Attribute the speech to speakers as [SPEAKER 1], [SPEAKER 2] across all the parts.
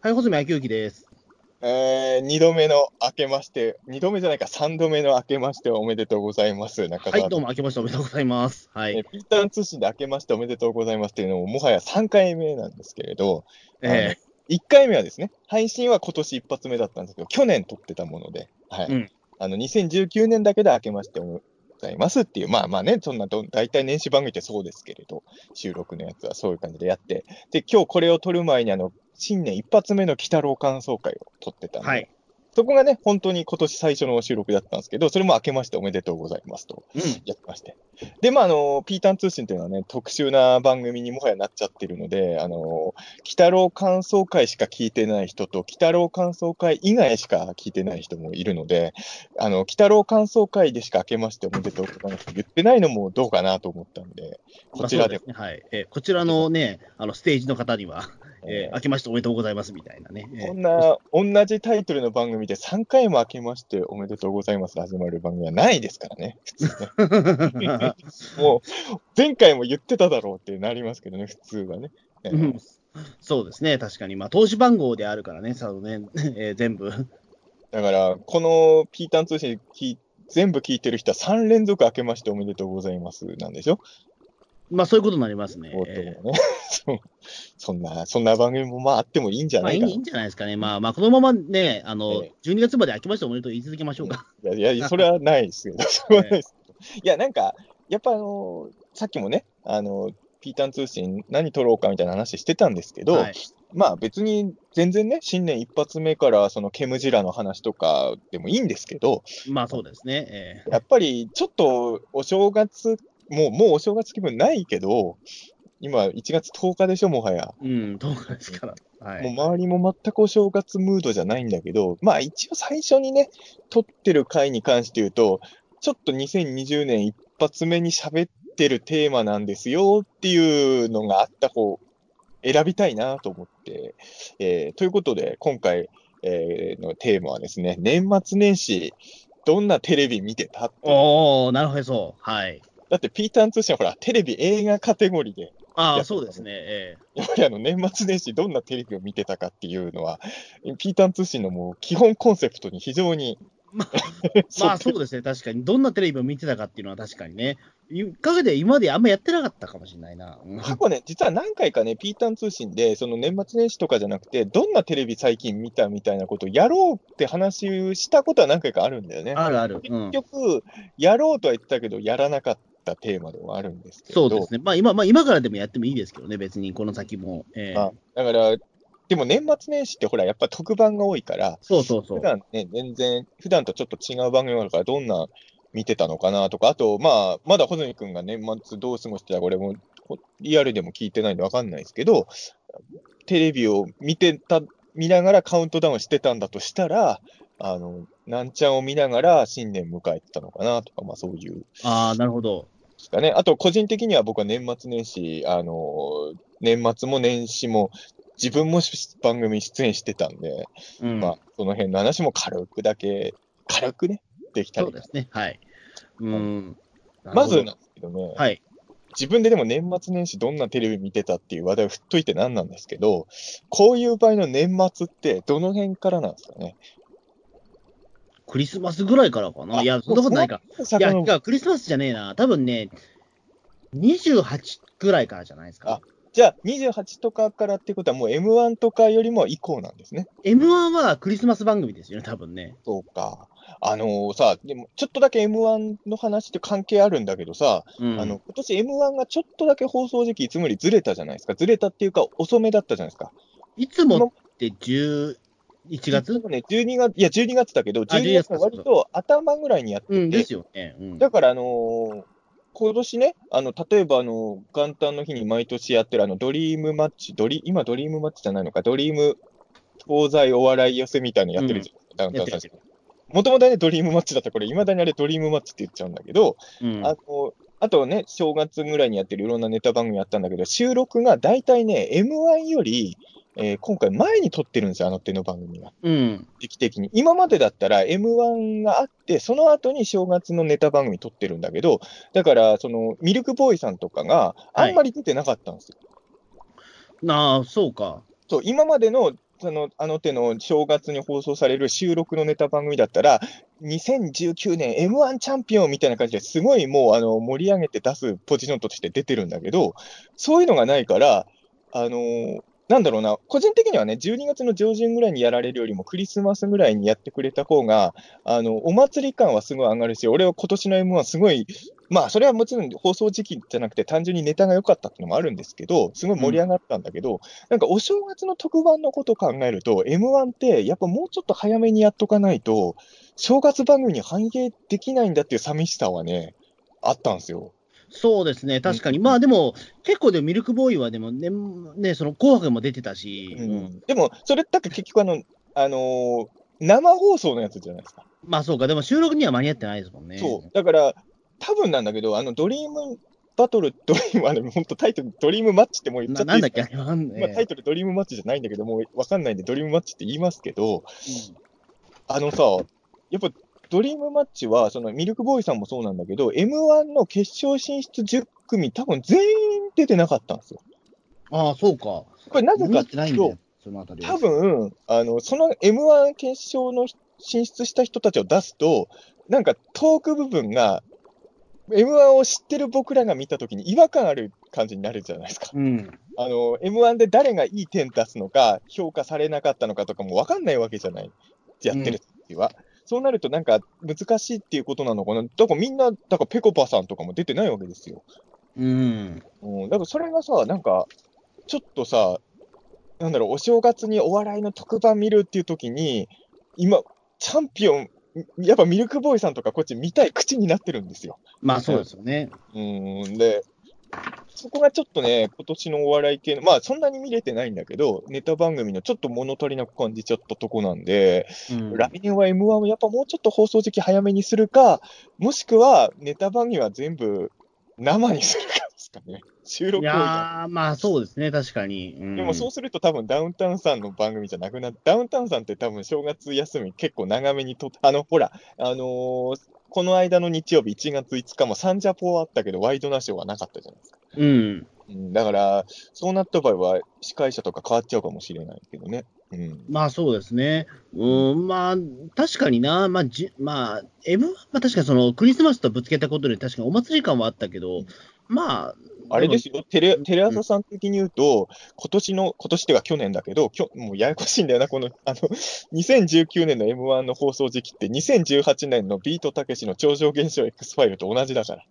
[SPEAKER 1] はい、細見明之です。
[SPEAKER 2] えー、2度目の明けまして、2度目じゃないか、3度目の明けましておめでとうございます、
[SPEAKER 1] 中はい、どうも明けましておめでとうございます。はい。
[SPEAKER 2] ピーターン通信で明けましておめでとうございますっていうのも、もはや3回目なんですけれど、えー、1回目はですね、配信は今年一発目だったんですけど、去年撮ってたもので、はい。うん、あの、2019年だけで明けましておめでとうございますっていう、まあまあね、そんなど、大体年始番組ってそうですけれど、収録のやつはそういう感じでやって、で、今日これを撮る前に、あの、新年一発目の鬼太郎感想会を撮ってたんで、はい、そこがね、本当に今年最初の収録だったんですけど、それも明けましておめでとうございますと、やってまして。うん、で、まあ、あの、ピータン通信というのはね、特殊な番組にもはやなっちゃってるので、あの、鬼太郎感想会しか聞いてない人と、鬼太郎感想会以外しか聞いてない人もいるので、あの、鬼太郎感想会でしか明けましておめでとうございますと言ってないのもどうかなと思ったんで、
[SPEAKER 1] こちらで。でね、はい。えー、こちらのね、あの、ステージの方には、えー、明けましておめでとうございますみたいなね。
[SPEAKER 2] こんな、同じタイトルの番組で3回も明けましておめでとうございます始まる番組はないですからね、普通ね。もう、前回も言ってただろうってなりますけどね、普通はね。
[SPEAKER 1] えー うん、そうですね、確かに。まあ、投資番号であるからね、そのね、 えー、全部。
[SPEAKER 2] だから、このピータン通信全部聞いてる人は3連続明けましておめでとうございますなんでしょ
[SPEAKER 1] まあそういうことになりますね。
[SPEAKER 2] ね そんな、そんな番組もまああってもいいんじゃない
[SPEAKER 1] かいいんじゃないですかね。まあまあこのままね、あの、えー、12月まで飽きましておめでとう言い続けましょうか。
[SPEAKER 2] いやいや、それはないですけど、それはないですけど。いや、なんか、やっぱあのさっきもね、あのピータン通信何撮ろうかみたいな話してたんですけど、はい、まあ別に全然ね、新年一発目からそのケムジラの話とかでもいいんですけど、
[SPEAKER 1] まあそうですね。
[SPEAKER 2] えー、やっぱりちょっとお正月もう、もうお正月気分ないけど、今、1月10日でしょ、もはや。
[SPEAKER 1] うん、10日ですから。
[SPEAKER 2] はい、もう周りも全くお正月ムードじゃないんだけど、まあ一応最初にね、撮ってる回に関して言うと、ちょっと2020年一発目に喋ってるテーマなんですよっていうのがあった方、選びたいなと思って、えー、ということで、今回、えー、のテーマはですね、年末年始、どんなテレビ見てた
[SPEAKER 1] おー、なるほど、はい。
[SPEAKER 2] だって、ピーターン通信はほら、テレビ映画カテゴリーで。
[SPEAKER 1] ああ、そうですね。え
[SPEAKER 2] えー、やはりあの、年末年始どんなテレビを見てたかっていうのは、ピーターン通信のもう基本コンセプトに非常に。
[SPEAKER 1] ま あ、まあ、そうですね。確かに。どんなテレビを見てたかっていうのは確かにね。かげで今まであんまやってなかったかもしれないな。
[SPEAKER 2] 過去ね、実は何回かね、ピーターン通信で、その年末年始とかじゃなくて、どんなテレビ最近見たみたいなことをやろうって話をしたことは何回かあるんだよね。
[SPEAKER 1] あるある。
[SPEAKER 2] うん、結局、やろうとは言ったけど、やらなかった。テーマではあるんです
[SPEAKER 1] そうですね、まあ今まあ、今からでもやってもいいですけどね、別にこの先も。
[SPEAKER 2] えー、だから、でも年末年始ってほら、やっぱ特番が多いから、
[SPEAKER 1] そうそうそう
[SPEAKER 2] 普段ね、全然、普段とちょっと違う番組があるから、どんな見てたのかなとか、あと、まあ、まだ穂積君が年末どう過ごしてたか、俺もリアルでも聞いてないんで分かんないですけど、テレビを見てた、見ながらカウントダウンしてたんだとしたら、あの、なんちゃんを見ながら新年迎えてたのかなとか、まあそういう。
[SPEAKER 1] ああ、なるほど。
[SPEAKER 2] ですかね。あと、個人的には僕は年末年始、あの、年末も年始も、自分も番組出演してたんで、うん、まあ、その辺の話も軽くだけ、軽くね、できたり
[SPEAKER 1] そうですね、はい。うん。
[SPEAKER 2] まずなんですけどね、
[SPEAKER 1] はい。
[SPEAKER 2] 自分ででも年末年始どんなテレビ見てたっていう話題を振っといてなんなんですけど、こういう場合の年末ってどの辺からなんですかね。
[SPEAKER 1] クリスマスぐらいからかな。いや、そんなことないか。いや、いやクリスマスじゃねえな。多分ね、28ぐらいからじゃないですか。
[SPEAKER 2] じゃあ、28とかからってことは、もう M1 とかよりも以降なんですね。
[SPEAKER 1] M1 はクリスマス番組ですよね、多分ね。
[SPEAKER 2] そうか。あのー、さ、でもちょっとだけ M1 の話って関係あるんだけどさ、うん、あの今年 M1 がちょっとだけ放送時期いつもよりずれたじゃないですか。ずれたっていうか、遅めだったじゃないですか。
[SPEAKER 1] いつもって10、1月
[SPEAKER 2] ね、12月、いや、12月だけど、12月の割と頭ぐらいにやってて、うん、
[SPEAKER 1] ですよね。うん、
[SPEAKER 2] だから、あのー、今年ね、あの、例えば、あの、元旦の日に毎年やってる、あの、ドリームマッチ、ドリ、今ドリームマッチじゃないのか、ドリーム東西お笑い寄せみたいのやってるじゃん、うん、ダウンタウンさん。もともとね、ドリームマッチだったこれ、いまだにあれドリームマッチって言っちゃうんだけど、うん、あの、あとね、正月ぐらいにやってるいろんなネタ番組やったんだけど、収録が大体ね、M1 より、えー、今回前に撮ってるんですよ、あの手の番組が。
[SPEAKER 1] うん。
[SPEAKER 2] 時期的に。今までだったら M1 があって、その後に正月のネタ番組撮ってるんだけど、だから、その、ミルクボーイさんとかがあんまり出てなかったんですよ。
[SPEAKER 1] はい、ああ、そうか。
[SPEAKER 2] そう、今までの、その、あの手の正月に放送される収録のネタ番組だったら、2019年 M1 チャンピオンみたいな感じですごいもう、あの、盛り上げて出すポジションとして出てるんだけど、そういうのがないから、あのーなんだろうな、個人的にはね、12月の上旬ぐらいにやられるよりも、クリスマスぐらいにやってくれた方が、あの、お祭り感はすごい上がるし、俺は今年の M はすごい、まあ、それはもちろん放送時期じゃなくて、単純にネタが良かったっていうのもあるんですけど、すごい盛り上がったんだけど、なんかお正月の特番のことを考えると、M1 ってやっぱもうちょっと早めにやっとかないと、正月番組に反映できないんだっていう寂しさはね、あったんですよ。
[SPEAKER 1] そうですね、確かに。
[SPEAKER 2] うん
[SPEAKER 1] まあでも、結構でもミルクボーイはでもね、ね、その紅白も出てたし、うん
[SPEAKER 2] でも、それだけ結局あの、あのー生放送のやつじゃないですか。
[SPEAKER 1] まあそうか、でも収録には間に合ってないですもんね。
[SPEAKER 2] そう。だから、多分なんだけど、あの、ドリームバトル、 ドリーム、あれ、本当タイトル、ドリームマッチってもう言っちゃ
[SPEAKER 1] な
[SPEAKER 2] ってい
[SPEAKER 1] ないんだ
[SPEAKER 2] で
[SPEAKER 1] っ
[SPEAKER 2] すか
[SPEAKER 1] け、あれは、ね
[SPEAKER 2] まあ、タイトルドリームマッチじゃないんだけど、もうわかんないんで、ドリームマッチって言いますけど、あのさ、やっぱドリームマッチは、そのミルクボーイさんもそうなんだけど、M1 の決勝進出10組、多分全員出てなかったんですよ。
[SPEAKER 1] うんああ、そうか。
[SPEAKER 2] これなぜ
[SPEAKER 1] 間に合
[SPEAKER 2] かっ
[SPEAKER 1] ってて
[SPEAKER 2] い
[SPEAKER 1] ない
[SPEAKER 2] うん
[SPEAKER 1] だ
[SPEAKER 2] と
[SPEAKER 1] よ、、そのあたりは
[SPEAKER 2] 多分あのその M1 決勝の進出した人たちを出すと、なんかトーク部分が、M1 を知ってる僕らが見たときに違和感ある感じになるじゃないですか。
[SPEAKER 1] うん。
[SPEAKER 2] あの、M1 で誰がいい点出すのか、評価されなかったのかとかも分かんないわけじゃない。やってる時は。そうなるとなんか難しいっていうことなのかな。だからみんな、だからペコパさんとかも出てないわけですよ。
[SPEAKER 1] うん。
[SPEAKER 2] うん、だからそれがさ、なんか、ちょっとさ、なんだろう、お正月にお笑いの特番見るっていう時に、今、チャンピオン、やっぱミルクボーイさんとかこっち見たい口になってるんですよ。
[SPEAKER 1] まあそうですよね。
[SPEAKER 2] うん、で、そこがちょっとね、今年のお笑い系の、まあそんなに見れてないんだけど、ネタ番組のちょっと物足りなく感じちゃったとこなんで、
[SPEAKER 1] うん
[SPEAKER 2] 来年は M1 をやっぱもうちょっと放送時期早めにするか、もしくはネタ番組は全部生にするかですかね。収
[SPEAKER 1] い
[SPEAKER 2] 録をや
[SPEAKER 1] やー、まあそうですね、確かに。うん
[SPEAKER 2] でもそうすると多分ダウンタウンさんの番組じゃなくなって、ダウンタウンさんって多分正月休み結構長めにとっあの、ほら、あのーこの間の日曜日1月5日もサンジャポはあったけど、ワイドナショーはなかったじゃないですか。
[SPEAKER 1] うん。
[SPEAKER 2] うん、だから、そうなった場合は司会者とか変わっちゃうかもしれないけどね。うん。
[SPEAKER 1] まあそうですね。うん、まあ、確かにな、まあ、じまあ、M は確かにそのクリスマスとぶつけたことで、確かにお祭り感はあったけど、まあ、
[SPEAKER 2] あれですよ、テレ
[SPEAKER 1] うん
[SPEAKER 2] テレ朝さん的に言うと、今年の、今年っていうか去年だけど、きょもうややこしいんだよな、この、あの、2019年の M1 の放送時期って、2018年のビートたけしの超常現象 X ファイルと同じだから。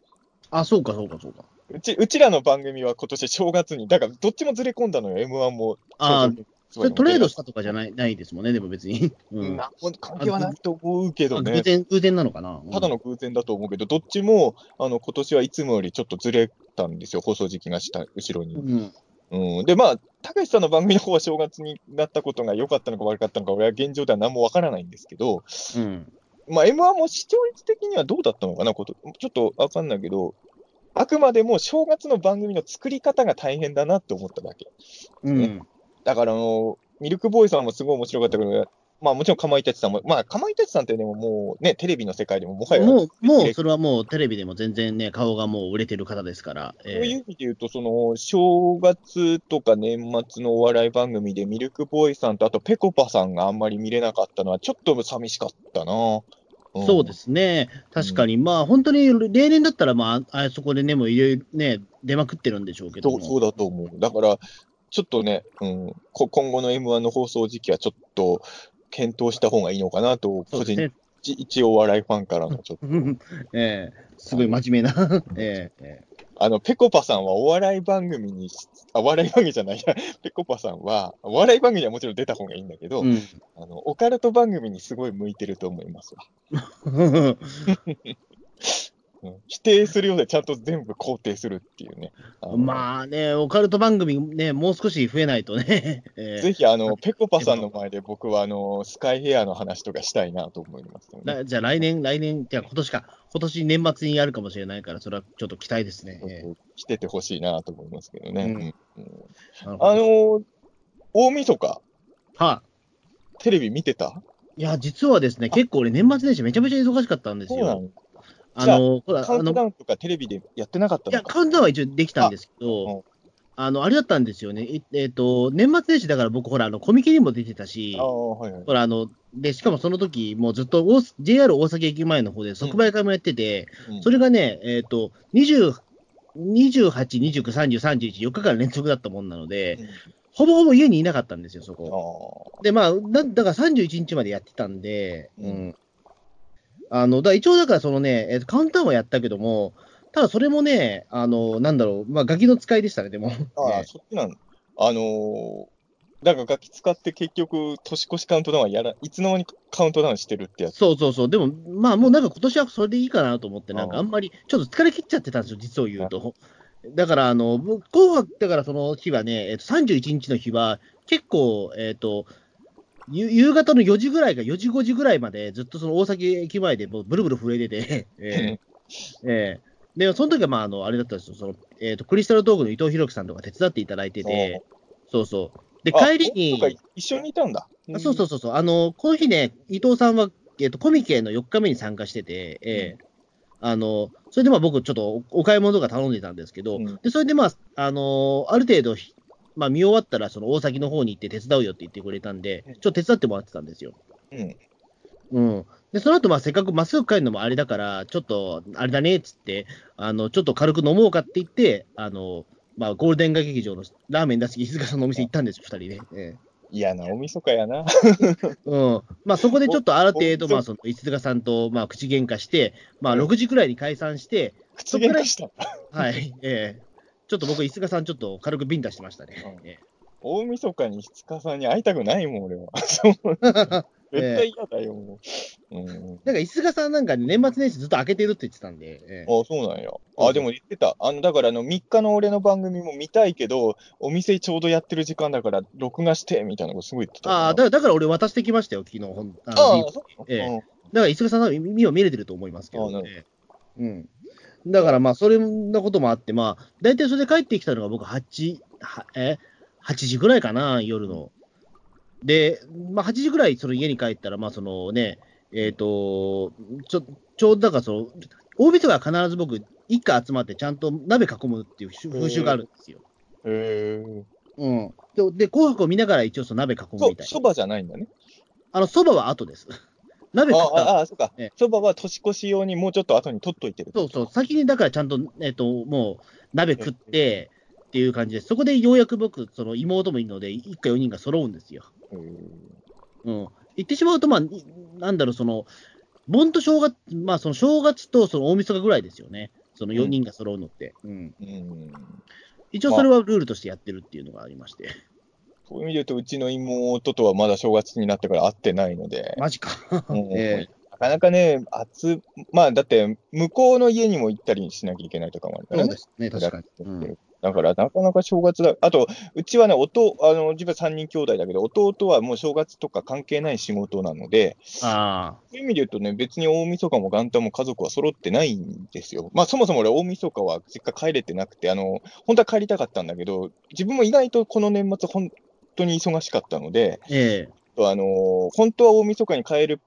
[SPEAKER 1] あ、そうか、そうか、そうか。
[SPEAKER 2] うち、うちらの番組は今年正月に、だからどっちもずれ込んだのよ、M1 も。
[SPEAKER 1] あ
[SPEAKER 2] 超
[SPEAKER 1] そ
[SPEAKER 2] 常現象 X ファイルも
[SPEAKER 1] れトレードしたとかじゃないないですもんね、でも別に。う
[SPEAKER 2] うん
[SPEAKER 1] ん。
[SPEAKER 2] なんも関係はないと思うけど
[SPEAKER 1] あ
[SPEAKER 2] ね。
[SPEAKER 1] 偶然、偶然なのかな。
[SPEAKER 2] ただ
[SPEAKER 1] の。
[SPEAKER 2] の偶然だと思うけど、どっちも、あの、今年はいつもよりちょっとずれたんですよ、放送時期がした、後ろ
[SPEAKER 1] う
[SPEAKER 2] に。
[SPEAKER 1] ん。
[SPEAKER 2] うん。で、まあ、たけしさんの番組の方は正月になったことが良かったのか悪かったのか、俺は現状では何もわからないんですけど、
[SPEAKER 1] うん。
[SPEAKER 2] まあ、M1 も視聴率的にはどうだったのかな、こと、ちょっとわかんないけど、あくまでも正月の番組の作り方が大変だなって思っただけ。
[SPEAKER 1] うん。
[SPEAKER 2] だからあの、ミルクボーイさんもすごい面白かったけど、まあもちろんかまいたちさんも、まあかまいたちさんってでももうね、テレビの世界でももはや
[SPEAKER 1] もう、もう、それはもうテレビでも全然ね、顔がもう売れてる方ですから。え
[SPEAKER 2] そういう意
[SPEAKER 1] え
[SPEAKER 2] 味で言うと、その正月とか年末のお笑い番組で、ミルクボーイさんと、あとぺこぱさんがあんまり見れなかったのは、ちょっと寂しかったな。ん
[SPEAKER 1] そうで。すね、確かに、まあ本当に例年だったら、まあ、あそこでね、もういろいろね、出まくってるんでしょうけど
[SPEAKER 2] そ
[SPEAKER 1] も
[SPEAKER 2] うそうだと思う。だから、ちょっとね、うん、こ今後の M1 の放送時期はちょっと検討した方がいいのかなと、
[SPEAKER 1] そう
[SPEAKER 2] 個
[SPEAKER 1] です
[SPEAKER 2] 人、
[SPEAKER 1] ね
[SPEAKER 2] 一一応お笑いファンからのちょっと。
[SPEAKER 1] ええすごい真面目な、えええ
[SPEAKER 2] あの、ぺこぱさんはお笑い番組に、 あ、お笑い番組じゃない や、ぺこぱさんは、お笑い番組にはもちろん出た方がいいんだけ
[SPEAKER 1] え
[SPEAKER 2] ど、あの、オカルト番組にすごい向いてると思いますわ。
[SPEAKER 1] うん
[SPEAKER 2] うん否定するようでちゃんと全部肯定するっていうね。あの
[SPEAKER 1] まあね、オカルト番組ね、もう少し増えないとね、ええ
[SPEAKER 2] ぜひ、あの、ぺこぱさんの前で僕は、あの、スカイヘアの話とかしたいなと思いますよね。
[SPEAKER 1] なじゃあ来年、来年、じゃあ今年か、今年年末にやるかもしれないから、それはちょっと期待ですね。ええ
[SPEAKER 2] 来ててほしいなと思いますけどね。うんうん
[SPEAKER 1] なるほど
[SPEAKER 2] あの、大晦日、
[SPEAKER 1] は
[SPEAKER 2] テレビ見てた
[SPEAKER 1] い、いや、実はですね、結構俺、年末年始めちゃめちゃ忙しかったんです
[SPEAKER 2] そうな
[SPEAKER 1] よ。
[SPEAKER 2] の
[SPEAKER 1] あの、ほら、
[SPEAKER 2] カウ
[SPEAKER 1] あ
[SPEAKER 2] ント
[SPEAKER 1] の
[SPEAKER 2] ダウンとかテレビでやってなかった
[SPEAKER 1] いや、
[SPEAKER 2] のか
[SPEAKER 1] カウントダウンは一応できたんですけど、あの、あれだったんですよね。いえっ、と、年末年始だから僕、ほら、あの、コミケにも出てたし
[SPEAKER 2] あ、あ、はいはい。
[SPEAKER 1] ほら、あの、で、しかもその時、もうずっと大阪 JR 大阪駅前の方で即売会もやってて、
[SPEAKER 2] うん
[SPEAKER 1] それがね、えっ、と、20、28、29、30、31、4日間連続だったもんなので、
[SPEAKER 2] うん
[SPEAKER 1] ほぼほぼ家にいなかったんですよ、そこ。
[SPEAKER 2] あ
[SPEAKER 1] で、まあ、だだから31日までやってたんで、う。
[SPEAKER 2] うん
[SPEAKER 1] あの、だから一応だからそのね、えーとカウンターはやったけども、ただそれもね、あの、なんだろう、まあ、ガキの使いでしたね、でも。
[SPEAKER 2] あ、ああ
[SPEAKER 1] ね
[SPEAKER 2] そっちなんあのー、だから楽器使って結局、年越しカウントダウンはやら、いつの間にかカウントダウンしてるってやつ。
[SPEAKER 1] そうそうそう、でも、まあ、もうなんか今年はそれでいいかなと思って、なんか
[SPEAKER 2] ああ
[SPEAKER 1] あんまり、ちょっと疲れ切っちゃってたんですよ、実を言うと。だから、あの、僕紅白、だからその日はね、えーと31日の日は、結構、えっ、と、ゆ夕方の4時ぐらいか4時5時ぐらいまでずっとその大崎駅前でもうブルブル震えてて、 え えええで、その時はまあ、あの、あれだったんですよ、その、えっ、と、クリスタルトークの伊藤博樹さんとか手伝っていただいてて、そうそう。で、
[SPEAKER 2] あ
[SPEAKER 1] 帰りに、
[SPEAKER 2] そうか一緒にいたんだ。
[SPEAKER 1] あそうそううそうそう、あのこの日ね、伊藤さんは、えっとコミケの4日目に参加してて、ええあのそれでまあ僕、ちょっとおお買い物とか頼んでたんですけど、
[SPEAKER 2] うん
[SPEAKER 1] でそれで、まああのある程度、ひまあ、見終わったらその大崎の方に行って手伝うよって言ってくれたんで、
[SPEAKER 2] うん
[SPEAKER 1] ちょっと手伝ってもらってたんですよ。
[SPEAKER 2] ん。
[SPEAKER 1] うん、でその後まあせっかくまっすぐ帰るのもあれだから、ちょっとあれだねっつって、あのちょっと軽く飲もうかって言って、あのまあ、ゴールデン街劇場のラーメン出し石塚さんのお店行ったんですよ、2人で。ええ
[SPEAKER 2] 嫌なおみそか やな。
[SPEAKER 1] うんまあ、そこでちょっとある程度、
[SPEAKER 2] お
[SPEAKER 1] まあ、その石塚さんとまあ口喧嘩して、まあ、
[SPEAKER 2] うん
[SPEAKER 1] 6時くらいに解散 して、
[SPEAKER 2] 口喧嘩した。
[SPEAKER 1] はいええちょっと僕、石塚さん、ちょっと軽くビンタしてましたね。
[SPEAKER 2] うん
[SPEAKER 1] え
[SPEAKER 2] 大晦日につかさんに会いたくないもん、俺は。そう
[SPEAKER 1] えだか
[SPEAKER 2] 絶対嫌だよ、もう。うん。
[SPEAKER 1] ら石塚さんなんかね、年末年始ずっと開けてるって言ってたんで、ええ
[SPEAKER 2] あそうなんや。あでも言ってた。あの、だからあの、3日の俺の番組も見たいけど、お店ちょうどやってる時間だから、録画して、みたいなことすごい言ってたな。
[SPEAKER 1] ああだからだから俺、渡してきましたよ、昨日ほんあの
[SPEAKER 2] あ
[SPEAKER 1] ビー
[SPEAKER 2] あ
[SPEAKER 1] ル
[SPEAKER 2] そうなの
[SPEAKER 1] ええ
[SPEAKER 2] うん
[SPEAKER 1] だから石塚さんの耳を見れてると思いますけ
[SPEAKER 2] あ
[SPEAKER 1] ど、
[SPEAKER 2] なる
[SPEAKER 1] ええうん、だからまあ、それのこともあって、まあ、大体それで帰ってきたのが僕8、はえ8時ぐらいかな、夜の。で、まあ、8時ぐらいその家に帰ったら、まあ、そのね、えっ、と、ちょちょうどだからその、大晦日は必ず僕、一家集まってちゃんと鍋囲むっていう習風習があるんですよ。
[SPEAKER 2] へえ。
[SPEAKER 1] うん、で、で紅白を見ながら一応その鍋囲む
[SPEAKER 2] そ
[SPEAKER 1] みたい
[SPEAKER 2] そばじゃないんだね。
[SPEAKER 1] な。あの、そばは後です。鍋
[SPEAKER 2] あ
[SPEAKER 1] 食った後
[SPEAKER 2] ああ、 そうか
[SPEAKER 1] ええ。
[SPEAKER 2] そばは年越し用にもうちょっと後に取っといてる。
[SPEAKER 1] そうそう、先にだからちゃんと、えっと、もう鍋食ってっていう感じで、そこでようやく僕、その妹もいるので、一家4人が揃うんですよ。
[SPEAKER 2] へえ
[SPEAKER 1] うん。言ってしまうと、まあ、いなんだろう、その、盆と正月、まあ、その正月とその大晦日ぐらいですよね。その4人が揃うのって。うん。
[SPEAKER 2] うん。
[SPEAKER 1] 一応それはルールとしてやってるっていうのがありまして。
[SPEAKER 2] そういう意味で言うと、うちの妹とはまだ正月になってから会ってないので。
[SPEAKER 1] マジか。
[SPEAKER 2] うん
[SPEAKER 1] ええ
[SPEAKER 2] なかなかね、暑、まあだって、向こうの家にも行ったりしなきゃいけないとかもあるから
[SPEAKER 1] そう
[SPEAKER 2] ね
[SPEAKER 1] で。すね、確かに。うん
[SPEAKER 2] だから、なかなか正月だ。あと、うちはね、おとあの自分は3人兄弟だけど、弟はもう正月とか関係ない仕事なので、
[SPEAKER 1] あ
[SPEAKER 2] そういう意味で言うとね、別に大晦日も元旦も家族は揃ってないんですよ。まあ、そもそも俺、大晦日は実家帰れてなくて、あの、本当は帰りたかったんだけど、自分も意外とこの年末、本当に忙しかったので、
[SPEAKER 1] あ、ええ
[SPEAKER 2] あのー本当は大晦日に帰る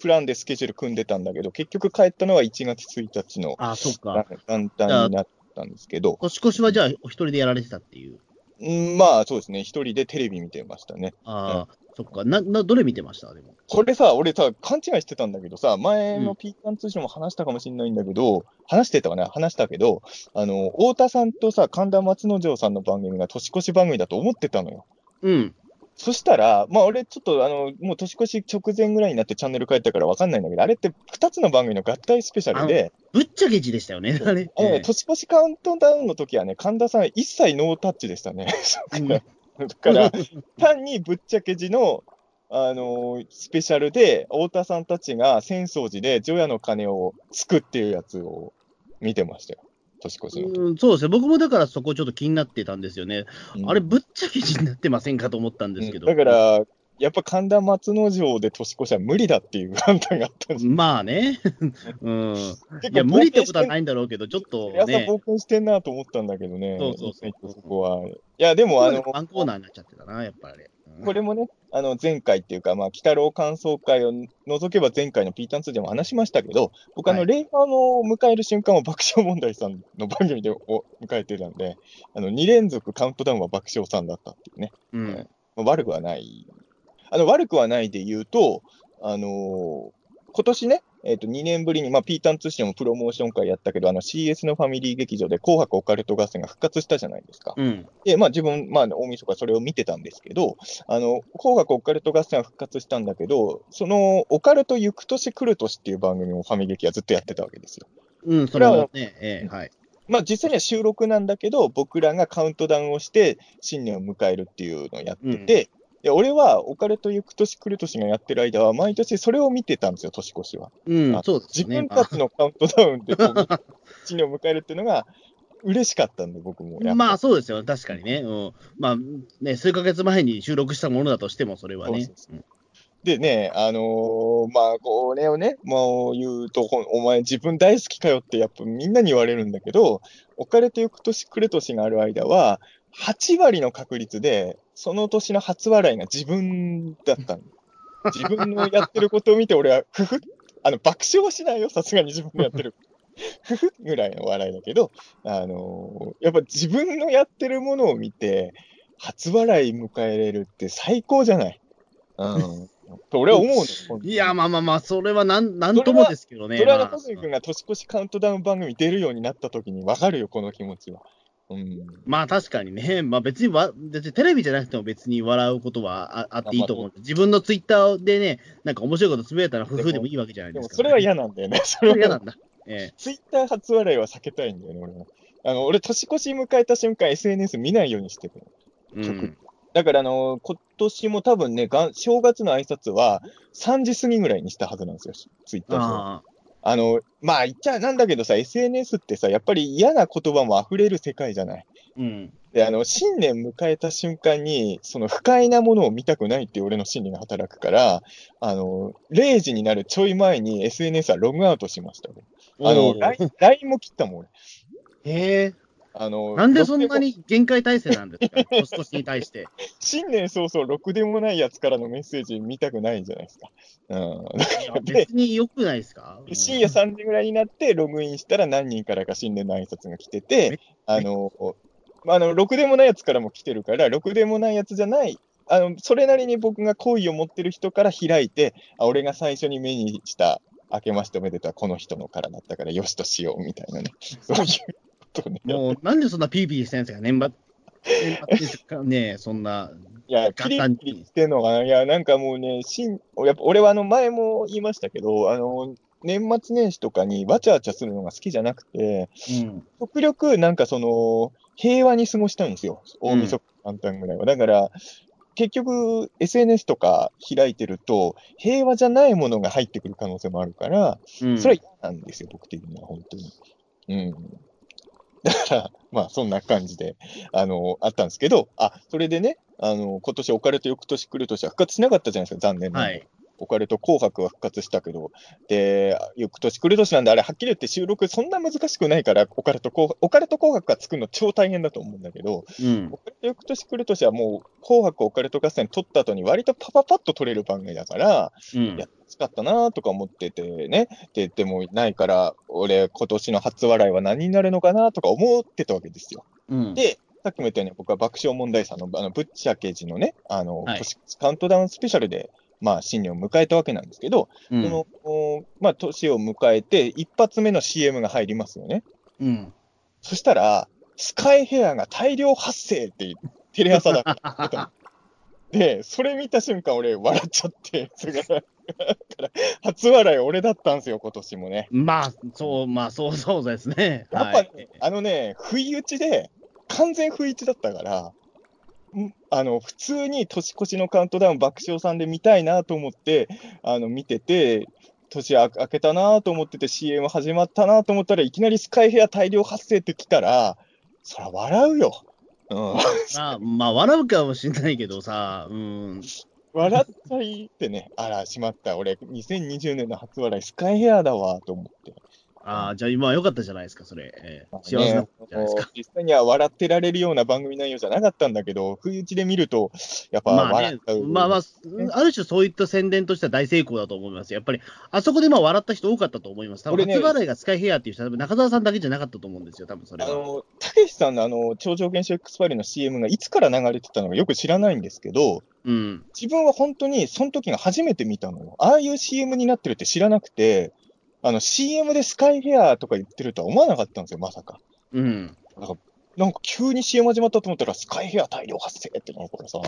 [SPEAKER 2] プランでスケジュール組んでたんだけど、結局帰ったのは1月1日の
[SPEAKER 1] ああ、そっ
[SPEAKER 2] 元
[SPEAKER 1] か。
[SPEAKER 2] 旦になったんですけど、
[SPEAKER 1] 年越しはじゃあ、お一人でやられてたっていう。
[SPEAKER 2] うんまあそうですね、一人でテレビ見てましたね。
[SPEAKER 1] ああ、そっか。な、な、どれ見てましたでも。
[SPEAKER 2] これさ、俺さ、勘違いしてたんだけどさ、前
[SPEAKER 1] う
[SPEAKER 2] のピーカン通信も話したかもしれないんだけど、話してたかな話したけど、あの、太田さんとさ、神田松之丞さんの番組が年越し番組だと思ってたのよ。
[SPEAKER 1] うん。
[SPEAKER 2] そしたら、まあ俺ちょっとあの、もう年越し直前ぐらいになってチャンネル変えたからわかんないんだけど、あれって2つの番組の合体スペシャルで、
[SPEAKER 1] ぶっちゃけ字でしたよね、あれ。
[SPEAKER 2] あのね年越しカウントダウンの時はね、神田さん一切ノータッチでしたね。
[SPEAKER 1] うん
[SPEAKER 2] だから、単にぶっちゃけ字の、あのースペシャルで、太田さんたちが浅草寺で除夜の鐘をつくっていうやつを見てましたよ。年越しの時、
[SPEAKER 1] うんそうですね、僕もだからそこちょっと気になってたんですよね。
[SPEAKER 2] うん
[SPEAKER 1] あれ、ぶっちゃけ字になってませんかと思ったんですけど。
[SPEAKER 2] うんだか、ら、やっぱ神田松之丞で年越しは無理だっていう 判断があったんです
[SPEAKER 1] まあ ね。うん。い
[SPEAKER 2] よ
[SPEAKER 1] や、無理ってことは
[SPEAKER 2] 結
[SPEAKER 1] ないんだろうけど、ちょっと
[SPEAKER 2] 構冒
[SPEAKER 1] ね
[SPEAKER 2] 険してん皆さん。冒険してんなと思ったんだけどね。
[SPEAKER 1] そうそうそう
[SPEAKER 2] そこは。いや、でも、あの、
[SPEAKER 1] ワンコーナーになっちゃってたな、やっぱりあれ。う
[SPEAKER 2] これもね、あの前回っていうか、まあ、鬼太郎感想会を除けば前回のピーターン2でも話しましたけど、僕、あ
[SPEAKER 1] は
[SPEAKER 2] の、
[SPEAKER 1] い
[SPEAKER 2] レイファーのを迎える瞬間を爆笑問題さんの番組でお迎えてたんで、あの、2連続カウントダウンは爆笑さんだったっていうね。
[SPEAKER 1] うん。
[SPEAKER 2] まあ悪くはない。あの、悪くはないで言うと、あのー今年ね、えっ、と、2年ぶりに、まあ、ピーターン通信もプロモーション会やったけど、あの、CS のファミリー劇場で紅白オカルト合戦が復活したじゃないですか。
[SPEAKER 1] うん。
[SPEAKER 2] で、まあ、自分、まあ、大晦日それを見てたんですけど、あの、紅白オカルト合戦は復活したんだけど、その、オカルト行く年来る年っていう番組もファミ劇はずっとやってたわけですよ。
[SPEAKER 1] うん、それはね、ええはい。
[SPEAKER 2] まあ、実際には収録なんだけど、僕らがカウントダウンをして、新年を迎えるっていうのをやってて、で俺はオカルト行く年来る年がやってる間は、毎年それを見てたんですよ、年越しは。
[SPEAKER 1] うん、そうです
[SPEAKER 2] 自
[SPEAKER 1] よね。
[SPEAKER 2] 分
[SPEAKER 1] ま
[SPEAKER 2] た
[SPEAKER 1] あ
[SPEAKER 2] ちのカウントダウンで こう新年を迎えるっていうのが、嬉しかったんで、僕も。やっぱ
[SPEAKER 1] まあそうですよ、確かにね。うん、まあね、数ヶ月前に収録したものだとしても、それはね
[SPEAKER 2] そう。でね、あのーまあ、これをね、もう言うと、ほんお前自分大好きかよってやっぱみんなに言われるんだけど、お金と行く年来る年がある間は、8割の確率で、その年の初笑いが自分だったの。自分のやってることを見て、俺は、ふふ、あの、爆笑はしないよ、さすがに自分のやってる。 ふふぐらいの笑いだけど、あのーやっぱ自分のやってるものを見て、初笑い迎えれるって最高じゃない。うん。と俺は思う の。本当に
[SPEAKER 1] いや、まあまあまあ、それはなんなんともですけどね。
[SPEAKER 2] それは
[SPEAKER 1] ま
[SPEAKER 2] ね、
[SPEAKER 1] あ
[SPEAKER 2] 小杉君が年越しカウントダウン番組出るようになった時に分かるよ、この気持ちは。うん。
[SPEAKER 1] まあ確かにね、まあ別にわ、別にテレビじゃなくても別に笑うことはああっていいと思う。自分のツイッターでね、なんか面白いことつぶやいたら、ふふでもいいわけじゃないで
[SPEAKER 2] でも
[SPEAKER 1] すか、
[SPEAKER 2] それは嫌なんだよね。 そ
[SPEAKER 1] それは
[SPEAKER 2] れ
[SPEAKER 1] 嫌
[SPEAKER 2] は
[SPEAKER 1] なんだ。え
[SPEAKER 2] ツイッター初笑いは避けたいんだよね、俺は。あの、俺、年越し迎えた瞬間 SNS 見ないようにしてる。
[SPEAKER 1] えうん。
[SPEAKER 2] だから、あの、今年も多分ね、がん正月の挨拶は3時過ぎぐらいにしたはずなんですよ、ツイッター上は
[SPEAKER 1] ああ、
[SPEAKER 2] あの、まあ言っちゃなんだけどさ、SNS ってさ、やっぱり嫌な言葉も溢れる世界じゃない。
[SPEAKER 1] うん。
[SPEAKER 2] で、あの、新年迎えた瞬間に、その不快なものを見たくないっていう俺の心理が働くから、あの、0時になるちょい前に SNS はログアウトしました。あ
[SPEAKER 1] お
[SPEAKER 2] の、
[SPEAKER 1] ー
[SPEAKER 2] LINE LINE も切ったもん、俺。
[SPEAKER 1] へえ。
[SPEAKER 2] あの、
[SPEAKER 1] なんでそんな
[SPEAKER 2] ろくでも
[SPEAKER 1] に限界体制なんですか、年越しに対して。
[SPEAKER 2] 新年早々、ろくでもないやつからのメッセージ見たくないじゃないですか。うん。だ
[SPEAKER 1] い
[SPEAKER 2] か
[SPEAKER 1] や
[SPEAKER 2] らで、
[SPEAKER 1] 別に良くないですか、うん
[SPEAKER 2] 深夜3時ぐらいになって、ログインしたら何人からか新年の挨拶が来て
[SPEAKER 1] め
[SPEAKER 2] て、あの、まあ、あの、ろくでもないやつからも来てるから、ろくでもないやつじゃない、あの、それなりに僕が好意を持ってる人から開いて、あ、俺が最初に目にした、明けましておめでとうはこの人のからだったから、よしとしようみたいなね、そういうことね。
[SPEAKER 1] もう、なんでそんなピーピーしてるんですか、年末。年末ですかねえ、そんな。
[SPEAKER 2] いや、
[SPEAKER 1] 簡
[SPEAKER 2] ピリ
[SPEAKER 1] 単に
[SPEAKER 2] ピリしてんのがな、いや、なんかもうね、しんやっぱ俺はあの前も言いましたけど、あの、年末年始とかにわちゃわちゃするのが好きじゃなくて、
[SPEAKER 1] うん。
[SPEAKER 2] 極力、なんかその、平和に過ごしたいんですよ。大晦日簡単ぐらいは。だから、結局、SNS とか開いてると、平和じゃないものが入ってくる可能性もあるから、
[SPEAKER 1] うん、
[SPEAKER 2] それは嫌なんですよ、僕的には、本当に。うん。だから、まあ、そんな感じで、あの、あったんですけど、あ、それでね、あの、今年、オカルト翌年来る年は復活しなかったじゃないですか、残念なが
[SPEAKER 1] は
[SPEAKER 2] ら。
[SPEAKER 1] い。
[SPEAKER 2] オカルト紅白は復活したけど、で、翌年来る年なんで、あれ、はっきり言って収録そんな難しくないから、オカルト紅白、オカルト紅白が作るの超大変だと思うんだけど、
[SPEAKER 1] うん
[SPEAKER 2] オ。カルト翌年来る年はもう、紅白オカルト合戦撮った後に割とパパパッと撮れる番組だから、
[SPEAKER 1] うん
[SPEAKER 2] やっ。つかったなとか思っててね、で、でもないから、俺、今年の初笑いは何になるのかなとか思ってたわけですよ。
[SPEAKER 1] うん
[SPEAKER 2] で、さっきも言ったように、僕は爆笑問題さんの、あの、ぶっちゃけじのね、あの、
[SPEAKER 1] はい
[SPEAKER 2] 年カウントダウンスペシャルで、まあ、新年を迎えたわけなんですけど、
[SPEAKER 1] うん
[SPEAKER 2] その、おまあ、年を迎えて、一発目の CM が入りますよね。
[SPEAKER 1] うん。
[SPEAKER 2] そしたら、スカイヘアが大量発生って、テレ朝だから言ってたので、それ見た瞬間、俺、笑っちゃって、 それから、初笑い俺だったんですよ、今年もね。
[SPEAKER 1] まあ、そう、まあ、そう そうですね。
[SPEAKER 2] やっ
[SPEAKER 1] は
[SPEAKER 2] ぱね、
[SPEAKER 1] い。
[SPEAKER 2] あのね、不意打ちで、完全不意打ちだったから、んあの、普通に年越しのカウントダウン爆笑さんで見たいなと思って、あの、見てて、年あ明けたなと思ってて CM 始まったなと思ったらいきなりスカイヘア大量発生って来たら、そら笑うよ。うん。
[SPEAKER 1] まあ、まあ、笑うかもしれないけどさ、うん。
[SPEAKER 2] 笑っちゃいってね、あら、しまった。俺、2020年の初笑いスカイヘアだわと思って。
[SPEAKER 1] ああ、じゃあ今は良かったじゃないですか、それ。ええ幸せなことじゃないですか。
[SPEAKER 2] ね実際には笑ってられるような番組内容じゃなかったんだけど、不意打ちで見ると、やっぱ
[SPEAKER 1] まあね
[SPEAKER 2] 笑っちゃう。、
[SPEAKER 1] まあまあ、ある種そういった宣伝としては大成功だと思います。やっぱり、あそこでまあ笑った人多かったと思います。多分、
[SPEAKER 2] 俺ね
[SPEAKER 1] 初払いがスカイヘアっていう人は、多分中澤さんだけじゃなかったと思うんですよ、多分それ
[SPEAKER 2] あ
[SPEAKER 1] は。
[SPEAKER 2] の、たけしさんのあの、超常現象 X ファイルの CM がいつから流れてたのかよく知らないんですけど、
[SPEAKER 1] うん。
[SPEAKER 2] 自分は本当にその時が初めて見たのよ。ああいう CM になってるって知らなくて、あの、CM でスカイヘアとか言ってるとは思わなかったんですよ、まさか。
[SPEAKER 1] うん。
[SPEAKER 2] なんか急に CM 始まったと思ったら、スカイヘア大量発生ってなるからさ、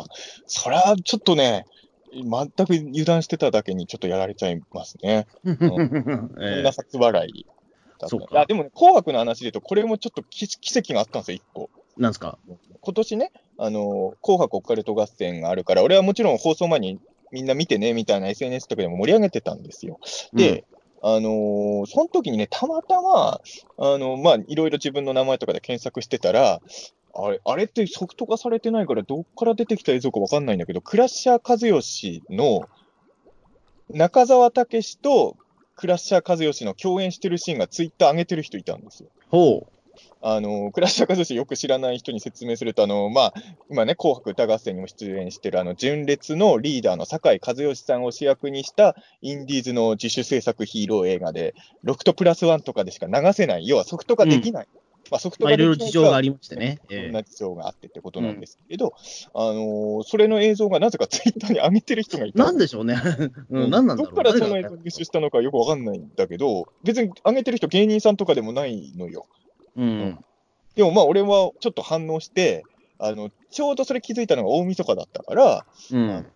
[SPEAKER 2] そりゃちょっとね、全く油断してただけにちょっとやられちゃいますね。 こん
[SPEAKER 1] え
[SPEAKER 2] な札払いだった
[SPEAKER 1] そう
[SPEAKER 2] ね。
[SPEAKER 1] か
[SPEAKER 2] いや、でもね、紅白の話で言うと、これもちょっと奇奇跡があったんですよ、一個。
[SPEAKER 1] えなんですか
[SPEAKER 2] 今年ね、あの、紅白オカルト合戦があるから、俺はもちろん放送前にみんな見てね、みたいな SNS とかでも盛り上げてたんですよ。で、あのーその時にね、たまたま、あのまあ、いろいろ自分の名前とかで検索してたら、あれ、あれってソフト化されてないから、どっから出てきた映像かわかんないんだけど、クラッシャー和義の、中澤武史とクラッシャー和義の共演してるシーンがツイッター上げてる人いたんですよ。
[SPEAKER 1] ほ
[SPEAKER 2] あの、クラッシャー和義よく知らない人に説明すると、あの、まあ、今ね、紅白歌合戦にも出演してる、あの、純烈のリーダーの酒井和義さんを主役にした、インディーズの自主制作ヒーロー映画で、ロクトプラスワンとかでしか流せない、要はソフト化できない。まあ、ソフ
[SPEAKER 1] う。
[SPEAKER 2] ト
[SPEAKER 1] まあ、
[SPEAKER 2] 化
[SPEAKER 1] い
[SPEAKER 2] で
[SPEAKER 1] ろいろ
[SPEAKER 2] きない
[SPEAKER 1] 事情があ
[SPEAKER 2] り
[SPEAKER 1] りましてね。
[SPEAKER 2] いろ
[SPEAKER 1] え
[SPEAKER 2] ん
[SPEAKER 1] え
[SPEAKER 2] な事情があってってことなんですけど、あのそれの映像がなぜかツ イッターに上げてる人がいた
[SPEAKER 1] なんでしょうね。 うん、なんなんだろう。
[SPEAKER 2] どっからその
[SPEAKER 1] 誰
[SPEAKER 2] 映
[SPEAKER 1] が
[SPEAKER 2] 像入手したのかよくわかんないんだけど、別に上げてる人芸人さんとかでもないのよ。
[SPEAKER 1] うん。
[SPEAKER 2] でもまあ俺はちょっと反応して、あの、ちょうどそれ気づいたのが大晦日だったから、
[SPEAKER 1] うん。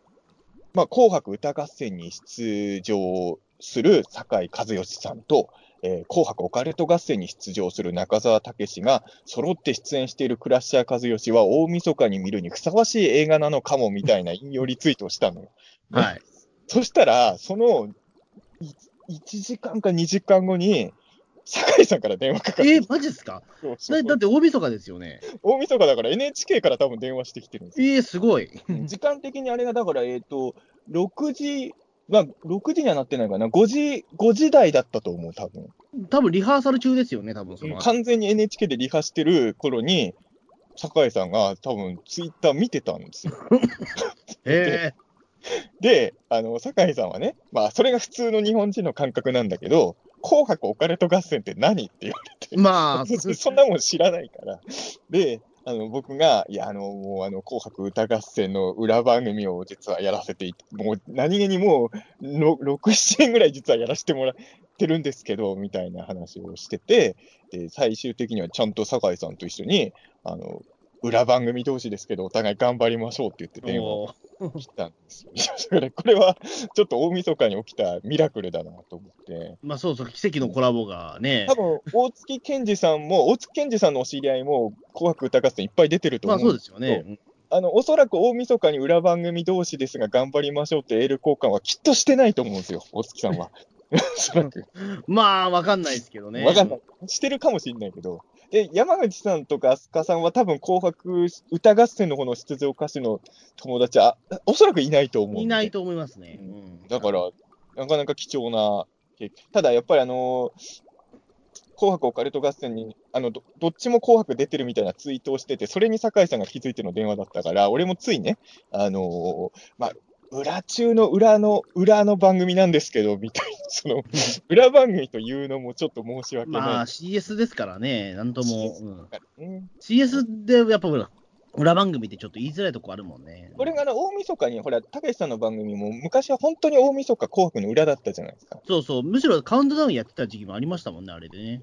[SPEAKER 2] まあ紅白歌合戦に出場する酒井和義さんと、えー紅白オカルト合戦に出場する中澤武史が揃って出演しているクラッシャー和義は大晦日に見るにふさわしい映画なのかもみたいな引用リツイートをしたのよ。
[SPEAKER 1] はい。
[SPEAKER 2] そしたら、そのい1時間か2時間後に、酒井さんから電話かかって
[SPEAKER 1] え
[SPEAKER 2] き
[SPEAKER 1] マジっすか
[SPEAKER 2] てそうそ
[SPEAKER 1] だ
[SPEAKER 2] う
[SPEAKER 1] だって大晦日ですよね。
[SPEAKER 2] 大晦日だから NHK から多分電話してきてるんですよ
[SPEAKER 1] ええすごい。
[SPEAKER 2] 時間的にあれが、だから、えっ、と、6時、まあ、6時にはなってないかな、5時、5時台だったと思う、多分。
[SPEAKER 1] 多分リハーサル中ですよね、多分その。
[SPEAKER 2] 完全に NHK でリハしてる頃に、酒井さんが多分ツイッター見てたんですよ。
[SPEAKER 1] え
[SPEAKER 2] で、あの、酒井さんはね、まあ、それが普通の日本人の感覚なんだけど、紅白オカルト合戦って何っていう
[SPEAKER 1] え まあ、
[SPEAKER 2] 私そんなもん知らないから。で、あの僕が、いや、あの、もう、あの、紅白歌合戦の裏番組を実はやらせていて、もう、何気にもう、の6、7年ぐらい実はやらせてもらってるんですけど、みたいな話をしてて、で、最終的にはちゃんと酒井さんと一緒に、あの、裏番組同士ですけど、お互い頑張りましょうって言って電話を
[SPEAKER 1] おー
[SPEAKER 2] 切ったんですよ。いや だから、これは、ちょっと大晦日に起きたミラクルだなと思って。
[SPEAKER 1] まあそうそう、奇跡のコラボがね
[SPEAKER 2] 多。分大月健二さんも、大月健二さんのお知り合いも、紅白歌合戦いっぱい出てると
[SPEAKER 1] ま
[SPEAKER 2] 思
[SPEAKER 1] あ
[SPEAKER 2] う,、
[SPEAKER 1] そうですよね。
[SPEAKER 2] あのおそらく大晦日に裏番組同士ですが、頑張りましょうってエール交換はきっとしてないと思うん ですよ、大月さんは。おそらく。
[SPEAKER 1] まあ、わかんないですけどね。
[SPEAKER 2] わかんない。してるかもしれないけど。で、山口さんとか飛鳥さんは、多分紅白歌合戦の方の出場歌手の友達は、あおそらくいないと思うんで。
[SPEAKER 1] いないと思いますね。うん
[SPEAKER 2] だから、なかなか貴重な経験。ただ、やっぱりあのー紅白オカルト合戦にあのど、どっちも紅白出てるみたいなツイートをしてて、それに酒井さんが気づいての電話だったから、俺もついね、あのーまあ、裏中の裏の裏の番組なんですけど、みたいな、その、裏番組というのもちょっと申し訳ない。
[SPEAKER 1] まあ CS ですからね、なんとも。うん
[SPEAKER 2] うん
[SPEAKER 1] CS でやっぱほら裏番組ってちょっと言いづらいとこあるもんね。
[SPEAKER 2] 俺があの大晦日に、ほら、たけしさんの番組も、昔は本当に大晦日紅白の裏だったじゃないですか。
[SPEAKER 1] そうそう、むしろカウントダウンやってた時期もありましたもんね、あれでね。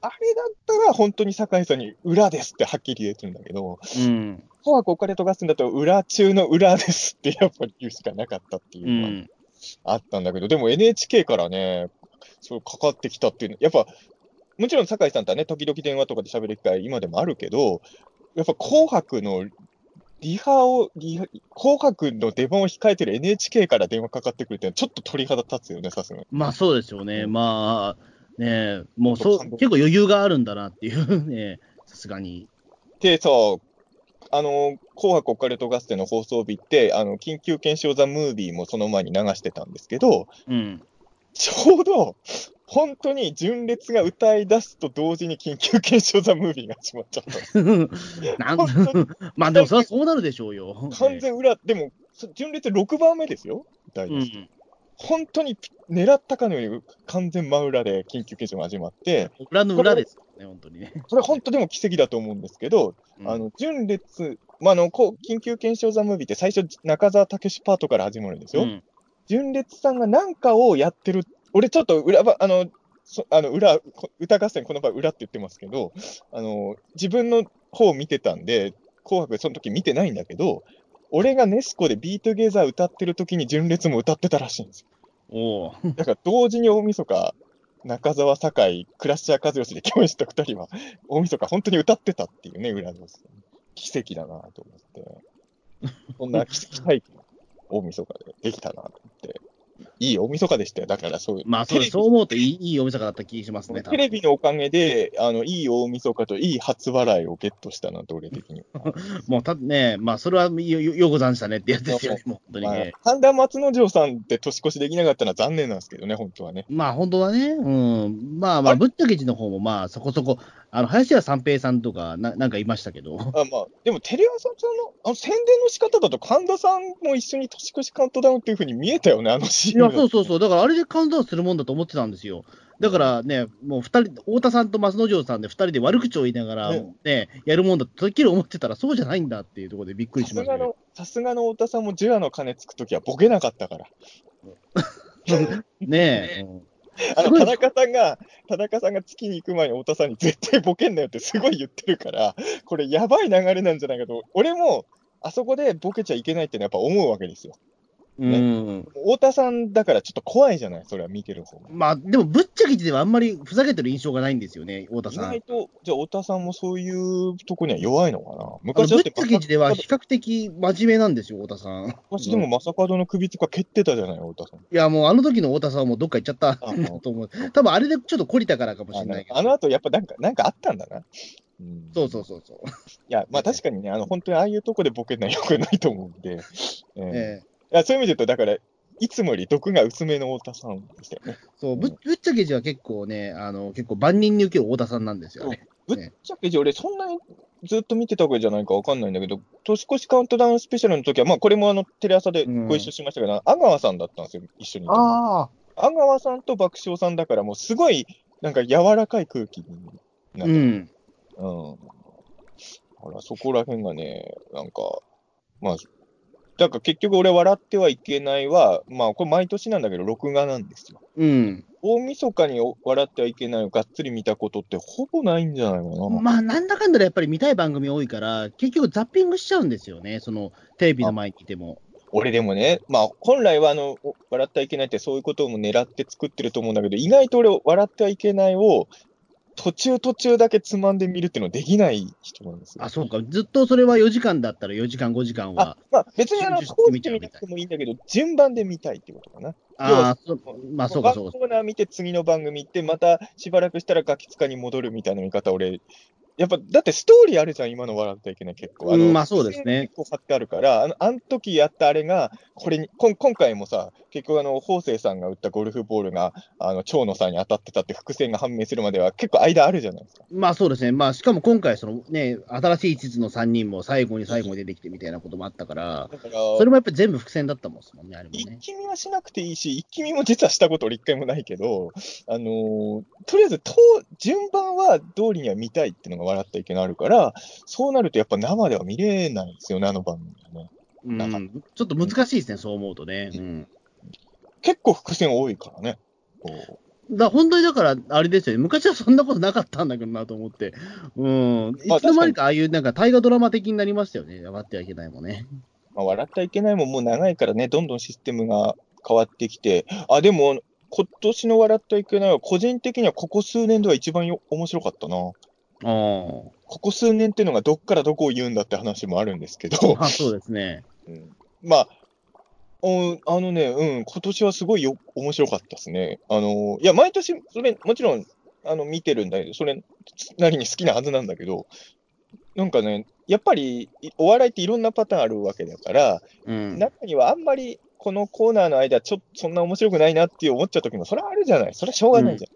[SPEAKER 2] あれだったら本当に酒井さんに裏ですってはっきり言ってるんだけど、
[SPEAKER 1] うん。
[SPEAKER 2] 紅白オカルト合戦だと裏中の裏ですってやっぱり言うしかなかったっていう
[SPEAKER 1] う
[SPEAKER 2] のは
[SPEAKER 1] ん。
[SPEAKER 2] あったんだけど、でも NHK からね、そうかかってきたっていうの、やっぱ、もちろん酒井さんとはね、時々電話とかで喋る機会今でもあるけど、やっぱ紅白のリハを、リハ紅白の出番を控えてる NHK から電話かかってくるっていうのはちょっと鳥肌立つよね、さすがに。
[SPEAKER 1] まあそうですよね。まあ、ねえもうそう
[SPEAKER 2] 感動
[SPEAKER 1] 結構余裕があるんだなっていう ね、さすがに。
[SPEAKER 2] でさ、あの、紅白オカルト合戦の放送日って、あの、緊 急検証ザ・ムービーもその前に流してたんですけど、
[SPEAKER 1] うん。
[SPEAKER 2] ちょうど、本当に純烈が歌い出すと同時に緊急検証ザ・ムービーが始まっちゃった んです。
[SPEAKER 1] なん
[SPEAKER 2] 本当に
[SPEAKER 1] まあでもそれはそうなるでしょうよ。
[SPEAKER 2] 完全裏、でも、そ純烈6番目ですよ、歌い
[SPEAKER 1] うん
[SPEAKER 2] 出す。本当にピ狙ったかのように完全真裏で緊急検証が始まって、
[SPEAKER 1] 裏の裏ですからね、本当にね。
[SPEAKER 2] これ本当でも奇跡だと思うんですけど、
[SPEAKER 1] うん
[SPEAKER 2] あの、純烈、まあ、あの、こう、緊急検証ザ・ムービーって最初、中澤武史パートから始まるんですよ。
[SPEAKER 1] うん
[SPEAKER 2] 純烈さんが何かをやってる、俺ちょっと裏ば、あの、そあの裏、こ歌合戦この場合裏って言ってますけど、あの、自分の方を見てたんで、紅白その時見てないんだけど、俺がネスコでビートゲザー歌ってる時に純烈も歌ってたらしいんですよ。
[SPEAKER 1] おう
[SPEAKER 2] だから同時に大晦日、中澤酒井、クラッシャー和義で共演した二人は、大晦日本当に歌ってたっていうね、裏の奇跡だなと思って。そんな奇跡体験、大晦日でできたなと思って。いい大晦日でしたよ。だからそういう。
[SPEAKER 1] まあそう
[SPEAKER 2] テレビ
[SPEAKER 1] そう思うといいいいお店だった気がしますね、多
[SPEAKER 2] テ
[SPEAKER 1] 分
[SPEAKER 2] レビのおかげで、あの、いい大晦日といい初笑いをゲットしたなと、俺的には。
[SPEAKER 1] もうたね、まあそれはよよようござんしたねってやつですよね、もう本当に
[SPEAKER 2] まあ
[SPEAKER 1] ね。
[SPEAKER 2] 神田松之丞さんって年越しできなかったのは残念なんですけどね、本当はね。
[SPEAKER 1] まあ本当はね、うん、まあまあ、
[SPEAKER 2] あれ
[SPEAKER 1] ぶっちゃけじの方もまあそこそこ、あの林家三平さんとかななんかいましたけど、
[SPEAKER 2] あまあ、でもテレ朝さんのあの宣伝の仕方だと神田さんも一緒に年越しカウントダウンっていうふうに見えたよね、あのシー
[SPEAKER 1] い
[SPEAKER 2] ンだ
[SPEAKER 1] や
[SPEAKER 2] と
[SPEAKER 1] そうそうそう、だからあれでカウントダウンするもんだと思ってたんですよ。だからね、もう二人、太田さんと松之丞さんで2人で悪口を言いながら、
[SPEAKER 2] ね
[SPEAKER 1] ね、やるもんだと、てっきり思ってたら、そうじゃないんだっていうところでびっくり
[SPEAKER 2] さ
[SPEAKER 1] し
[SPEAKER 2] す
[SPEAKER 1] まし
[SPEAKER 2] が
[SPEAKER 1] たけど
[SPEAKER 2] の、さすがの太田さんもジュアの鐘つくときはボケなかったから。
[SPEAKER 1] ねえ、うん
[SPEAKER 2] あ
[SPEAKER 1] す
[SPEAKER 2] の
[SPEAKER 1] ごい
[SPEAKER 2] 田中さんが、田中さんが月に行く前に太田さんに絶対ボケんなよってすごい言ってるから、これやばい流れなんじゃないかと、俺もあそこでボケちゃいけないってのはやっぱ思うわけですよ。
[SPEAKER 1] うん
[SPEAKER 2] 太田さんだからちょっと怖いじゃない、それは見てる方が。
[SPEAKER 1] まあでもぶっちゃけではあんまりふざけてる印象がないんですよね、太田
[SPEAKER 2] 意
[SPEAKER 1] さん。
[SPEAKER 2] 外と、じゃあ太田さんもそういうとこには弱いのか
[SPEAKER 1] あ
[SPEAKER 2] な。
[SPEAKER 1] の
[SPEAKER 2] 昔だ
[SPEAKER 1] ぶ
[SPEAKER 2] っ
[SPEAKER 1] ってち
[SPEAKER 2] ま
[SPEAKER 1] ゃ
[SPEAKER 2] さ、
[SPEAKER 1] けでは比較的真面目なんですよ、太田さん。
[SPEAKER 2] 昔でも正門の首とか蹴ってたじゃない、太田さん。
[SPEAKER 1] いや、もうあの時の太田さんはもうどっか行っちゃった
[SPEAKER 2] あの
[SPEAKER 1] と思う。多分あれでちょっと懲りたからかもし
[SPEAKER 2] あ
[SPEAKER 1] れないけど。
[SPEAKER 2] のあの後やっぱなんか、なんかあったんだな。うん
[SPEAKER 1] そうそうそうそう。
[SPEAKER 2] いや、まあ確かにね、あの本当にああいうとこでボケないよくないと思うん で、ええ
[SPEAKER 1] ええ
[SPEAKER 2] いやそういう意味で言うと、だから、いつもより毒が薄めの太田さんでしたよね。
[SPEAKER 1] そうぶぶっちゃけじは結構ね、あの結構万人に受ける太田さんなんですよね。
[SPEAKER 2] ぶっちゃけじゃ、俺、そんなにずっと見てたわけじゃないかわかんないんだけど、年越しカウントダウンスペシャルの時は、まあ、これもあのテレ朝でご一緒しましたけど、阿川さんだったんですよ、一緒にいたの。
[SPEAKER 1] あ
[SPEAKER 2] 阿川さんと爆笑さんだから、もうすごい、なんか柔らかい空気に
[SPEAKER 1] あ
[SPEAKER 2] なっ
[SPEAKER 1] う
[SPEAKER 2] て、
[SPEAKER 1] ん。
[SPEAKER 2] うん。ほら、そこら辺がね、なんか、まあ、だから結局俺、笑ってはいけないは、まあ、これ毎年なんだけど、録画なんですよ。
[SPEAKER 1] うん。
[SPEAKER 2] 大晦日に笑ってはいけないをがっつり見たことってほぼないんじゃないかな。
[SPEAKER 1] まあ、なんだかんだでやっぱり見たい番組多いから、結局ザッピングしちゃうんですよね、そのテレビの前にいても。
[SPEAKER 2] 俺でもね、まあ本来はあの、お笑ってはいけないってそういうことも狙って作ってると思うんだけど、意外と俺、笑ってはいけないを途中途中だけつまんで見るっていうのできない人なんですよ。
[SPEAKER 1] あ、そうか、ずっとそれは4時間だったら4時間、5時間は
[SPEAKER 2] あ。まあ別にあの、
[SPEAKER 1] 順序
[SPEAKER 2] こう
[SPEAKER 1] 見
[SPEAKER 2] 見
[SPEAKER 1] ち
[SPEAKER 2] て
[SPEAKER 1] ゃう
[SPEAKER 2] み
[SPEAKER 1] みた
[SPEAKER 2] ないくてもいいんだけど、順番で見たいってことかな。
[SPEAKER 1] ああ、そまあ、そうか、そう
[SPEAKER 2] ワン
[SPEAKER 1] か。
[SPEAKER 2] コーナー見て次の番組行って、またしばらくしたらガキ使に戻るみたいな見方、俺、やっぱ、だってストーリーあるじゃん、今の笑ってはいけない結構。
[SPEAKER 1] う
[SPEAKER 2] の
[SPEAKER 1] んまあそうですね。
[SPEAKER 2] 結構貼ってあるから、あの、あの時やったあれが、これに、こん今回もさ、結局あの、法政さんが打ったゴルフボールが、あの、蝶野さんに当たってたって伏線が判明するまでは、結構間あるじゃないですか。
[SPEAKER 1] まあそうですね、まあ、しかも今回その、ね、新しい地図の3人も最後に最後に出てきてみたいなこともあったから、
[SPEAKER 2] だから、
[SPEAKER 1] それもやっぱり全部伏線だったもんですもんね、あれも
[SPEAKER 2] 一
[SPEAKER 1] ね。
[SPEAKER 2] 気見はしなくていいし、一気見も実はしたこと俺一回もないけど、あのーとりあえずと、順番は通りには見たいっていうのが笑った意見があるから、そうなるとやっぱ生では見れないんですよね、あの番組はね。
[SPEAKER 1] う
[SPEAKER 2] なんか
[SPEAKER 1] ん、ちょっと難しいですね、そう思うとね。うん
[SPEAKER 2] 結構伏線多いからね。こ
[SPEAKER 1] だ本当にだから、あれですよね、昔はそんなことなかったんだけどなと思って、うん、い
[SPEAKER 2] まあ
[SPEAKER 1] つの間にかああいうなんか大河ドラマ的になりましたよね、やばってはいけないもんね。
[SPEAKER 2] うまあ、笑ったいけないももう長いからね、どんどんシステムが変わってきて、あ、でも、今年の笑ったいけないは、個人的にはここ数年では一番よ面白かったな。
[SPEAKER 1] あー
[SPEAKER 2] ここ数年っていうのがどっからどこを言うんだって話もあるんですけど。
[SPEAKER 1] あ、そうですね。
[SPEAKER 2] うんまあ、おあのね、うん、今年はすごいよ面白かったですね。あの、いや、毎年、それ、もちろん、あの、見てるんだけど、それなりに好きなはずなんだけど、なんかね、やっぱり、いお笑いっていろんなパターンあるわけだから、
[SPEAKER 1] うん、
[SPEAKER 2] 中にはあんまり、このコーナーの間、ちょっとそんな面白くないなって思っちゃう時も、それはあるじゃない。それはしょうがないじゃん。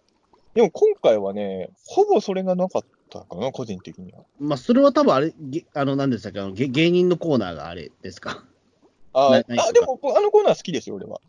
[SPEAKER 2] でも今回はね、ほぼそれがなかったかな、個人的には。
[SPEAKER 1] まあ、それは多分あれ、げあの、何でしたっけ、あのげ芸人のコーナーがあれですか。
[SPEAKER 2] あー
[SPEAKER 1] ないない
[SPEAKER 2] あ、でも、あのコーナー好きですよ、俺は。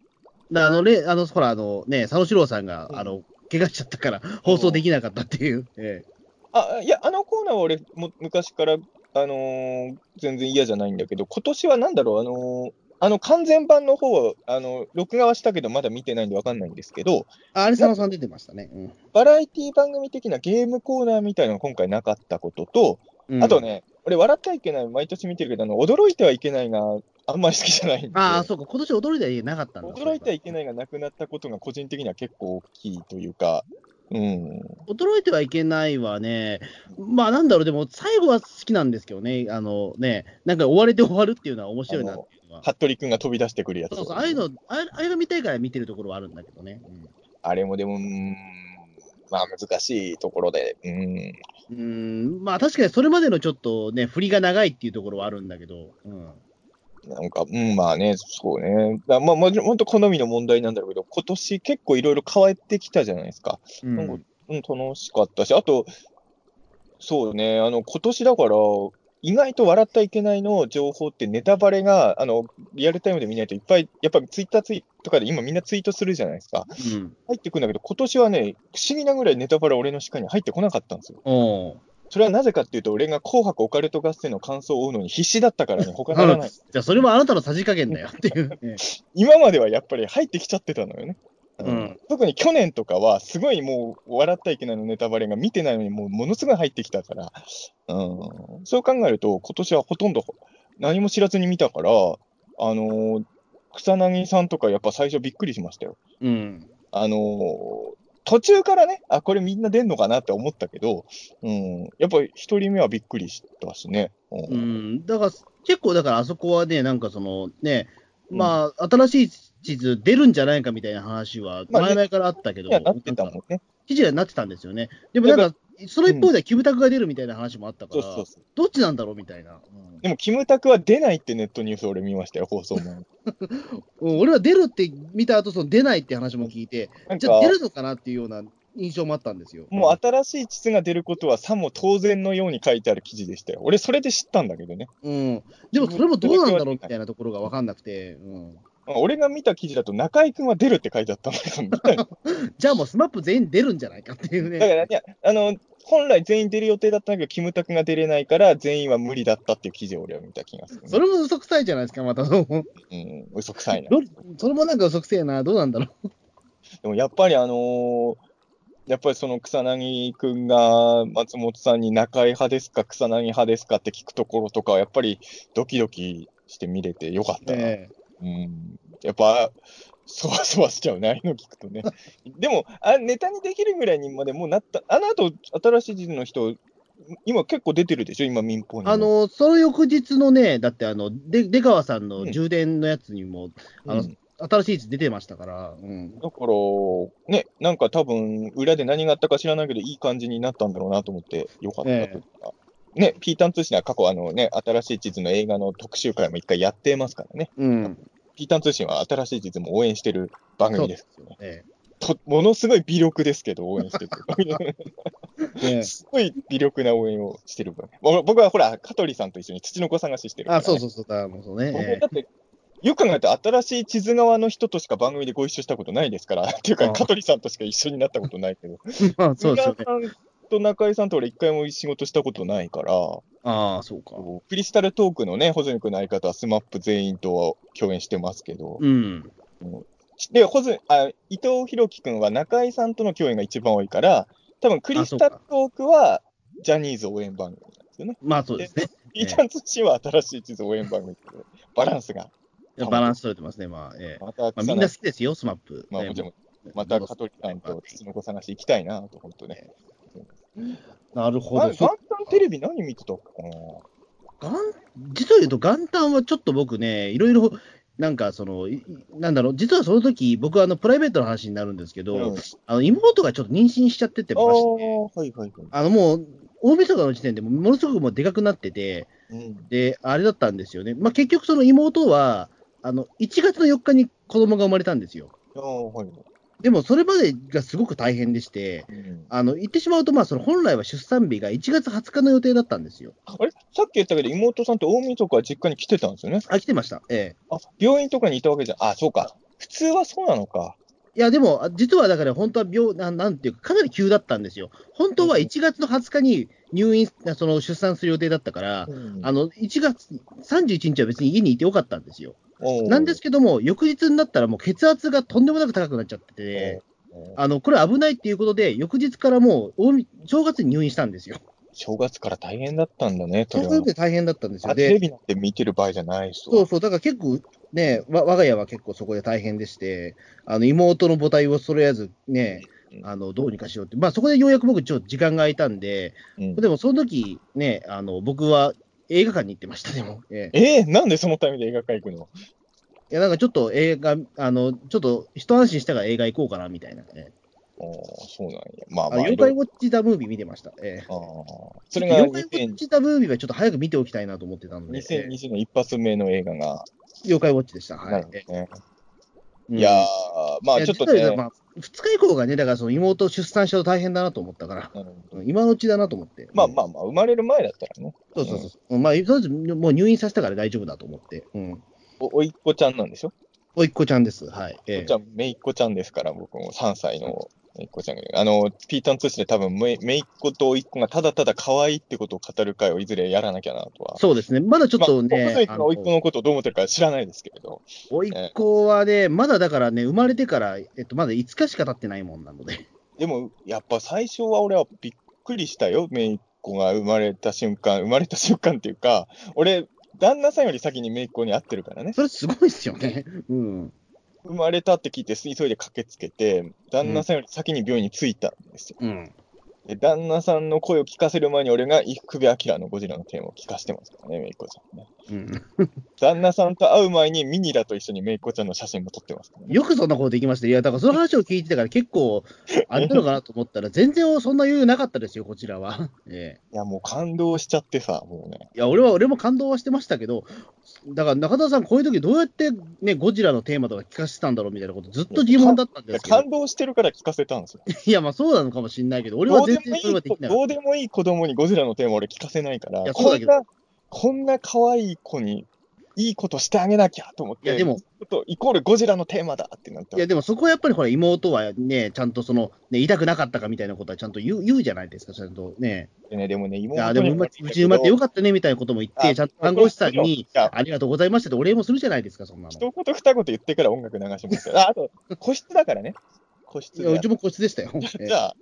[SPEAKER 1] だあのね、あの、ほら、あのね、佐野史郎さんが、
[SPEAKER 2] うん
[SPEAKER 1] あの、怪我しちゃったから、放送できなかったっていう。ええ
[SPEAKER 2] あ、いや、あのコーナーは俺も昔から、あのー全然嫌じゃないんだけど、今年はなんだろう、あのーあの完全版の方は、あの、録画はしたけど、まだ見てないんでわかんないんですけど、
[SPEAKER 1] ああれ、佐野さん出てましたね。うん
[SPEAKER 2] バラエティ番組的なゲームコーナーみたいなのが今回なかったことと、
[SPEAKER 1] うん
[SPEAKER 2] あとね、俺、笑ってはいけない、毎年見てるけど、あの、驚いてはいけないがあんまり好きじゃないんで、
[SPEAKER 1] ああ、そうか、今年驚いたりなかったんだ。
[SPEAKER 2] 驚いてはいけ
[SPEAKER 1] い。
[SPEAKER 2] ないがなくなったことが個人的には結構大きいというか、うん。
[SPEAKER 1] 驚いてはいけないはね、まあなんだろう、でも最後は好きなんですけどね、あのね、なんか追われて終わるっていうのは面白いなっていうのは。
[SPEAKER 2] 服部君が飛び出してくるやつ。
[SPEAKER 1] そうそう、ああいうの、あれあれが見たいから見てるところはあるんだけどね。うん
[SPEAKER 2] あれもでも、うーん、まあ難しいところで、うーん、
[SPEAKER 1] うーんまあ確かにそれまでのちょっとね、振りが長いっていうところはあるんだけど、うん、
[SPEAKER 2] なんか、うん、まあね、そうね。だまあ、もちろん、本当好みの問題なんだろうけど、今年結構いろいろ変えてきたじゃないですか。
[SPEAKER 1] うん
[SPEAKER 2] なんか、うん、楽しかったし、あと、そうね、あの、今年だから、意外と笑ったいけないの情報ってネタバレが、あの、リアルタイムで見ないといっぱい、やっぱツイッターツイとかで今みんなツイートするじゃないですか。
[SPEAKER 1] うん、
[SPEAKER 2] 入ってくるんだけど、今年はね、不思議なぐらいネタバレ俺の視界に入ってこなかったんですよ。
[SPEAKER 1] おう
[SPEAKER 2] それはなぜかっていうと、俺が紅白オカルト合戦の感想を追うのに必死だったか らね、他ならない。
[SPEAKER 1] じゃあそれもあなたのさじ加減だよっていう。え
[SPEAKER 2] 今まではやっぱり入ってきちゃってたのよね。
[SPEAKER 1] うん
[SPEAKER 2] 特に去年とかは、すごいもう、笑ったいけないのネタバレが見てないのに、もうものすごい入ってきたから、うん、そう考えると、今年はほとんど何も知らずに見たから、あのー草薙さんとか、やっぱ最初びっくりしましたよ。
[SPEAKER 1] えうん
[SPEAKER 2] あのー途中からね、あ、これみんな出んのかなって思ったけど、うん、やっぱり一人目はびっくりしたしね。
[SPEAKER 1] う
[SPEAKER 2] うん
[SPEAKER 1] ん、だから結構、だからあそこはね、なんかそのね、まあ、新しい地図出るんじゃないかみたいな話は、
[SPEAKER 2] まあ
[SPEAKER 1] 前々からあったけど、
[SPEAKER 2] いや、なってた
[SPEAKER 1] な
[SPEAKER 2] も
[SPEAKER 1] んか
[SPEAKER 2] んね。
[SPEAKER 1] 記事にはなってたんですよね。でもなんか、その一方ではキムタクが出るみたいな話もあったか
[SPEAKER 2] そう
[SPEAKER 1] ら、
[SPEAKER 2] そうそう。
[SPEAKER 1] どっちなんだろうみたいな。うん
[SPEAKER 2] でも、キムタクは出ないってネットニュース俺見ましたよ、放送も。
[SPEAKER 1] うん、俺は出るって見た後その出ないって話も聞いて、
[SPEAKER 2] なん
[SPEAKER 1] じゃ
[SPEAKER 2] か
[SPEAKER 1] あ、出るのかなっていうような印象もあったんですよ。
[SPEAKER 2] もう新しい地図が出ることはさも当然のように書いてある記事でしたよ。俺、それで知ったんだけどね。
[SPEAKER 1] うん、でもそれもどうなんだろうみたいなところが分かんなくて、うん、
[SPEAKER 2] まあ俺が見た記事だと、中居君は出るって書いてあった んだけど、見たの
[SPEAKER 1] じゃあもう SMAP 全員出るんじゃないかっていう
[SPEAKER 2] だから、
[SPEAKER 1] ね。
[SPEAKER 2] いや、あの、本来全員出る予定だったんだけど、キムタクが出れないから、全員は無理だったっていう記事を俺は見た気がする、ね。
[SPEAKER 1] それも嘘くさいじゃないですか、また。ど
[SPEAKER 2] うん、嘘くさいな。
[SPEAKER 1] それもなんか嘘くせえな、どうなんだろ
[SPEAKER 2] でもやっぱりあのーやっぱりその草薙君が松本さんに中居派ですか、草薙派ですかって聞くところとかは、やっぱりドキドキして見れてよかっ
[SPEAKER 1] う。
[SPEAKER 2] たな。
[SPEAKER 1] ね
[SPEAKER 2] うん、やっぱ、そわそわしちゃうね、ああいうの聞くとね。 でもあ、ネタにできるぐらいにまでもうなった、あの後新しい地図の人、今結構出てるでしょ、今民放にも。
[SPEAKER 1] あのその翌日のね、だってあので出川さんの充電のやつにも、
[SPEAKER 2] うん
[SPEAKER 1] あの新しいやつ出てましたから、うん、
[SPEAKER 2] だから、ね、なんか多分、裏で何があったか知らないけど、いい感じになったんだろうなと思って、よかったというか。ね、ピータン通信は過去、あのね、新しい地図の映画の特集会も一回やってますからね。
[SPEAKER 1] うん、
[SPEAKER 2] ピータン通信は新しい地図も応援してる番
[SPEAKER 1] そう
[SPEAKER 2] 組
[SPEAKER 1] で
[SPEAKER 2] です
[SPEAKER 1] す。よね。
[SPEAKER 2] とものすごい微力ですけど、応援してる。
[SPEAKER 1] ね
[SPEAKER 2] すごい微力な応援をしてる番組。ぼ僕はほら、香取さんと一緒に土の子探ししてるから、ね。
[SPEAKER 1] あ、そうそうそう、だもうそうね。
[SPEAKER 2] 僕
[SPEAKER 1] ええ
[SPEAKER 2] だって、よく考えたら新しい地図側の人としか番組でご一緒したことないですから、っていう
[SPEAKER 1] あ
[SPEAKER 2] か、
[SPEAKER 1] あ
[SPEAKER 2] 香取さんとしか一緒になったことないけど。
[SPEAKER 1] まあ、そう
[SPEAKER 2] 三
[SPEAKER 1] ですよ
[SPEAKER 2] 浦
[SPEAKER 1] ね。
[SPEAKER 2] さんと中井さんと俺一回も仕事したことないから、
[SPEAKER 1] ああ、そうか。
[SPEAKER 2] クリスタルトークのね、穂積君の相方はスマップ全員と共演してますけど、
[SPEAKER 1] うん。
[SPEAKER 2] で、穂積、あ、伊藤博樹君は中井さんとの共演が一番多いから、多分クリスタルトークはジャニーズ応援番組なんですよね。
[SPEAKER 1] まあそうですね。
[SPEAKER 2] イータン通信は新しい地図応援番組ってことでバランスが。ええ
[SPEAKER 1] バランス取れてますね。まあ、ええ
[SPEAKER 2] また、
[SPEAKER 1] まあ、みんな好きですよ、スマップ。
[SPEAKER 2] まあ
[SPEAKER 1] ええ
[SPEAKER 2] もちろん、また香取さんと土の子探し行きたいなと、本当ね。
[SPEAKER 1] なるほ
[SPEAKER 2] あ
[SPEAKER 1] ど。
[SPEAKER 2] 元
[SPEAKER 1] そ
[SPEAKER 2] 旦テレビ何見てたかな
[SPEAKER 1] 元実を言うと、元旦はちょっと僕ね、いろいろ、なんかその、いいなんだろう、実はその時僕はあのプライベートの話になるんですけど、
[SPEAKER 2] うん
[SPEAKER 1] あの妹がちょっと妊娠しちゃってて
[SPEAKER 2] ああ
[SPEAKER 1] まして、
[SPEAKER 2] ー、はいはいはい。
[SPEAKER 1] あのもう、大晦日の時点でもものすごくもうでかくなってて、
[SPEAKER 2] うん
[SPEAKER 1] で、あれだったんですよね。まあ、結局、その妹は、あの、1月の4日に子供が生まれたんですよ。
[SPEAKER 2] ああ、はい。
[SPEAKER 1] でも、それまでがすごく大変でして、
[SPEAKER 2] うん
[SPEAKER 1] あの言ってしまうと、まあ、その本来は出産日が1月20日の予定だったんですよ。
[SPEAKER 2] あれさっき言ったけど、妹さんって大晦日は実家に来てたんですよね。
[SPEAKER 1] あ、来てました。ええ。
[SPEAKER 2] あ、病院とかにいたわけじゃ、あ、そうか。普通はそうなのか。
[SPEAKER 1] いや、でも、あ実はだから、本当は病な、なんていうか、かなり急だったんですよ。本当は1月の20日に入院、あその出産する予定だったから、あ
[SPEAKER 2] あ
[SPEAKER 1] の1月31日は別に家にいてよかったんですよ。
[SPEAKER 2] の
[SPEAKER 1] なんですけども、翌日になったら、もう血圧がとんでもなく高くなっちゃってて、あのこれ危ないっていうことで、翌日からもう大み、正月に入院したんですよ。
[SPEAKER 2] 正月から大変だったんだね、そ
[SPEAKER 1] そう
[SPEAKER 2] れ
[SPEAKER 1] いう
[SPEAKER 2] は
[SPEAKER 1] ことで大変だったんですよ。
[SPEAKER 2] あテレ
[SPEAKER 1] で、
[SPEAKER 2] ビなんて見てる場合じゃないし
[SPEAKER 1] そうそう、だから結構ね、わ我が家は結構そこで大変でして、あの妹の母体をそれやずね、あのどうにかしようって、まあ、そこでようやく僕、ちょっと時間が空いたんで、
[SPEAKER 2] うん
[SPEAKER 1] でもその時ね、あの僕は映画館に行ってました、でも。ええ
[SPEAKER 2] えー、なんでそのタイミングで映画館行くの
[SPEAKER 1] いや、なんかちょっと映画、あの、ちょっと一安心したから映画行こうかなみたいなね。
[SPEAKER 2] あーそうなんや。まあ
[SPEAKER 1] あ、
[SPEAKER 2] まあ、
[SPEAKER 1] 妖怪ウォッチ・ザ・ムービー見てました。ええ
[SPEAKER 2] あーそれが
[SPEAKER 1] 妖怪ウォッ
[SPEAKER 2] 2000
[SPEAKER 1] チ・ザ・ムービーはちょっと早く見ておきたいなと思ってたので、ええ
[SPEAKER 2] 2020年一発目の映画が、
[SPEAKER 1] 妖怪ウォッチでした。は
[SPEAKER 2] ないる。ほどね。
[SPEAKER 1] うん
[SPEAKER 2] いやー、ま
[SPEAKER 1] い
[SPEAKER 2] あ
[SPEAKER 1] や
[SPEAKER 2] ちょっと
[SPEAKER 1] 実は言う
[SPEAKER 2] ね、
[SPEAKER 1] まあ、2日以降がね、だからその妹出産したと大変だなと思ったから、
[SPEAKER 2] うん
[SPEAKER 1] うん今のうちだなと思って。
[SPEAKER 2] まあ
[SPEAKER 1] うん
[SPEAKER 2] まあまあ、生まれる前だったらね、
[SPEAKER 1] そうそうそう。まあ、とりあえずもう入院させたから大丈夫だと思って。うん。
[SPEAKER 2] おおいっ子ちゃんなんでしょ
[SPEAKER 1] おいっ子ちゃんです。はい。ええ
[SPEAKER 2] じゃあ、めいっ子ちゃんですから、僕も3歳のめいっ子ちゃんがいる。あの、ピーターン通信で多分め、めいっ子とおいっ子がただただ可愛いってことを語る会をいずれやらなきゃなとは。
[SPEAKER 1] そうですね。まだちょっと
[SPEAKER 2] まあ、
[SPEAKER 1] ね
[SPEAKER 2] 細、い子
[SPEAKER 1] あ
[SPEAKER 2] が
[SPEAKER 1] の
[SPEAKER 2] おいっ子のことをどう思ってるか知らないですけれど。
[SPEAKER 1] おいっ子はね、まだだからね、生まれてから、えっと、まだ5日しか経ってないもんなので。
[SPEAKER 2] でも、やっぱ最初は俺はびっくりしたよ。めいっ子が生まれた瞬間、生まれた瞬間っていうか、俺、旦那さんより先にめいっ子に会ってるからね。
[SPEAKER 1] それすごいっすよね。うん。
[SPEAKER 2] 生まれたって聞いて、急いで駆けつけて、旦那さんより先に病院に着いたんですよ。
[SPEAKER 1] うん。
[SPEAKER 2] で旦那さんの声を聞かせる前に俺が伊福部明のゴジラのテーマを聞かせてますからね、めいっこちゃんね。
[SPEAKER 1] うん、
[SPEAKER 2] 旦那さんと会う前にミニラと一緒にめいっこちゃんの写真も撮ってますからね。
[SPEAKER 1] よくそんなことできました。いや、だからその話を聞いてたから結構、あれなのかなと思ったら、全然そんな余裕なかったですよ、こちらは。 ええ
[SPEAKER 2] いや、もう感動しちゃってさ、もうね。
[SPEAKER 1] いや、俺は、俺も感動はしてましたけど、だから中田さん、こういう時どうやってね、ゴジラのテーマとか聞かせてたんだろうみたいなこと、ずっと疑問だったん
[SPEAKER 2] い
[SPEAKER 1] で
[SPEAKER 2] や
[SPEAKER 1] すけど、
[SPEAKER 2] 感動してるから聞かせたんですよ。
[SPEAKER 1] いや、まあそうなのかもしれないけど、俺
[SPEAKER 2] ど
[SPEAKER 1] は
[SPEAKER 2] うで
[SPEAKER 1] 全
[SPEAKER 2] も
[SPEAKER 1] 然
[SPEAKER 2] い
[SPEAKER 1] それはいできなか
[SPEAKER 2] ど
[SPEAKER 1] っ
[SPEAKER 2] うでもいい子供にゴジラのテーマ俺聞かせないから、
[SPEAKER 1] いやそう
[SPEAKER 2] こ
[SPEAKER 1] だ
[SPEAKER 2] ん
[SPEAKER 1] けど
[SPEAKER 2] な、こんな可愛い子に、いいことしてあげなきゃと思って、
[SPEAKER 1] いやでも
[SPEAKER 2] ちょっとイコールゴジラのテーマだってなった。
[SPEAKER 1] た。いや、でもそこはやっぱりほら、妹はね、ちゃんとその、ね、痛くなかったかみたいなことはちゃんと言う言うじゃないですか、ちゃんとね。
[SPEAKER 2] でね、でもね、
[SPEAKER 1] い
[SPEAKER 2] 妹
[SPEAKER 1] や、でも
[SPEAKER 2] に
[SPEAKER 1] う
[SPEAKER 2] も
[SPEAKER 1] ま
[SPEAKER 2] 言っ
[SPEAKER 1] う
[SPEAKER 2] たけど
[SPEAKER 1] ち生まれてよかったねみたいなことも言って、
[SPEAKER 2] あ
[SPEAKER 1] ちゃんと看護師さんに
[SPEAKER 2] い、や
[SPEAKER 1] ありがとうございましたってお礼もするじゃないですか、そんなの。
[SPEAKER 2] 一言二言言ってから音楽流しますけど、ああと、個室だからね。個室
[SPEAKER 1] いや、う
[SPEAKER 2] で
[SPEAKER 1] ち。も個室でしたよ。え
[SPEAKER 2] じゃあ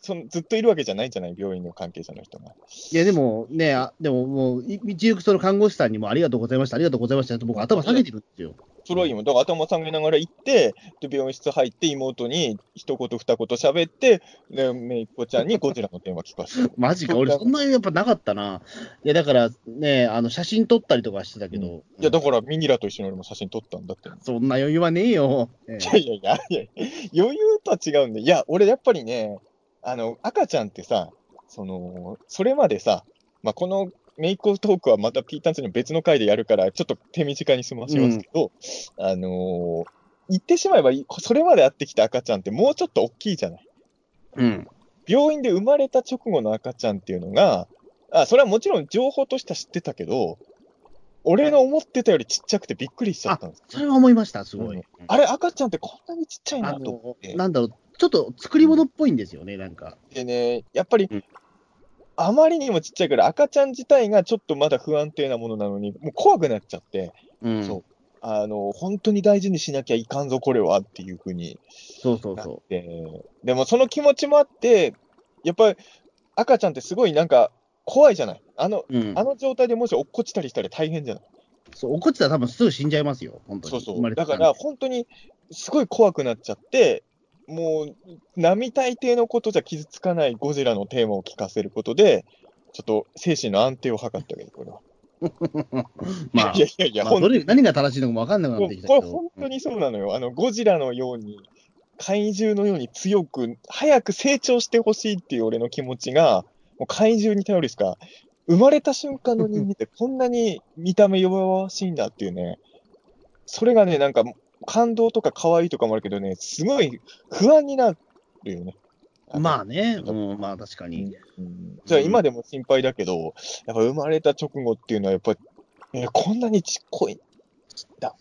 [SPEAKER 2] その、ずっといるわけじゃないじゃない、病院の関係者の人が。
[SPEAKER 1] いや、でもね、あでももう、い道行くその看護師さんにもありがとうございました、ありがとうございましたって僕、頭下げてるんですよ。
[SPEAKER 2] それはいいもん。だから頭下げながら行って、で、病院室入って、妹に一言二言喋って、で、めいっ子ちゃんにゴジラの電話聞かせて。
[SPEAKER 1] マジか、俺、そんなやっぱなかったな。いや、だからね、あの写真撮ったりとかしてたけど、
[SPEAKER 2] いや、だからミニラと一緒に俺も写真撮ったんだって。
[SPEAKER 1] そんな余裕はねえよ。ええ
[SPEAKER 2] いやいやいやいや、余裕とは違うんで、いや、俺やっぱりね、あの、赤ちゃんってさ、その、それまでさ、まあ、このメイクトークはまたピーターンズの別の回でやるから、ちょっと手短に済ましますけど、あのー言ってしまえば、いそれまで会ってきた赤ちゃんってもうちょっと大きいじゃない。
[SPEAKER 1] うん、
[SPEAKER 2] 病院で生まれた直後の赤ちゃんっていうのが、あ、それはもちろん情報としては知ってたけど、俺の思ってたよりちっちゃくてびっくりしちゃったんですよ。
[SPEAKER 1] それは思いました、すごい。
[SPEAKER 2] うん
[SPEAKER 1] うん
[SPEAKER 2] あれ、赤ちゃんってこんなにちっちゃい
[SPEAKER 1] あ
[SPEAKER 2] なと思
[SPEAKER 1] の
[SPEAKER 2] って。
[SPEAKER 1] なんだろう、ちょっと作り物っぽいんですよね、なんか。
[SPEAKER 2] でね、やっぱり、
[SPEAKER 1] うん
[SPEAKER 2] あまりにもちっちゃいから、赤ちゃん自体がちょっとまだ不安定なものなのに、もう怖くなっちゃって、
[SPEAKER 1] うん、
[SPEAKER 2] そ
[SPEAKER 1] そう
[SPEAKER 2] うあの本当に大事にしなきゃいかんぞ、これはっていうふうに
[SPEAKER 1] そうそう
[SPEAKER 2] なって、でもその気持ちもあって、やっぱり赤ちゃんってすごいなんか怖いじゃない。あの
[SPEAKER 1] うん
[SPEAKER 2] あの状態でもし落っこちたりしたら大変じゃない。
[SPEAKER 1] そう怒ってたら多分すぐ死んじゃいますよ、本当に。
[SPEAKER 2] そうそ
[SPEAKER 1] 生ま
[SPEAKER 2] う。
[SPEAKER 1] れて
[SPEAKER 2] だ
[SPEAKER 1] た
[SPEAKER 2] から本当にすごい怖くなっちゃって、もう並大抵のことじゃ傷つかないゴジラのテーマを聞かせることで、ちょっと精神の安定を図ったけど、これは。
[SPEAKER 1] まあ
[SPEAKER 2] い、やいやいや、
[SPEAKER 1] まあ、
[SPEAKER 2] 本
[SPEAKER 1] ど
[SPEAKER 2] 当に
[SPEAKER 1] れ何が正しいのかも分かんなくな
[SPEAKER 2] こ
[SPEAKER 1] って
[SPEAKER 2] れ
[SPEAKER 1] きたけど。
[SPEAKER 2] 本当にそうなのよ。あのゴジラのように、怪獣のように強く、早く成長してほしいっていう俺の気持ちが、もう怪獣に頼るしか、生まれた瞬間の人間ってこんなに見た目弱々しいんだっていうね、それがね、なんか感動とか可愛いとかもあるけどね、すごい不安になるよね。の
[SPEAKER 1] まあね、うん、まあ確かに。
[SPEAKER 2] うんじゃあ今でも心配だけど、やっぱ生まれた直後っていうのは、やっぱり、えーこんなにちっこいんだ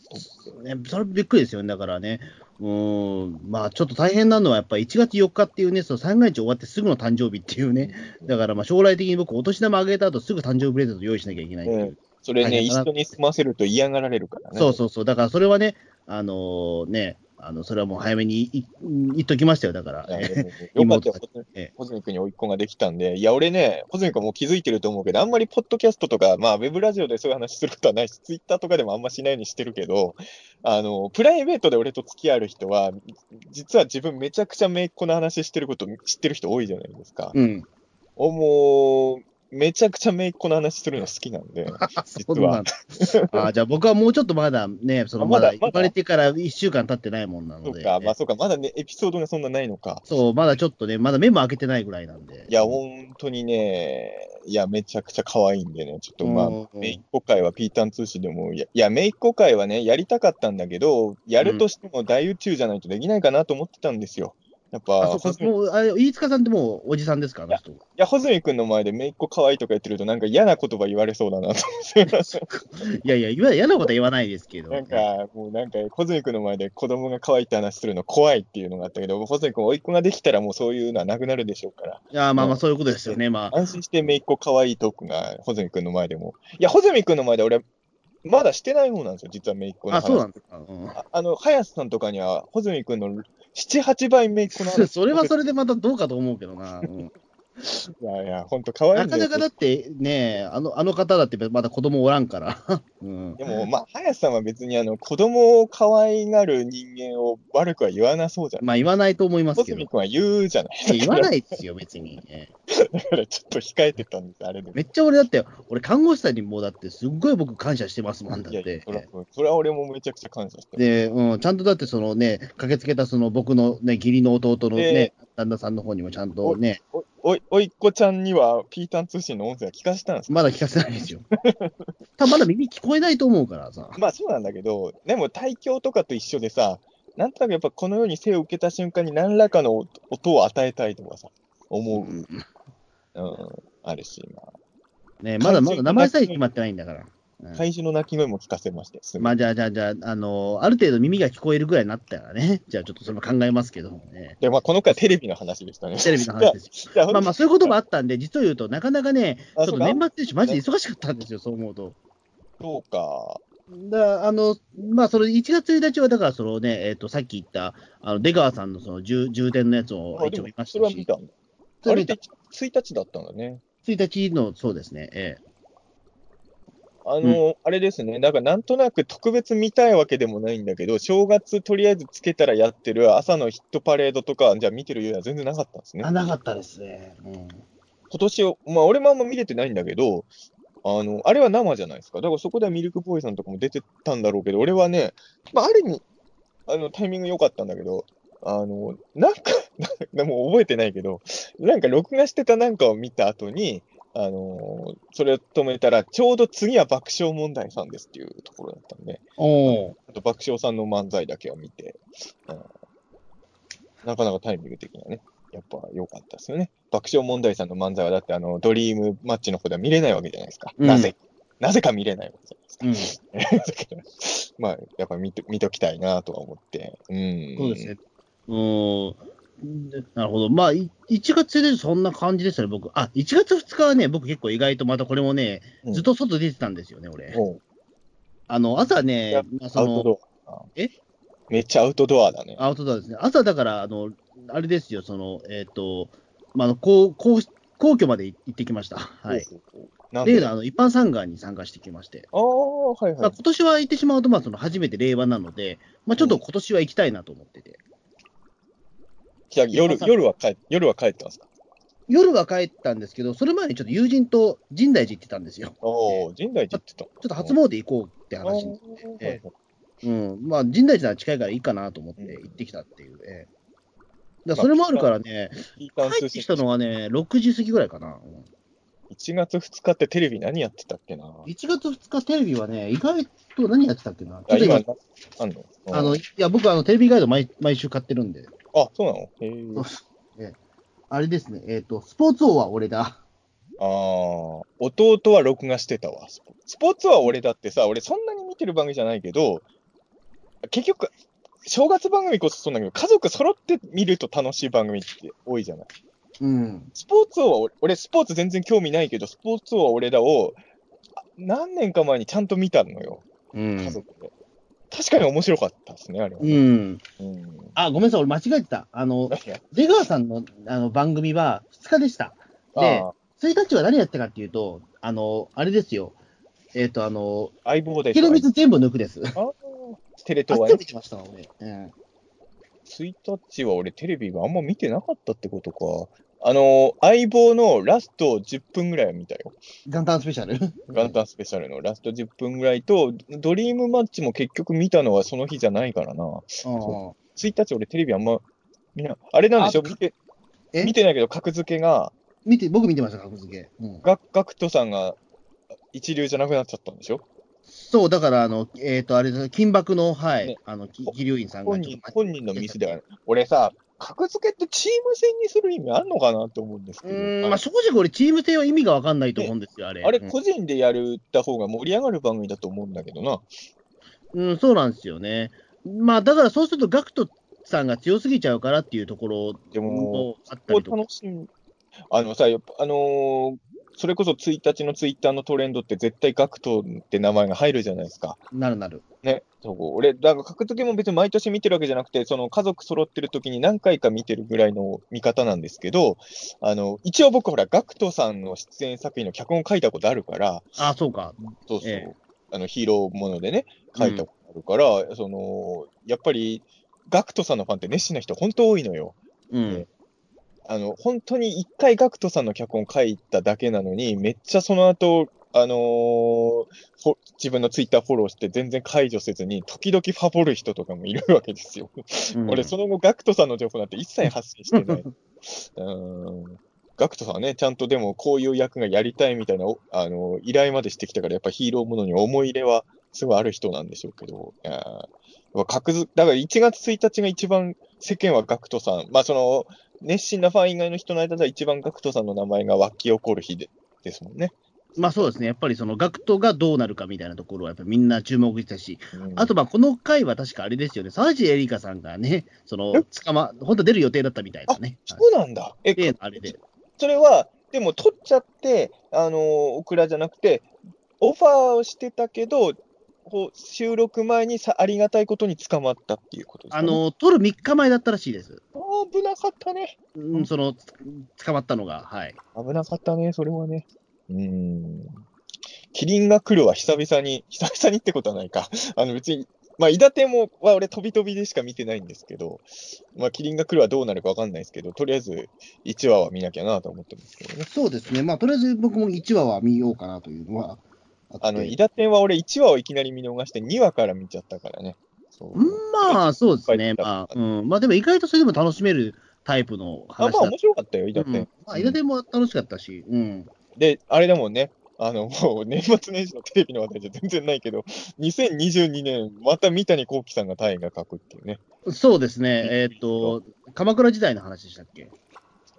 [SPEAKER 2] と
[SPEAKER 1] ね、それびっくりですよね、だからね。うーん、まあちょっと大変なのは、やっぱり1月4日っていうね、その三が日終わってすぐの誕生日っていうね、だからまあ将来的に僕、お年玉あげた後すぐ誕生日プレゼント用意しなきゃいけないっていう。
[SPEAKER 2] うんそれ
[SPEAKER 1] 大
[SPEAKER 2] ね、
[SPEAKER 1] 変だな
[SPEAKER 2] 一緒に済ませると嫌がられるからね。
[SPEAKER 1] そうそうそう、だからそれはね、あのーね、あのそれはもう早めにい言っときましたよ、だから。
[SPEAKER 2] いや
[SPEAKER 1] え
[SPEAKER 2] でもよかったよ、
[SPEAKER 1] ええ
[SPEAKER 2] ホズミ君に甥っ子ができたんで、いや、俺ね、ホズミ君もう気づいてると思うけど、あんまりポッドキャストとか、まあ、ウェブラジオでそういう話することはないし、ツイッターとかでもあんましないようにしてるけど、あの、プライベートで俺と付き合う人は、実は自分めちゃくちゃめいっ子の話してること知ってる人多いじゃないですか。
[SPEAKER 1] うん。
[SPEAKER 2] おもう、めちゃくちゃめいっ子の話するの好きなんで、
[SPEAKER 1] そうなんだ。あーじゃあ僕はもうちょっとまだ ね、その
[SPEAKER 2] あ
[SPEAKER 1] ま
[SPEAKER 2] まだ
[SPEAKER 1] だ
[SPEAKER 2] ま
[SPEAKER 1] 生
[SPEAKER 2] だ
[SPEAKER 1] まれてから1週間経ってないもんな
[SPEAKER 2] そ
[SPEAKER 1] の
[SPEAKER 2] う
[SPEAKER 1] で。
[SPEAKER 2] か、まあそうか、まだね、エピソードがそんなないのか。
[SPEAKER 1] そう、まだちょっとね、まだ目も開けてないぐらいなんで。
[SPEAKER 2] いや、本当にね、いや、めちゃくちゃ可愛いんでね、ちょっとまあ、
[SPEAKER 1] うん
[SPEAKER 2] めいっ子会はピータン通信でも、いや、いやめいっ子会はね、やりたかったんだけど、やるとしても大宇宙じゃないとできないかなと思ってたんですよ。やっぱ、
[SPEAKER 1] あ、そ
[SPEAKER 2] ホ
[SPEAKER 1] う
[SPEAKER 2] ズ
[SPEAKER 1] か、
[SPEAKER 2] ミい
[SPEAKER 1] もう、あれ、飯塚さんってもうおじさんですか、あの人。
[SPEAKER 2] や、ホズミ君の前でめいっ子可愛いとか言ってると、なんか嫌な言葉言われそうだなと 思って。
[SPEAKER 1] いやいや、いわ嫌なことは言わないですけど。
[SPEAKER 2] なんか、もうなんか、ホズミ君の前で子供が可愛いって話するの怖いっていうのがあったけど、ホズミ君、甥っ子ができたらもうそういうのはなくなるでしょうから。
[SPEAKER 1] いや、まあまあ、そういうことですよね、まあ。
[SPEAKER 2] 安心してめいっ子可愛いトークが、穂積君の前でも。いや、穂積君の前で俺、まだしてない方なんですよ、実はめいっ子の
[SPEAKER 1] あ、
[SPEAKER 2] 話。
[SPEAKER 1] そうなんですか。う
[SPEAKER 2] ああの、林さんとかには、穂積君の7、8倍めいっ子の
[SPEAKER 1] ん、
[SPEAKER 2] 話。
[SPEAKER 1] それはそれでまたどうかと思うけどな。うん
[SPEAKER 2] いやいや、ほんと可愛い
[SPEAKER 1] なんか
[SPEAKER 2] だ
[SPEAKER 1] な
[SPEAKER 2] よ。
[SPEAKER 1] かだってね、あのあの方だってまだ子供おらんから。 うん、
[SPEAKER 2] でも、まあ、林さんは別に、あの、子供を可愛がる人間を悪くは言わなそうじゃない。
[SPEAKER 1] まあ言わないと思います
[SPEAKER 2] 穂
[SPEAKER 1] けど。
[SPEAKER 2] 積
[SPEAKER 1] い
[SPEAKER 2] 君は言うじゃない。
[SPEAKER 1] や言わないですよ、別に。ええ
[SPEAKER 2] だからちょっと控えてたんです、あれでも。
[SPEAKER 1] めっちゃ俺だって、俺看護師さんにもうだって、すっごい僕感謝してますもんだっ
[SPEAKER 2] いやいや
[SPEAKER 1] て
[SPEAKER 2] そ。れはそれは俺もめちゃくちゃ感謝してる。
[SPEAKER 1] で、うん、ちゃんとだってそのね、駆けつけたその僕のね、義理の弟のね、旦那さんの方にもちゃんとね、
[SPEAKER 2] おおい、おいっ子ちゃんには、ピータン通信の音声は聞かせたんです
[SPEAKER 1] まだ聞かせてないですよ。 たまだ耳聞こえないと思うからさ。
[SPEAKER 2] まあそうなんだけど、でも体教とかと一緒でさ、なんとなくやっぱこの世に生を受けた瞬間に何らかの音音を与えたいとかさ、思
[SPEAKER 1] うん
[SPEAKER 2] う、うん、あるし、ま
[SPEAKER 1] ね、まだまだ名前さえ決まってないんだから。
[SPEAKER 2] あ、怪獣の鳴き声も聞かせまして、す
[SPEAKER 1] まあじゃあじゃあじゃあ、あのある程度耳が聞こえるぐらいになったらね、じゃあちょっとそれも考えますけどもね。
[SPEAKER 2] でまあ、この回テレビの話でしたね。
[SPEAKER 1] テレビの話ですよ。
[SPEAKER 2] じゃあ
[SPEAKER 1] まあまあそういうこともあったんで、実を言うとなかなかね、ちょ
[SPEAKER 2] あ
[SPEAKER 1] っと年末年始マジで忙しかったんですよ、そう思うと。
[SPEAKER 2] そうか。
[SPEAKER 1] だあの、まあ、その1月1日は、だから、そのね、えっ、と、さっき言った、あの、出川さんのその重重点のやつを
[SPEAKER 2] あ
[SPEAKER 1] 一
[SPEAKER 2] で
[SPEAKER 1] 応
[SPEAKER 2] も
[SPEAKER 1] 見まし
[SPEAKER 2] それ
[SPEAKER 1] た
[SPEAKER 2] は見
[SPEAKER 1] し、
[SPEAKER 2] たんだ。あ
[SPEAKER 1] それ
[SPEAKER 2] れ
[SPEAKER 1] 見
[SPEAKER 2] って
[SPEAKER 1] た
[SPEAKER 2] 1日だったんだね。
[SPEAKER 1] 1日の、そうですね、ええ
[SPEAKER 2] あの、あれですね、なんかなんとなく特別見たいわけでもないんだけど、正月とりあえずつけたらやってる朝のヒットパレードとか、じゃあ見てるようは全然なかったんですね。
[SPEAKER 1] なかったですね。うん。
[SPEAKER 2] 今年を、まあ、俺もあんま見れてないんだけど、あの、あれは生じゃないですか。だからそこではミルクボーイさんとかも出てたんだろうけど、俺はね、まあ、ある意味、あの、タイミング良かったんだけど、あの、なんか な、もう覚えてないけど、なんか録画してたなんかを見た後に、あのそれを止めたら、ちょうど次は爆笑問題さんですっていうところだったんで、
[SPEAKER 1] おお。
[SPEAKER 2] あと爆笑さんの漫才だけを見て、うんなかなかタイミング的なね、やっぱ良かったですよね。爆笑問題さんの漫才はだってあのドリームマッチの方では見れないわけじゃないですか。
[SPEAKER 1] うん
[SPEAKER 2] なぜなぜか見れないわけじゃ
[SPEAKER 1] うん。
[SPEAKER 2] ないですか。まあ、やっぱ見と見ときたいなとは思って。うん。
[SPEAKER 1] そうですね。うん。なるほど。まあ、い1月でそんな感じでしたね、僕。あ、1月2日はね、僕結構意外とまたこれもね、
[SPEAKER 2] うん
[SPEAKER 1] ずっと外出てたんですよね、俺。
[SPEAKER 2] もう
[SPEAKER 1] あの、朝
[SPEAKER 2] い
[SPEAKER 1] ね
[SPEAKER 2] や、
[SPEAKER 1] まあそ
[SPEAKER 2] アウ
[SPEAKER 1] の
[SPEAKER 2] トドア。
[SPEAKER 1] え
[SPEAKER 2] めっちゃアウトドアだね。
[SPEAKER 1] アウトドアですね。朝だから、あの、あれですよ、その、えっ、と、まああの、こう、こう、皇居まで行ってきました。はい。
[SPEAKER 2] そうそうそう。なん
[SPEAKER 1] 例
[SPEAKER 2] で
[SPEAKER 1] のあの一般参賀に参加してきまして、
[SPEAKER 2] ああ、はい
[SPEAKER 1] ま
[SPEAKER 2] は
[SPEAKER 1] あ、今
[SPEAKER 2] い。
[SPEAKER 1] 年は行ってしまうと、まあ、その初めて令和なので、まあ、ちょっと今年は行きたいなと思ってて、
[SPEAKER 2] じゃあ夜夜は帰っ夜は帰ったんですか
[SPEAKER 1] 夜は帰ったんですけど、それ前にちょっと友人と深大寺行ってたんですよ。ち
[SPEAKER 2] おお、神代寺行ってた。ちょ
[SPEAKER 1] ょっと初詣行こうって話に、ええうん、まあ、深大寺なら近いからいいかなと思って行ってきたっていう、ええだからそれもあるからね、
[SPEAKER 2] ピータン
[SPEAKER 1] 帰
[SPEAKER 2] 通
[SPEAKER 1] って
[SPEAKER 2] 信
[SPEAKER 1] きたのはね、6時過ぎぐらいかな。うん
[SPEAKER 2] 1月2日ってテレビ何やってたっけな
[SPEAKER 1] 1月2日テレビはね、意外と何やってたっけな。ちょ
[SPEAKER 2] あ
[SPEAKER 1] っと今
[SPEAKER 2] 今、あんのうん
[SPEAKER 1] あの、いや、僕、あの、テレビガイド毎毎週買ってるんで、
[SPEAKER 2] あ、そうなのへー
[SPEAKER 1] あれですね、えっ、と、スポーツ王は俺だ。
[SPEAKER 2] ああ、弟は録画してたわ。スポスポーツは俺だってさ、俺そんなに見てる番組じゃないけど、結局、正月番組こそそうなんだけど、家族揃って見ると楽しい番組って多いじゃない。
[SPEAKER 1] うん。
[SPEAKER 2] スポーツ王は俺、俺スポーツ全然興味ないけど、スポーツ王は俺だを、あ何年か前にちゃんと見たのよ、
[SPEAKER 1] う
[SPEAKER 2] 家
[SPEAKER 1] ん。
[SPEAKER 2] 族で。確かに面白かったですね、あれは。
[SPEAKER 1] うん。
[SPEAKER 2] うん
[SPEAKER 1] あ、ごめんなさい、俺間違えてた。あの、
[SPEAKER 2] 何が
[SPEAKER 1] 出川さんのあの番組は2日でした。で
[SPEAKER 2] ああ、
[SPEAKER 1] 1日は何やったかっていうと、あの、あれですよ。えっ、と、あの、
[SPEAKER 2] 相棒で。
[SPEAKER 1] 広水全部抜くです。
[SPEAKER 2] ああ、テレ
[SPEAKER 1] あ
[SPEAKER 2] 東
[SPEAKER 1] っ
[SPEAKER 2] は
[SPEAKER 1] ち
[SPEAKER 2] ね
[SPEAKER 1] を。見てましたわ、俺。うん。
[SPEAKER 2] 1日は俺テレビがあんま見てなかったってことか。あの、相棒のラスト10分ぐらいは見たよ。
[SPEAKER 1] 元旦スペシャル。
[SPEAKER 2] ガンタンスペシャルのラスト10分ぐらいと、ドリームマッチも結局見たのはその日じゃないからな。
[SPEAKER 1] うん。
[SPEAKER 2] 1日俺テレビあんま見な、あれなんでしょ
[SPEAKER 1] あ
[SPEAKER 2] 見て
[SPEAKER 1] え
[SPEAKER 2] 見てないけど、格付けが、
[SPEAKER 1] 見て、僕見てました、格付け。うん。
[SPEAKER 2] ガガクトさんが一流じゃなくなっちゃったんでしょ
[SPEAKER 1] そう、だから、あの、えっ、と、あれです、金箔の、はい、
[SPEAKER 2] ね
[SPEAKER 1] あの、き義龍院さんが
[SPEAKER 2] 本
[SPEAKER 1] ちょ
[SPEAKER 2] 人
[SPEAKER 1] っと、
[SPEAKER 2] 本人のミスではない。俺さ、格付けってチーム戦にする意味あんのかなと思うんですけ
[SPEAKER 1] う
[SPEAKER 2] ど。
[SPEAKER 1] ーん、まあ、正直俺、チーム戦は意味がわかんないと思うんですよ、あれ。
[SPEAKER 2] あれ、
[SPEAKER 1] うん
[SPEAKER 2] 個人でやるった方が盛り上がる番組だと思うんだけどな。
[SPEAKER 1] うん、そうなんですよね。まあ、だからそうすると、ガクトさんが強すぎちゃうからっていうところ
[SPEAKER 2] でも、
[SPEAKER 1] もあったり
[SPEAKER 2] こう
[SPEAKER 1] とか。
[SPEAKER 2] 楽しみ。あのさ、やっぱあのーそれこそ1日のツイッターのトレンドって絶対ガクトって名前が入るじゃないですか。
[SPEAKER 1] なるなる。
[SPEAKER 2] ね。そう俺、だから格付けも別に毎年見てるわけじゃなくて、その家族揃ってる時に何回か見てるぐらいの見方なんですけど、あの、一応僕ほら、ガクトさんの出演作品の脚本書いたことあるから、
[SPEAKER 1] ああ、そうか。
[SPEAKER 2] そうそう。
[SPEAKER 1] え
[SPEAKER 2] あの、ヒーローものでね、書いたことあるから、その、やっぱり、ガクトさんのファンって熱心な人本当多いのよ。
[SPEAKER 1] うん。
[SPEAKER 2] あの、本当に一回ガクトさんの脚本書いただけなのに、めっちゃその後、あのーフォ自分のツイッターフォローして全然解除せずに、時々ファボる人とかもいるわけですよ。
[SPEAKER 1] うん
[SPEAKER 2] 俺、その後、ガクトさんの情報なんて一切発信してない。うんガクトさんはね、ちゃんとでもこういう役がやりたいみたいなおあの依頼までしてきたから、やっぱヒーローものに思い入れはすごいある人なんでしょうけど、いやーやっぱ格付だから1月1日が一番世間はガクトさん、まあその熱心なファン以外の人の間では一番ガクトさんの名前が沸き起こる日でですもんね。
[SPEAKER 1] まあそうですね、やっぱりそのガクトがどうなるかみたいなところは、やっぱりみんな注目してたし、
[SPEAKER 2] うん
[SPEAKER 1] あと、まあこの回は確かあれですよね、沢尻エリカさんがね、その、捕ま、本当は出る予定だったみたいですね。
[SPEAKER 2] そ
[SPEAKER 1] は
[SPEAKER 2] うなんだ。え、
[SPEAKER 1] いで、あれで。
[SPEAKER 2] それは、でも取っちゃって、あのーオクラじゃなくて、オファーをしてたけど、こう収録前にさありがたいことに捕まったっていうことです
[SPEAKER 1] あ
[SPEAKER 2] か、ね、
[SPEAKER 1] の、撮る3日前だったらしいです。
[SPEAKER 2] あー危なかったね。
[SPEAKER 1] うん、その、つ捕まったのが、はい。
[SPEAKER 2] 危なかったね、それはね。うーん。キリンが来るは久々に、久々にってことはないか。 あの別に、まあ、伊達もは俺、飛び飛びでしか見てないんですけど、まあ、キリンが来るはどうなるかわかんないですけど、とりあえず1話は見なきゃなと思ってますけどね。
[SPEAKER 1] そうですね、まあ、とりあえず僕も1話は見ようかなというのはあって
[SPEAKER 2] あの、伊達は俺1話をいきなり見逃して2話から見ちゃったからね。そう
[SPEAKER 1] うんまあ、そうです
[SPEAKER 2] い
[SPEAKER 1] ね
[SPEAKER 2] っ、ぱい
[SPEAKER 1] まあ、うん、まあ、でも意外とそれでも楽しめるタイプの
[SPEAKER 2] あまあ
[SPEAKER 1] 話だ
[SPEAKER 2] 面白かったよ、伊
[SPEAKER 1] う
[SPEAKER 2] 達、
[SPEAKER 1] ん、まあ、伊達も楽しかったし、うん、
[SPEAKER 2] で、あれだもんね。あの、もう年末年始のテレビの話題じゃ全然ないけど、2022年、また三谷幸喜さんが大河書くっていうね。
[SPEAKER 1] そうですね、えっ、と、鎌倉時代の話でしたっけ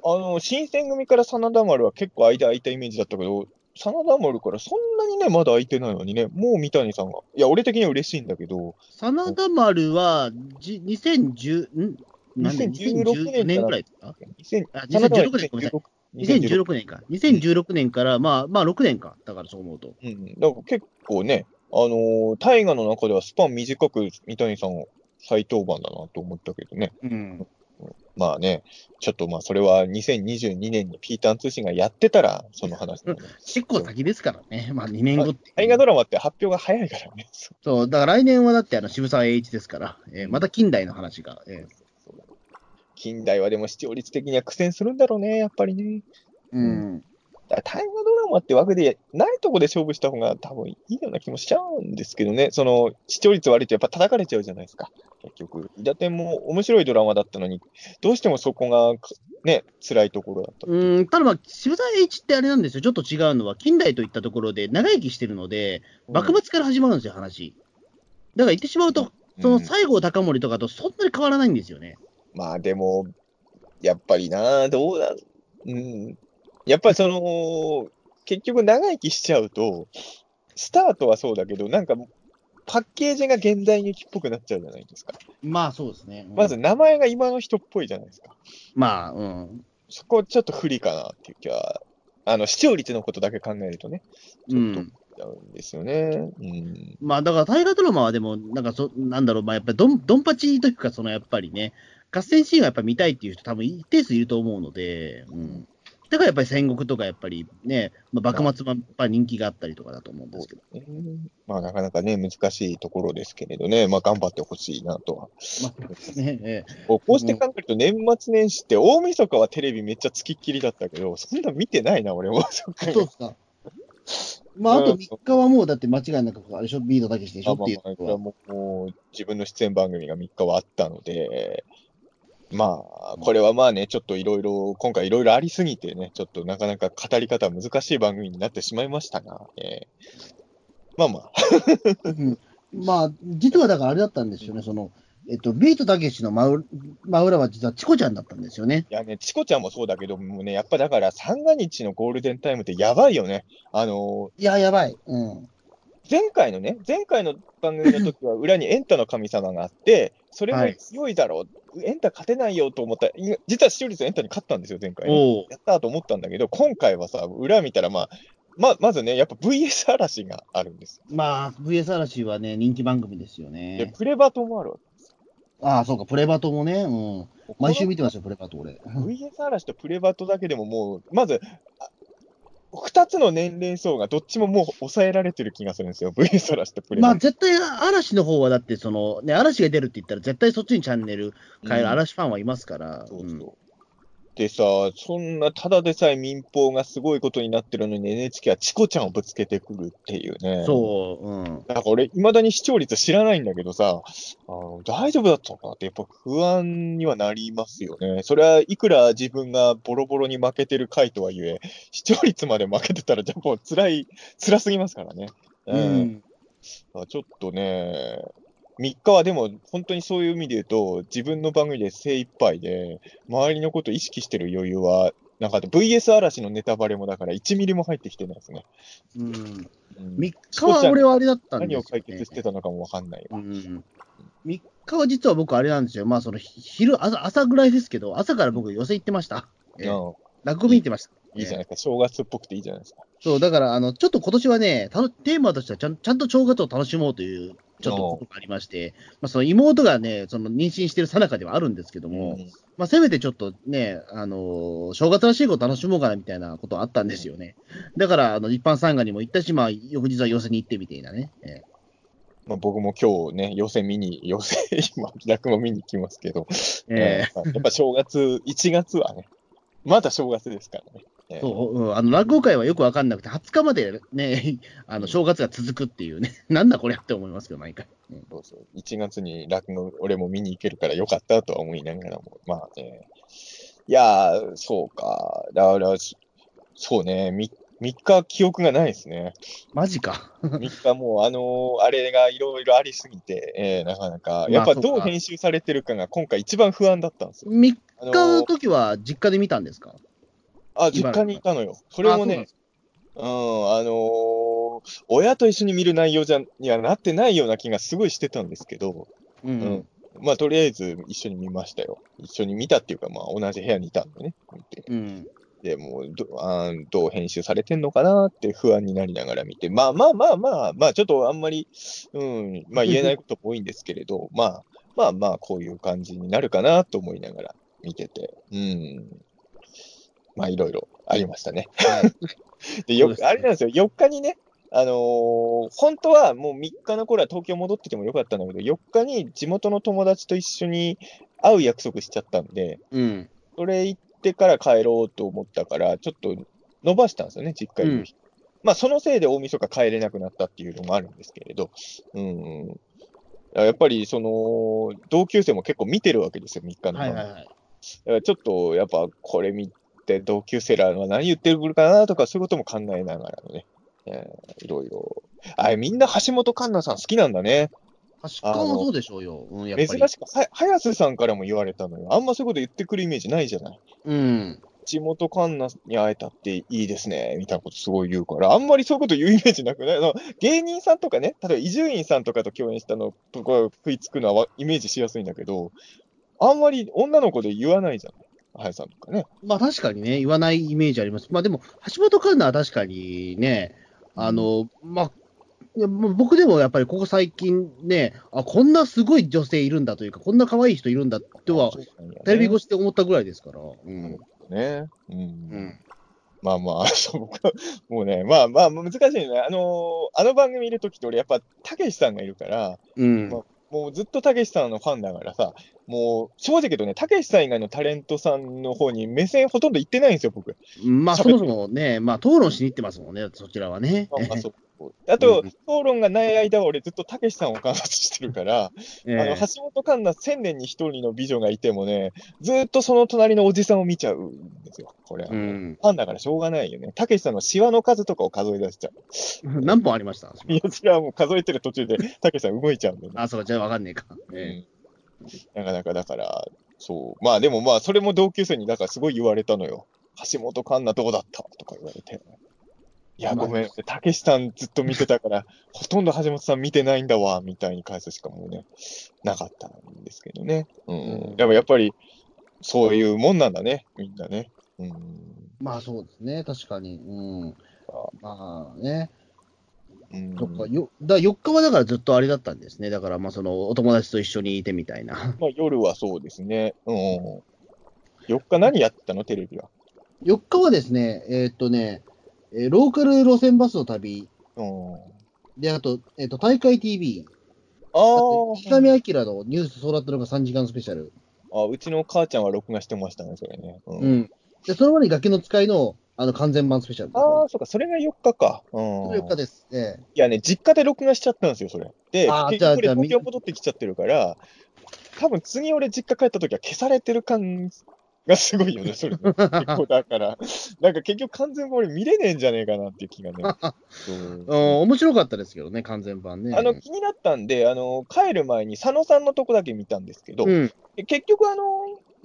[SPEAKER 2] あの、新選組から真田丸は結構間空いたイメージだったけど、真田丸からそんなにね、まだ空いてないのにね、もう三谷さんが。いや、俺的には嬉しいんだけど、
[SPEAKER 1] 真田丸はじ2010、んなんで
[SPEAKER 2] 2016
[SPEAKER 1] 2016年ぐらいですか
[SPEAKER 2] 2000
[SPEAKER 1] あ
[SPEAKER 2] 真田
[SPEAKER 1] 2016
[SPEAKER 2] 丸
[SPEAKER 1] 年ごめんなさ
[SPEAKER 2] 2016
[SPEAKER 1] ?2016 年か。2016年から、まあ、まあ6年か。だからそう思うと。
[SPEAKER 2] うん、だから結構ね、あのー大河の中ではスパン短く三谷さんを再登板だなと思ったけどね。
[SPEAKER 1] うん。
[SPEAKER 2] まあね、ちょっとまあそれは2022年にピーターン通信がやってたら、その話なので。
[SPEAKER 1] 結構先ですからね。まあ2年後って。
[SPEAKER 2] 大河ドラマって発表が早いからね。そう
[SPEAKER 1] そう、だから来年はだってあの渋沢栄一ですから、えーまた近代の話が、え
[SPEAKER 2] そう近代はでも視聴率的には苦戦するんだろうね、やっぱりね。
[SPEAKER 1] ーうん、
[SPEAKER 2] だから大河ドラマって枠でないとこで勝負した方が多分いいような気もしちゃうんですけどね、その視聴率悪いとやっぱ叩かれちゃうじゃないですか、結局。伊達も面白いドラマだったのに、どうしてもそこがかね、辛いところだった。
[SPEAKER 1] うんただまあ、渋沢栄一ってあれなんですよ、ちょっと違うのは、近代といったところで長生きしてるので、幕末から始まるんですよ、話。だから言ってしまうと、その
[SPEAKER 2] うん
[SPEAKER 1] 西郷隆盛とかとそんなに変わらないんですよね。
[SPEAKER 2] まあでも、やっぱりな、どうだ、うん、やっぱりその、結局長生きしちゃうと、スタートはそうだけど、なんかパッケージが現代劇っぽくなっちゃうじゃないですか。
[SPEAKER 1] まあそうですね。うん
[SPEAKER 2] まず、名前が今の人っぽいじゃないですか。
[SPEAKER 1] まあ、うん。
[SPEAKER 2] そこちょっと不利かなっていう気は、あの視聴率のことだけ考えるとね、ち
[SPEAKER 1] う
[SPEAKER 2] ょっと
[SPEAKER 1] ん、
[SPEAKER 2] ちゃうんですよね。うん、
[SPEAKER 1] まあだから大河ドラマはでも、なんかそ、なんだろう、まあやっぱりドンドンパチというか、そのやっぱりね、合戦シーンはやっぱ見たいっていう人、多分一定数いると思うので、うん。だからやっぱり戦国とか、やっぱりね、まあ、幕末はやっぱ人気があったりとかだと思うんですけど、
[SPEAKER 2] うんまあなかなかね、難しいところですけれどね、まあ頑張ってほしいなとは
[SPEAKER 1] まあねええ
[SPEAKER 2] こうこうして考えると年末年始って大晦日はテレビめっちゃつきっきりだったけど、そんな見てないな、俺も。そっか
[SPEAKER 1] そうですか。まあ、あ
[SPEAKER 2] う
[SPEAKER 1] と
[SPEAKER 2] ん
[SPEAKER 1] 3日はもう、だって間違いなく、あれでしょ、ビートたけしでしょ
[SPEAKER 2] まあ
[SPEAKER 1] っ
[SPEAKER 2] ま
[SPEAKER 1] ていう
[SPEAKER 2] あ
[SPEAKER 1] の
[SPEAKER 2] まあこれは
[SPEAKER 1] は。
[SPEAKER 2] もうもう自分の出演番組が3日はあったので、まあ、これはまあね、ちょっといろいろ、今回いろいろありすぎてね、ちょっとなかなか語り方難しい番組になってしまいましたが、えーまあまあ、
[SPEAKER 1] うんまあ、実はだからあれだったんですよね、その、えっと、ビートたけしの真う真裏は実はチコちゃんだったんですよね。
[SPEAKER 2] いやね、チコちゃんもそうだけど、もうね、やっぱだから三が日のゴールデンタイムってやばいよね。あのー
[SPEAKER 1] いや、やばい。うん。
[SPEAKER 2] 前回のね、前回の番組の時は裏にエンタの神様があって、それも
[SPEAKER 1] はい
[SPEAKER 2] 強いだろう、エンタ勝てないよと思った、い実は視聴率エンタに勝ったんですよ、前回ね。
[SPEAKER 1] お
[SPEAKER 2] やったーと思ったんだけど、今回はさ、裏見たら、まあ、ままずね、やっぱ VS 嵐があるんです。
[SPEAKER 1] まあ、VS 嵐はね、人気番組ですよ
[SPEAKER 2] で、
[SPEAKER 1] ね。
[SPEAKER 2] プレバトもあるわ
[SPEAKER 1] ああ、そうか、プレバトもね、うん。
[SPEAKER 2] け。
[SPEAKER 1] 毎週見てますよ、プレバト、俺。
[SPEAKER 2] この VS 嵐とプレバトだけでももう、まず、あ二つの年齢層がどっちももう抑えられてる気がするんですよ、VS 嵐とプレ
[SPEAKER 1] まあ、
[SPEAKER 2] バト。
[SPEAKER 1] 絶対、嵐の方はだって、その、ね、嵐が出るって言ったら、絶対そっちにチャンネル変える
[SPEAKER 2] うん
[SPEAKER 1] 嵐ファンはいますから。
[SPEAKER 2] そう
[SPEAKER 1] うん
[SPEAKER 2] そう。でさ、そんなただでさえ民放がすごいことになってるのに NHK はチコちゃんをぶつけてくるっていうね。
[SPEAKER 1] そう、うん。
[SPEAKER 2] なんか俺、未だに視聴率知らないんだけどさ、あの大丈夫だったのかなってやっぱ不安にはなりますよね。それはいくら自分がボロボロに負けてる回とはいえ、視聴率まで負けてたら、じゃあもう辛い、辛すぎますからね。
[SPEAKER 1] う。ん。
[SPEAKER 2] あちょっとね、3日はでも本当にそういう意味で言うと、自分の番組で精一杯で、周りのこと意識してる余裕はなかった。VS 嵐のネタバレもだから1ミリも入ってきてないですね。
[SPEAKER 1] うん、
[SPEAKER 2] うん
[SPEAKER 1] 3日は俺はあれだったんです
[SPEAKER 2] 何
[SPEAKER 1] よ、
[SPEAKER 2] を
[SPEAKER 1] ね。
[SPEAKER 2] 解決してたのかもわかんないわ。
[SPEAKER 1] うん、3日は実は僕、あれなんですよ、まあ、そのひ昼朝、朝ぐらいですけど、朝から僕、寄せ行ってました。ええ
[SPEAKER 2] うん
[SPEAKER 1] 落語見に行ってました。
[SPEAKER 2] いいじゃ
[SPEAKER 1] ええ
[SPEAKER 2] ないですか、正月っぽくていいじゃないですか。
[SPEAKER 1] そう、だから、あの、ちょっと今年はね、たのテーマとしてはちゃん、ちゃんと正月を楽しもうという、ちょっとことがありまして、まあ、その妹がね、その妊娠してる最中ではあるんですけども、
[SPEAKER 2] うん
[SPEAKER 1] まあ、せめてちょっとね、あのー正月らしいこと楽しもうかなみたいなことあったんですよね。だから、あの、一般参賀にも行ったし、まあ、翌日は寄せに行ってみたいなね。ええ
[SPEAKER 2] まあ、僕も今日ね、予選見に、 予選、今、落語見に行きますけど、
[SPEAKER 1] え
[SPEAKER 2] うんやっぱ正月、1月はね、まだ正月ですからね。え
[SPEAKER 1] え
[SPEAKER 2] え
[SPEAKER 1] そう、うん、あの、落語会はよくわかんなくて、20日までね、あの、正月が続くっていうね、 なんだこれって思いますけど、毎回。
[SPEAKER 2] そうそう1月に落語、俺も見に行けるからよかったとは思いながらも、まあね、いやー、そうか、だから、そそうね、3, 3日記憶がないで すね。
[SPEAKER 1] マジか。
[SPEAKER 2] 3日もう、あのーあれがいろいろありすぎて、ええなかなか、やっ
[SPEAKER 1] まあ
[SPEAKER 2] ぱ
[SPEAKER 1] そう
[SPEAKER 2] どう
[SPEAKER 1] か
[SPEAKER 2] 編集されてるかが今回一番不安だったんですよ。
[SPEAKER 1] 3日
[SPEAKER 2] あのー
[SPEAKER 1] の時は実家で見たんですか
[SPEAKER 2] あ、実
[SPEAKER 1] 茨城
[SPEAKER 2] 家にいたのよ。それもね、、うん、あのー親と一緒に見る内容じゃ、にはなってないような気がすごいしてたんですけど、
[SPEAKER 1] あそうなんです
[SPEAKER 2] う
[SPEAKER 1] かうん
[SPEAKER 2] んまあ、とりあえず一緒に見ましたよ。一緒に見たっていうか、まあ、同じ部屋にいたんでね。
[SPEAKER 1] うん。
[SPEAKER 2] で、もうどあーどう編集されてんのかなって不安になりながら見て、まあまあまあまあ、まあ、ちょっとあんまり、うん、 まあ言えないことも多いんですけれど、まあ、まあまあ、こういう感じになるかなと思いながら見てて、うん。まあ、いろいろありましたね。
[SPEAKER 1] そう
[SPEAKER 2] で、よ
[SPEAKER 1] ですね
[SPEAKER 2] あれなんですよ、4日にね、あのー本当はもう3日の頃は東京戻っててもよかったんだけど、4日に地元の友達と一緒に会う約束しちゃったんで、
[SPEAKER 1] うん。
[SPEAKER 2] それ行ってから帰ろうと思ったから、ちょっと伸ばしたんですよね、実家にいる日。まあ、そのせいで大晦日帰れなくなったっていうのもあるんですけれど、うん、やっぱりその同級生も結構見てるわけですよ、3日の
[SPEAKER 1] はい
[SPEAKER 2] 晩
[SPEAKER 1] はいはい。
[SPEAKER 2] だからちょっとやっぱこれ見て、同級生らは何言ってるかなとか、そういうことも考えながらのね、えーいろいろ。あ、みんな橋本環奈さん好きなんだね。
[SPEAKER 1] 確かもそうでしょうよ。うん、やっぱり。
[SPEAKER 2] 珍しく、は早瀬さんからも言われたのよ。あんまそういうこと言ってくるイメージないじゃない。
[SPEAKER 1] うん。
[SPEAKER 2] 地元環奈に会えたっていいですね、みたいなことすごい言うから、あんまりそういうこと言うイメージなくないあの芸人さんとかね、例えば伊集院さんとかと共演したのとか食いつくのはイメージしやすいんだけど、あんまり女の子で言わないじゃん。はやさんとかね。
[SPEAKER 1] まあ確かにね、言わないイメージあります。まあでも、橋本環奈は確かにね、あの、まあ、いやもう僕でもやっぱりここ最近ね、あ、こんなすごい女性いるんだというか、こんな可愛い人いるんだっては、テレビ越
[SPEAKER 2] し。
[SPEAKER 1] しで思ったぐらいですから。うん。
[SPEAKER 2] ね。うん。
[SPEAKER 1] うん。
[SPEAKER 2] まあまあ、そう、僕は、もうね、まあまあ、難しいね。あのーあの番組いるときって俺、やっぱ、たけしさんがいるから、
[SPEAKER 1] うん。
[SPEAKER 2] まあもうずっとたけしさんのファンだからさ、もう正直言うとね、たけしさん以外のタレントさんの方に目線ほとんど行ってないんですよ、僕。
[SPEAKER 1] まあ、そもそもね、まあ、討論しに行ってますもんね、そちらはね。
[SPEAKER 2] まあまあそうあと、
[SPEAKER 1] うん
[SPEAKER 2] 討論がない間は俺ずっとたけしさんを観察してるから、
[SPEAKER 1] え
[SPEAKER 2] あの
[SPEAKER 1] え
[SPEAKER 2] 橋本環奈千年に一人の美女がいてもね、ずっとその隣のおじさんを見ちゃうんですよ、これは。
[SPEAKER 1] うん。
[SPEAKER 2] ファンだからしょうがないよね。たけしさんのシワの数とかを数え出しちゃう。
[SPEAKER 1] 何本ありました
[SPEAKER 2] いや、それはもう数えてる途中でたけしさん動いちゃうんだよね。
[SPEAKER 1] あ、そうか、じゃあわかんねえか。え
[SPEAKER 2] うんなかなかだから、そう。まあでもまあ、それも同級生に、だからすごい言われたのよ。橋本環奈どうだったとか言われて。いや、
[SPEAKER 1] まあ
[SPEAKER 2] ごめん。たけしさんずっと見てたから、 ほとんど橋本さん見てないんだわ、みたいに返すしかもうね、なかったんですけどね。うん。
[SPEAKER 1] うん
[SPEAKER 2] でもやっぱり、そういうもんなんだね、みんなね。うん。
[SPEAKER 1] えまあ、そうですね、確かに。うん。まあね、
[SPEAKER 2] うん
[SPEAKER 1] そっか、よだ4日はだからずっとあれだったんですね。だから、まあ、その、お友達と一緒にいてみたい な。
[SPEAKER 2] まあ夜はそうですね。うん。4日何やってたのテレビは。
[SPEAKER 1] 4日はですね、えーっとね、えーローカル路線バスの旅、
[SPEAKER 2] うん。あ
[SPEAKER 1] で、あと、えーっと、大会 TV、
[SPEAKER 2] あ
[SPEAKER 1] あ
[SPEAKER 2] ー
[SPEAKER 1] と、。池上彰のニュース空ってのが3時間スペシャル。
[SPEAKER 2] あ、うちの母ちゃんは録画してましたね、それね。う
[SPEAKER 1] う。ん。で、その前に崖の使いの、あの、完全版スペシャル。
[SPEAKER 2] ああ、そうか、それが4日か。うん。
[SPEAKER 1] 4日です。ええ
[SPEAKER 2] いやね、実家で録画しちゃったんですよ、それ。で、
[SPEAKER 1] あー
[SPEAKER 2] 結
[SPEAKER 1] じゃあ
[SPEAKER 2] 局こ
[SPEAKER 1] じゃ
[SPEAKER 2] れ
[SPEAKER 1] あ
[SPEAKER 2] 東京戻ってきちゃってるから、多分次俺実家帰った時は消されてる感がすごいよね、 それ、ね。結構だから、なんか結局完全に俺見れねえんじゃねえかなっていう気がね。そう
[SPEAKER 1] うん、面白かったですけどね、完全版ね。
[SPEAKER 2] あの、気になったんで、あの、帰る前に佐野さんのとこだけ見たんですけど、
[SPEAKER 1] うん、
[SPEAKER 2] で結局、あの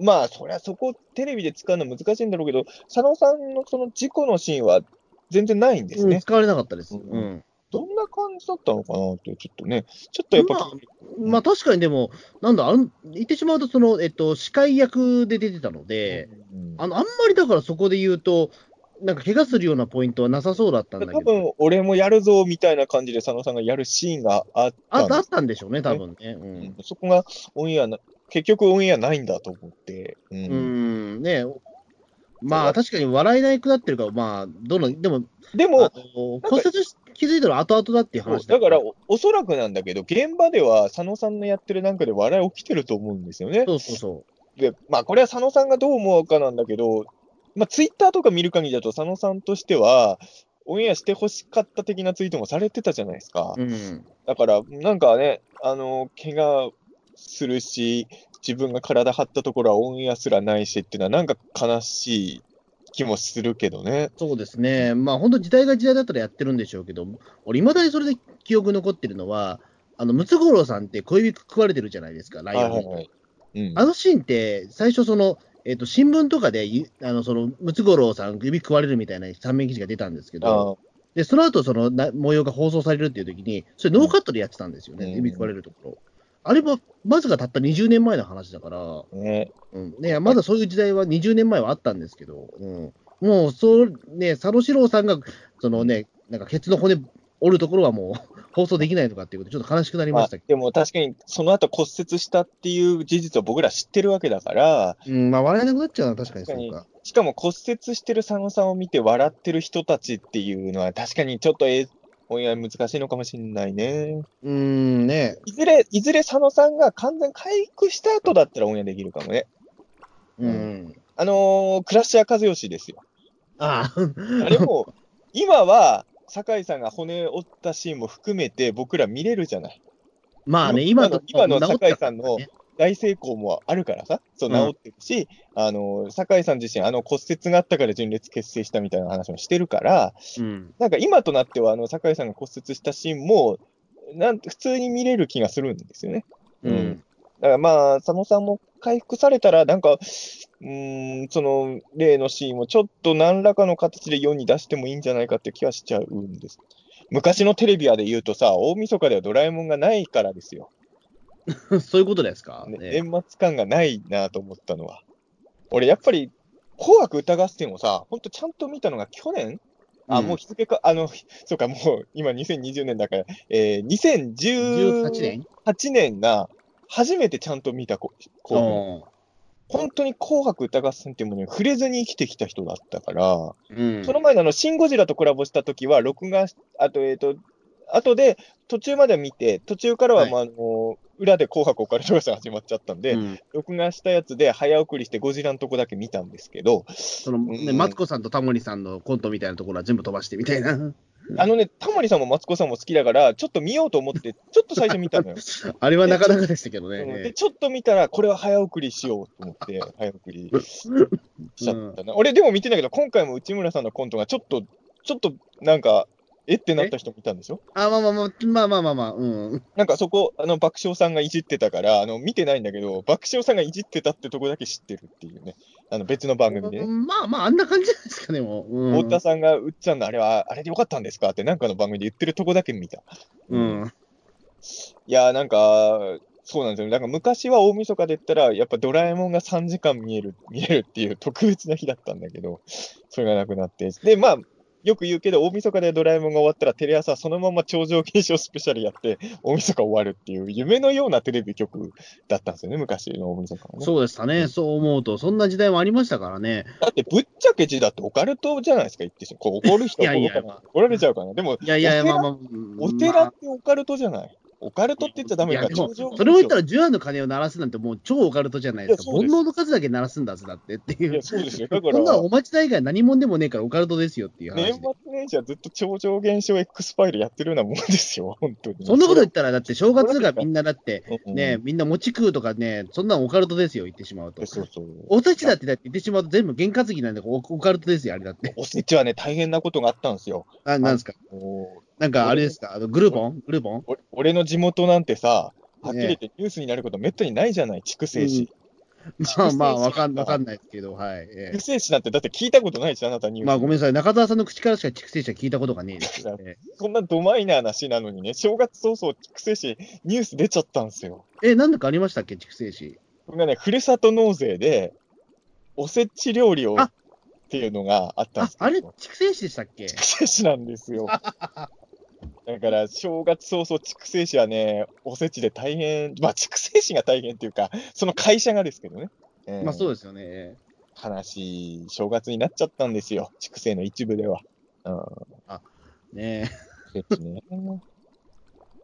[SPEAKER 2] まあ、そりゃそこ、テレビで使うの難しいんだろうけど、佐野さんのその事故のシーンは全然ないんです
[SPEAKER 1] うん
[SPEAKER 2] ね。
[SPEAKER 1] 使われなかったです。う
[SPEAKER 2] うん
[SPEAKER 1] ん。
[SPEAKER 2] どんな感じだったのかなって、ちょっとね、ちょっとやっぱ、
[SPEAKER 1] まあ確かにでも、なんだ、あの言ってしまうと、その、えっと、司会役で出てたので、
[SPEAKER 2] うん
[SPEAKER 1] あの、あんまりだからそこで言うと、なんか怪我するようなポイントはなさそうだったんだけ
[SPEAKER 2] 多
[SPEAKER 1] ど、
[SPEAKER 2] 分俺もやるぞみたいな感じで佐野さんがやるシーンがあった
[SPEAKER 1] あ
[SPEAKER 2] んで
[SPEAKER 1] あっ
[SPEAKER 2] す
[SPEAKER 1] たんでしょうね、多分ね。
[SPEAKER 2] う
[SPEAKER 1] うん
[SPEAKER 2] んそこがオンエアな、結局オンエアないんだと思って、う
[SPEAKER 1] うんん、ねまあ確かに笑えないくなってるから、まあ、どの、でも、
[SPEAKER 2] で
[SPEAKER 1] あの
[SPEAKER 2] も、
[SPEAKER 1] 骨折し気づいたら後々だっていう話
[SPEAKER 2] だから
[SPEAKER 1] そ
[SPEAKER 2] おおそらくなんだけど、現場では佐野さんのやってるなんかで笑い起きてると思うんですよね。
[SPEAKER 1] うそうそう。
[SPEAKER 2] で、まあ、これは佐野さんがどう思うかなんだけど、まあ、ツイッターとか見る限りだと、佐野さんとしては、オンエアしてほしかった的なツイートもされてたじゃないですか。
[SPEAKER 1] うん
[SPEAKER 2] だから、なんかね、あの、怪我するし、自分が体張ったところはオンエアすらないしっていうのは、なんか悲しい気もするけどね。
[SPEAKER 1] そうですね、まあ本当、時代が時代だったらやってるんでしょうけど、俺、いまだにそれで記憶残ってるのは、あのムツゴロウさんって小指食われてるじゃないですか、ライオンに。
[SPEAKER 2] い。うん。
[SPEAKER 1] あのシーンって、最初その、えっと新聞とかでゆあのそのムツゴロウさん、指食われるみたいな三面記事が出たんですけど、
[SPEAKER 2] あ
[SPEAKER 1] でその後そのな模様が放送されるっていう時に、それ、ノーカットでやってたんですよね、
[SPEAKER 2] うん
[SPEAKER 1] 指食われるところ。あれも、まずがたった20年前の話だから。
[SPEAKER 2] あ、ね。
[SPEAKER 1] うんね、まだそういう時代は20年前はあったんですけど、うん、もうそう、ね、佐野史郎さんがその、ね、なんかケツの骨折るところはもう 放送できないとかっていうことで、ちょっと悲しくなり
[SPEAKER 2] ま
[SPEAKER 1] ま
[SPEAKER 2] あ
[SPEAKER 1] したけ
[SPEAKER 2] でも確かに、その後骨折したっていう事実を僕ら知ってるわけだから、
[SPEAKER 1] ど、うんまあ、笑えなくなっちゃうな、確かにそうか。
[SPEAKER 2] しかも骨折してる佐野さんを見て笑ってる人たちっていうのは確かにちょっとえオンエア難しいのかもしれないね。
[SPEAKER 1] うんね、
[SPEAKER 2] いずれ、いずれ佐野さんが完全回復した後だったらオンエアできるかもね。
[SPEAKER 1] うん、
[SPEAKER 2] あのークラッシャー和義ですよ。
[SPEAKER 1] あ あ、
[SPEAKER 2] あれも、今は、酒井さんが骨折ったシーンも含めて僕ら見れるじゃない。
[SPEAKER 1] まあね、今の
[SPEAKER 2] 今の
[SPEAKER 1] 治っ
[SPEAKER 2] 酒井さんの
[SPEAKER 1] ね
[SPEAKER 2] 大成功もあるからさ、そう治ってるし、あの、酒井さん自身、あの骨折があったから純烈結成したみたいな話もしてるから、
[SPEAKER 1] うん。
[SPEAKER 2] なんか今となっては、あの、酒井さんが骨折したシーンも、なん普通に見れる気がするんですよね。
[SPEAKER 1] うん。
[SPEAKER 2] だからまあ、佐野さんも回復されたら、なんか、うーん、その、例のシーンもちょっと何らかの形で世に出してもいいんじゃないかって気はしちゃうんです。昔のテレビ屋で言うとさ、大晦日ではドラえもんがないからですよ。
[SPEAKER 1] そういうことですか、
[SPEAKER 2] ね
[SPEAKER 1] ね
[SPEAKER 2] 年末感がないなと思ったのは。俺、やっぱり、紅白歌合戦をさ、ほんとちゃんと見たのが去年あ、
[SPEAKER 1] ん
[SPEAKER 2] もう日付か、あの、 そうか、もう今2020年だから、えー、
[SPEAKER 1] 18
[SPEAKER 2] 2018
[SPEAKER 1] 年
[SPEAKER 2] 年が初めてちゃんと見たこ紅白
[SPEAKER 1] お
[SPEAKER 2] 本当に紅白歌合戦っていうものに触れずに生きてきた人だったから、
[SPEAKER 1] ーうん。
[SPEAKER 2] その前のあの、シン・ゴジラとコラボした時は、録画し、あと、えっ、と、後で、途中までは見て、途中からは、
[SPEAKER 1] はい
[SPEAKER 2] まあ、あの、裏で紅白オカルト合戦始まっちゃったんで、
[SPEAKER 1] うん
[SPEAKER 2] 録画したやつで早送りしてゴジラのとこだけ見たんですけど、
[SPEAKER 1] そのね、
[SPEAKER 2] うん
[SPEAKER 1] マツコさんとタモリさんのコントみたいなところは全部飛ばしてみたいな。
[SPEAKER 2] あのね、タモリさんもマツコさんも好きだから、ちょっと見ようと思って、ちょっと最初見たのよ。
[SPEAKER 1] あれはなかなかでしたけど
[SPEAKER 2] うんで、
[SPEAKER 1] ね。
[SPEAKER 2] ちょっと見たら、これは早送りしようと思 って、早送りしちゃったな。俺、でも見てないけど、今回も内村さんのコントがちょっと、ちょっとなんか、えってなった人もいたんでしょ
[SPEAKER 1] あ、まあまあまあ、まあまあまあまあ、うん。
[SPEAKER 2] なんかそこ、あの、爆笑さんがいじってたから、あの、見てないんだけど、爆笑さんがいじってたってとこだけ知ってるっていうね。あの、別の番組でね。
[SPEAKER 1] まあまあ、あんな感じじゃないですかね、もう。うん、
[SPEAKER 2] 太田さんが、うっちゃんのあれは、あれでよかったんですかって、なんかの番組で言ってるとこだけ見た。
[SPEAKER 1] うん。
[SPEAKER 2] いやーなんか、そうなんですよね。なんか昔は大晦日で言ったら、やっぱドラえもんが3時間見える、 見れるっていう特別な日だったんだけど、それがなくなって。で、まあ、よく言うけど、大晦日でドラえもんが終わったら、テレ朝はそのまま頂上検証スペシャルやって、大晦日終わるっていう、夢のようなテレビ局だったんですよね、昔の大晦日はね。
[SPEAKER 1] そうでしたね、そう思うと、そんな時代もありましたからね。
[SPEAKER 2] だって、ぶっちゃけ時だってオカルトじゃないですか、言ってしまう。こう怒る人
[SPEAKER 1] い
[SPEAKER 2] は
[SPEAKER 1] やいや
[SPEAKER 2] 怒るかな怒られちゃうかな。でも、
[SPEAKER 1] いやいや、
[SPEAKER 2] お寺
[SPEAKER 1] まあまあ、
[SPEAKER 2] お
[SPEAKER 1] ま
[SPEAKER 2] 寺
[SPEAKER 1] あ
[SPEAKER 2] ってオカルトじゃない。オカルトって言っちゃダメ
[SPEAKER 1] いや
[SPEAKER 2] か、
[SPEAKER 1] でも
[SPEAKER 2] 頂上
[SPEAKER 1] それを言っ
[SPEAKER 2] 検証
[SPEAKER 1] たら、10安の鐘を鳴らすなんて、もう超オカルトじゃないですか。
[SPEAKER 2] いやそ
[SPEAKER 1] 煩
[SPEAKER 2] うです
[SPEAKER 1] 悩の数だけ鳴らすんだぜ、だってってい
[SPEAKER 2] いうや、。そうですよ。だか
[SPEAKER 1] こ
[SPEAKER 2] ら。
[SPEAKER 1] んなのお待ち代以外何もんでもねえからオカルトですよっていう
[SPEAKER 2] 年
[SPEAKER 1] 話で。
[SPEAKER 2] 末年始はずっと超常現象 X ファイルやってるようなもんですよ、本当に。
[SPEAKER 1] そんなこと言ったら、だって正月がみんなだって、
[SPEAKER 2] うん
[SPEAKER 1] ね、みんな餅食うとかね、そんなのオカルトですよ、言ってしまうと
[SPEAKER 2] うん。そうそう。
[SPEAKER 1] おせちだってだって言ってしまうと全部験担ぎなんで、おオカルトですよ、あれだって。
[SPEAKER 2] おせちはね、大変なことがあったんですよ。
[SPEAKER 1] あなんですか
[SPEAKER 2] おー
[SPEAKER 1] なんかあれですかあのグルボングルボン
[SPEAKER 2] お俺の地元なんてさ、はっきり言ってニュースになることめったにないじゃない、筑西市。
[SPEAKER 1] ま あまあ、わかんわかんないですけど、はい。ええ
[SPEAKER 2] 筑西市なんてだって聞いたことないし、あなたニュース。
[SPEAKER 1] まあごめんなさい、中澤さんの口からしか畜生者聞いたことがねえ です。え
[SPEAKER 2] そんなドマイナーな市なのにね、正月早々筑西市ニュース出ちゃったんですよ。
[SPEAKER 1] ええ、何度かありましたっけ、畜生師。
[SPEAKER 2] これがね、ふるさと納税で、おせち料理を
[SPEAKER 1] あ
[SPEAKER 2] っていうのがあったん
[SPEAKER 1] あ
[SPEAKER 2] です、けど。
[SPEAKER 1] あれ、畜生師でしたっけ
[SPEAKER 2] 筑西市なんですよ。だから、正月早々、筑西市はね、おせちで大変、まあ、筑西市が大変っていうか、その会社がですけどね。えー
[SPEAKER 1] まあそうですよね。ええ
[SPEAKER 2] 悲しい正月になっちゃったんですよ、筑西の一部では。うん、お
[SPEAKER 1] ねえ。
[SPEAKER 2] せ ちね。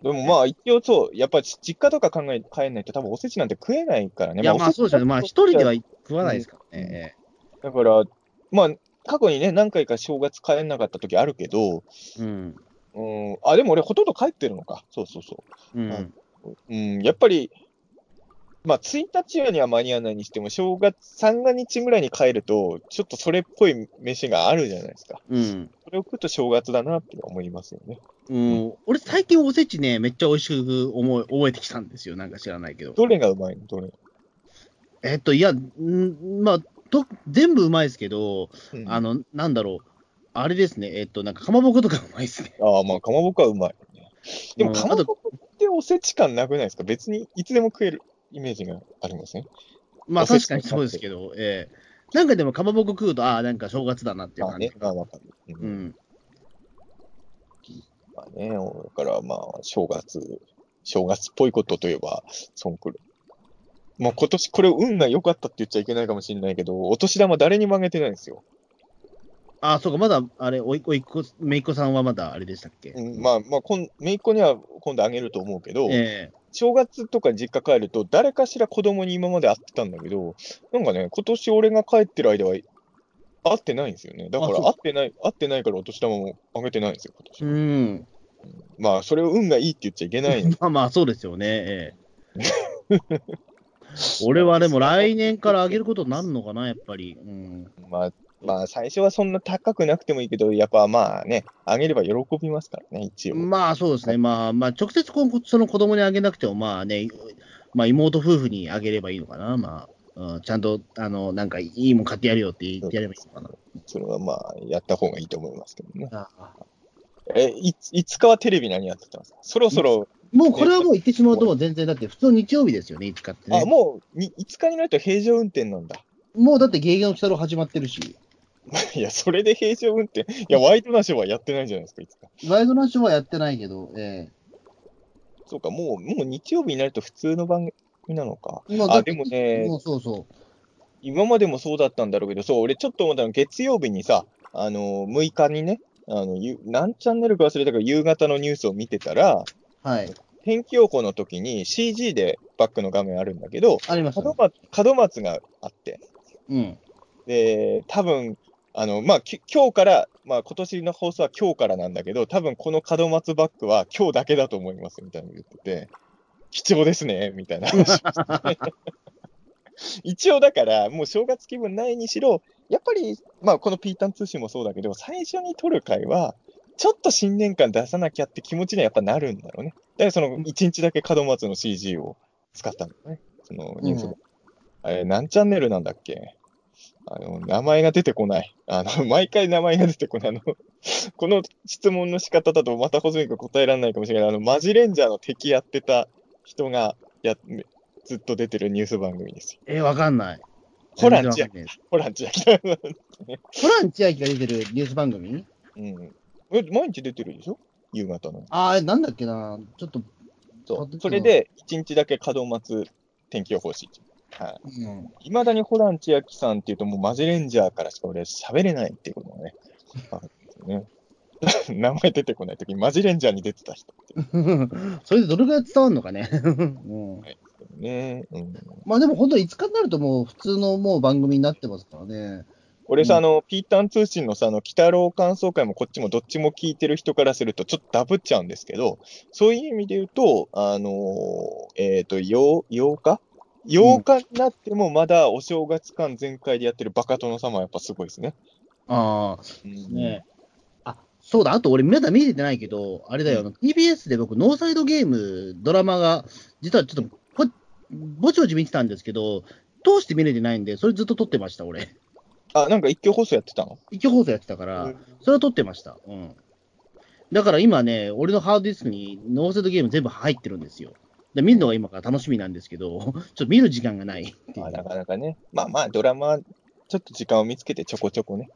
[SPEAKER 2] でもまあ、一応そう、やっぱり実家とか考え帰んないと、多分おせちなんて食えないからね。
[SPEAKER 1] いや、まあ
[SPEAKER 2] おせ
[SPEAKER 1] そう
[SPEAKER 2] ち
[SPEAKER 1] ですよね。まあ一人では食わないですから
[SPEAKER 2] うん
[SPEAKER 1] ね。
[SPEAKER 2] だから、まあ、過去にね、何回か正月帰んなかった時あるけど、
[SPEAKER 1] ええうん。
[SPEAKER 2] うん、あ、でも俺、ほとんど帰ってるのか。そうそうそう。
[SPEAKER 1] う
[SPEAKER 2] は
[SPEAKER 1] ん
[SPEAKER 2] い。うん、やっぱり、まあ、1日には間に合わないにしても、正月、三が日ぐらいに帰ると、ちょっとそれっぽい飯があるじゃないですか。
[SPEAKER 1] うん。
[SPEAKER 2] それを食うと正月だなって思いますよね。
[SPEAKER 1] うん、俺、最近おせちね、めっちゃ美味しく思い覚えてきたんですよ、なんか知らないけど。
[SPEAKER 2] どれがうまいのどれ、
[SPEAKER 1] えっと、いや、んまあと、全部うまいですけど、
[SPEAKER 2] うん
[SPEAKER 1] あ、の、なんだろう、あれですね、えっと、なんかかまぼことかうまいですね。
[SPEAKER 2] ああ、まあ、かまぼこはうまいよね。でも、
[SPEAKER 1] うん
[SPEAKER 2] かまぼこっておせち感なくないですか別にいつでも食えるイメージがありません
[SPEAKER 1] まあ、
[SPEAKER 2] おせ
[SPEAKER 1] 確
[SPEAKER 2] ち
[SPEAKER 1] かにそうですけど、ええなんかでもかまぼこ食うと、ああ、なんか正月だなっていう
[SPEAKER 2] まあ
[SPEAKER 1] 感じ
[SPEAKER 2] ね。、まあ、わかる。うん
[SPEAKER 1] うん。
[SPEAKER 2] まあね、だからまあ、正月、正月っぽいことといえば、そんくる。もう今年これ運が良かったって言っちゃいけないかもしれないけど、お年玉誰にもあげてないんですよ。
[SPEAKER 1] ああ、そうか、まだ、あれ、おいおいっ子、めいっ子さんはまだあれでしたっけ。
[SPEAKER 2] うん、まあまあ、こん、姪っ子には今度あげると思うけど、
[SPEAKER 1] ええ
[SPEAKER 2] 正月とか実家帰ると、誰かしら子供に今まで会ってたんだけど、なんかね、今年俺が帰ってる間は会ってないんですよね。だか
[SPEAKER 1] あそ
[SPEAKER 2] ら
[SPEAKER 1] う
[SPEAKER 2] 会ってない、会ってないからお年玉もあげてないんですよ、今年。
[SPEAKER 1] うん。
[SPEAKER 2] まあ、それを運がいいって言っちゃいけないの
[SPEAKER 1] まあまあ、そうですよね。ええ俺はでも来年から上げることになるのかな、やっぱり。うん、
[SPEAKER 2] まあ、まあ、最初はそんな高くなくてもいいけど、やっぱまあね、上げれば喜びますからね、一応。
[SPEAKER 1] まあそうですね、まあ、まあ、直接こうその子供にあげなくても、まあね、まあ、妹夫婦にあげればいいのかな、まあ、うん、ちゃんとあのなんかいいもん買ってやるよって言ってやればいいのかな。
[SPEAKER 2] それはまあ、やった方がいいと思いますけどね。
[SPEAKER 1] ああ
[SPEAKER 2] え、いついつかはテレビ何やってたんですかそろそろ、
[SPEAKER 1] もうこれはもう言ってしまうと、もう全然、だって普通日曜日ですよね、いつかってね。
[SPEAKER 2] あ、もうに5日になると平常運転なんだ。
[SPEAKER 1] もうだって、芸能鬼太郎始まってるし、
[SPEAKER 2] いや、それで平常運転。いや、ワイドナショーはやってないじゃないですか、いつか。
[SPEAKER 1] ワイドナショーはやってないけど、え
[SPEAKER 2] そうか、もう、もう日曜日になると普通の番組なのか。
[SPEAKER 1] え今だ
[SPEAKER 2] あ、
[SPEAKER 1] って
[SPEAKER 2] でもね、
[SPEAKER 1] もうそうそう。
[SPEAKER 2] 今までもそうだったんだろうけど、そう、俺ちょっと思ったのは月曜日にさ、あの、6日にね、あの、ゆ何チャンネルか忘れたけど、夕方のニュースを見てたら、
[SPEAKER 1] はい。
[SPEAKER 2] 天気予報の時に CG でバックの画面あるんだけど、
[SPEAKER 1] あります、ね
[SPEAKER 2] 門。松門松があって、
[SPEAKER 1] うん。
[SPEAKER 2] で、多分あの、まあ、き今日から、まあ、今年の放送は今日からなんだけど、多分この門松バックは今日だけだと思いますみたいなの言ってて、貴重ですね、みたいな話をしてて一応だから、もう正月気分ないにしろ、やっぱり、まあ、このピータン通信もそうだけど、最初に撮る回は、ちょっと新年感出さなきゃって気持ちにはやっぱなるんだろうね。だからその1日だけ門松の CG を使ったんだよね。そのニュースで。
[SPEAKER 1] うん
[SPEAKER 2] あれ、何チャンネルなんだっけあの、名前が出てこない。あの、 毎回名前が出てこない。あの、 この質問の仕方だとまた細井君答えられないかもしれない。あの、マジレンジャーの敵やってた人がや、ずっと出てるニュース番組ですよ。
[SPEAKER 1] え、わかんない。
[SPEAKER 2] ホラン千
[SPEAKER 1] 全然わかんない
[SPEAKER 2] 秋。
[SPEAKER 1] です
[SPEAKER 2] ホラン千秋。
[SPEAKER 1] ホラン千秋が出てるニュース番組
[SPEAKER 2] うん。え、毎日出てるでしょ夕方の。
[SPEAKER 1] ああ、なんだっけな。ちょっと、
[SPEAKER 2] そ
[SPEAKER 1] あ出て
[SPEAKER 2] う。
[SPEAKER 1] る
[SPEAKER 2] それで、1日だけ門松天気予報士。
[SPEAKER 1] うん。
[SPEAKER 2] いまだにホラン千秋さんっていうと、もうマジレンジャーからしか俺喋れないっていうことがね。あるんですよね 名前出てこないときにマジレンジャーに出てた人っていう
[SPEAKER 1] それでどれくらい伝わるのかね。 うん、
[SPEAKER 2] ね。うん、
[SPEAKER 1] まあでも本当5日になるともう普通のもう番組になってますからね。
[SPEAKER 2] 俺さ、
[SPEAKER 1] うん
[SPEAKER 2] あの、ピーターン通信のさ、あの、北郎感想会もこっちもどっちも聞いてる人からするとちょっとダブっちゃうんですけど、そういう意味で言うと、あのーえっ、と、8, 8日 ?8 日になってもまだお正月間全開でやってるバカ殿様はやっぱすごいですね。
[SPEAKER 1] ああ、
[SPEAKER 2] うん
[SPEAKER 1] ねえ。あ、そうだ。あと俺、まだ見れてないけど、あれだよ。あの TBS で僕、ノーサイドゲーム、ドラマが、実はちょっとぼ、ぼちぼち見てたんですけど、通して見れてないんで、それずっと撮ってました、俺。
[SPEAKER 2] あ、なんか一挙放送やってたの
[SPEAKER 1] 一挙放送やってたから。それは撮ってました。うん。だから今ね、俺のハードディスクにノーセットゲーム全部入ってるんですよ。で見るのが今から楽しみなんですけど、 ちょっと見る時間がないってい
[SPEAKER 2] まあ、
[SPEAKER 1] う
[SPEAKER 2] なかなかね、まあまあ、ドラマ、ちょっと時間を見つけてちょこちょこね、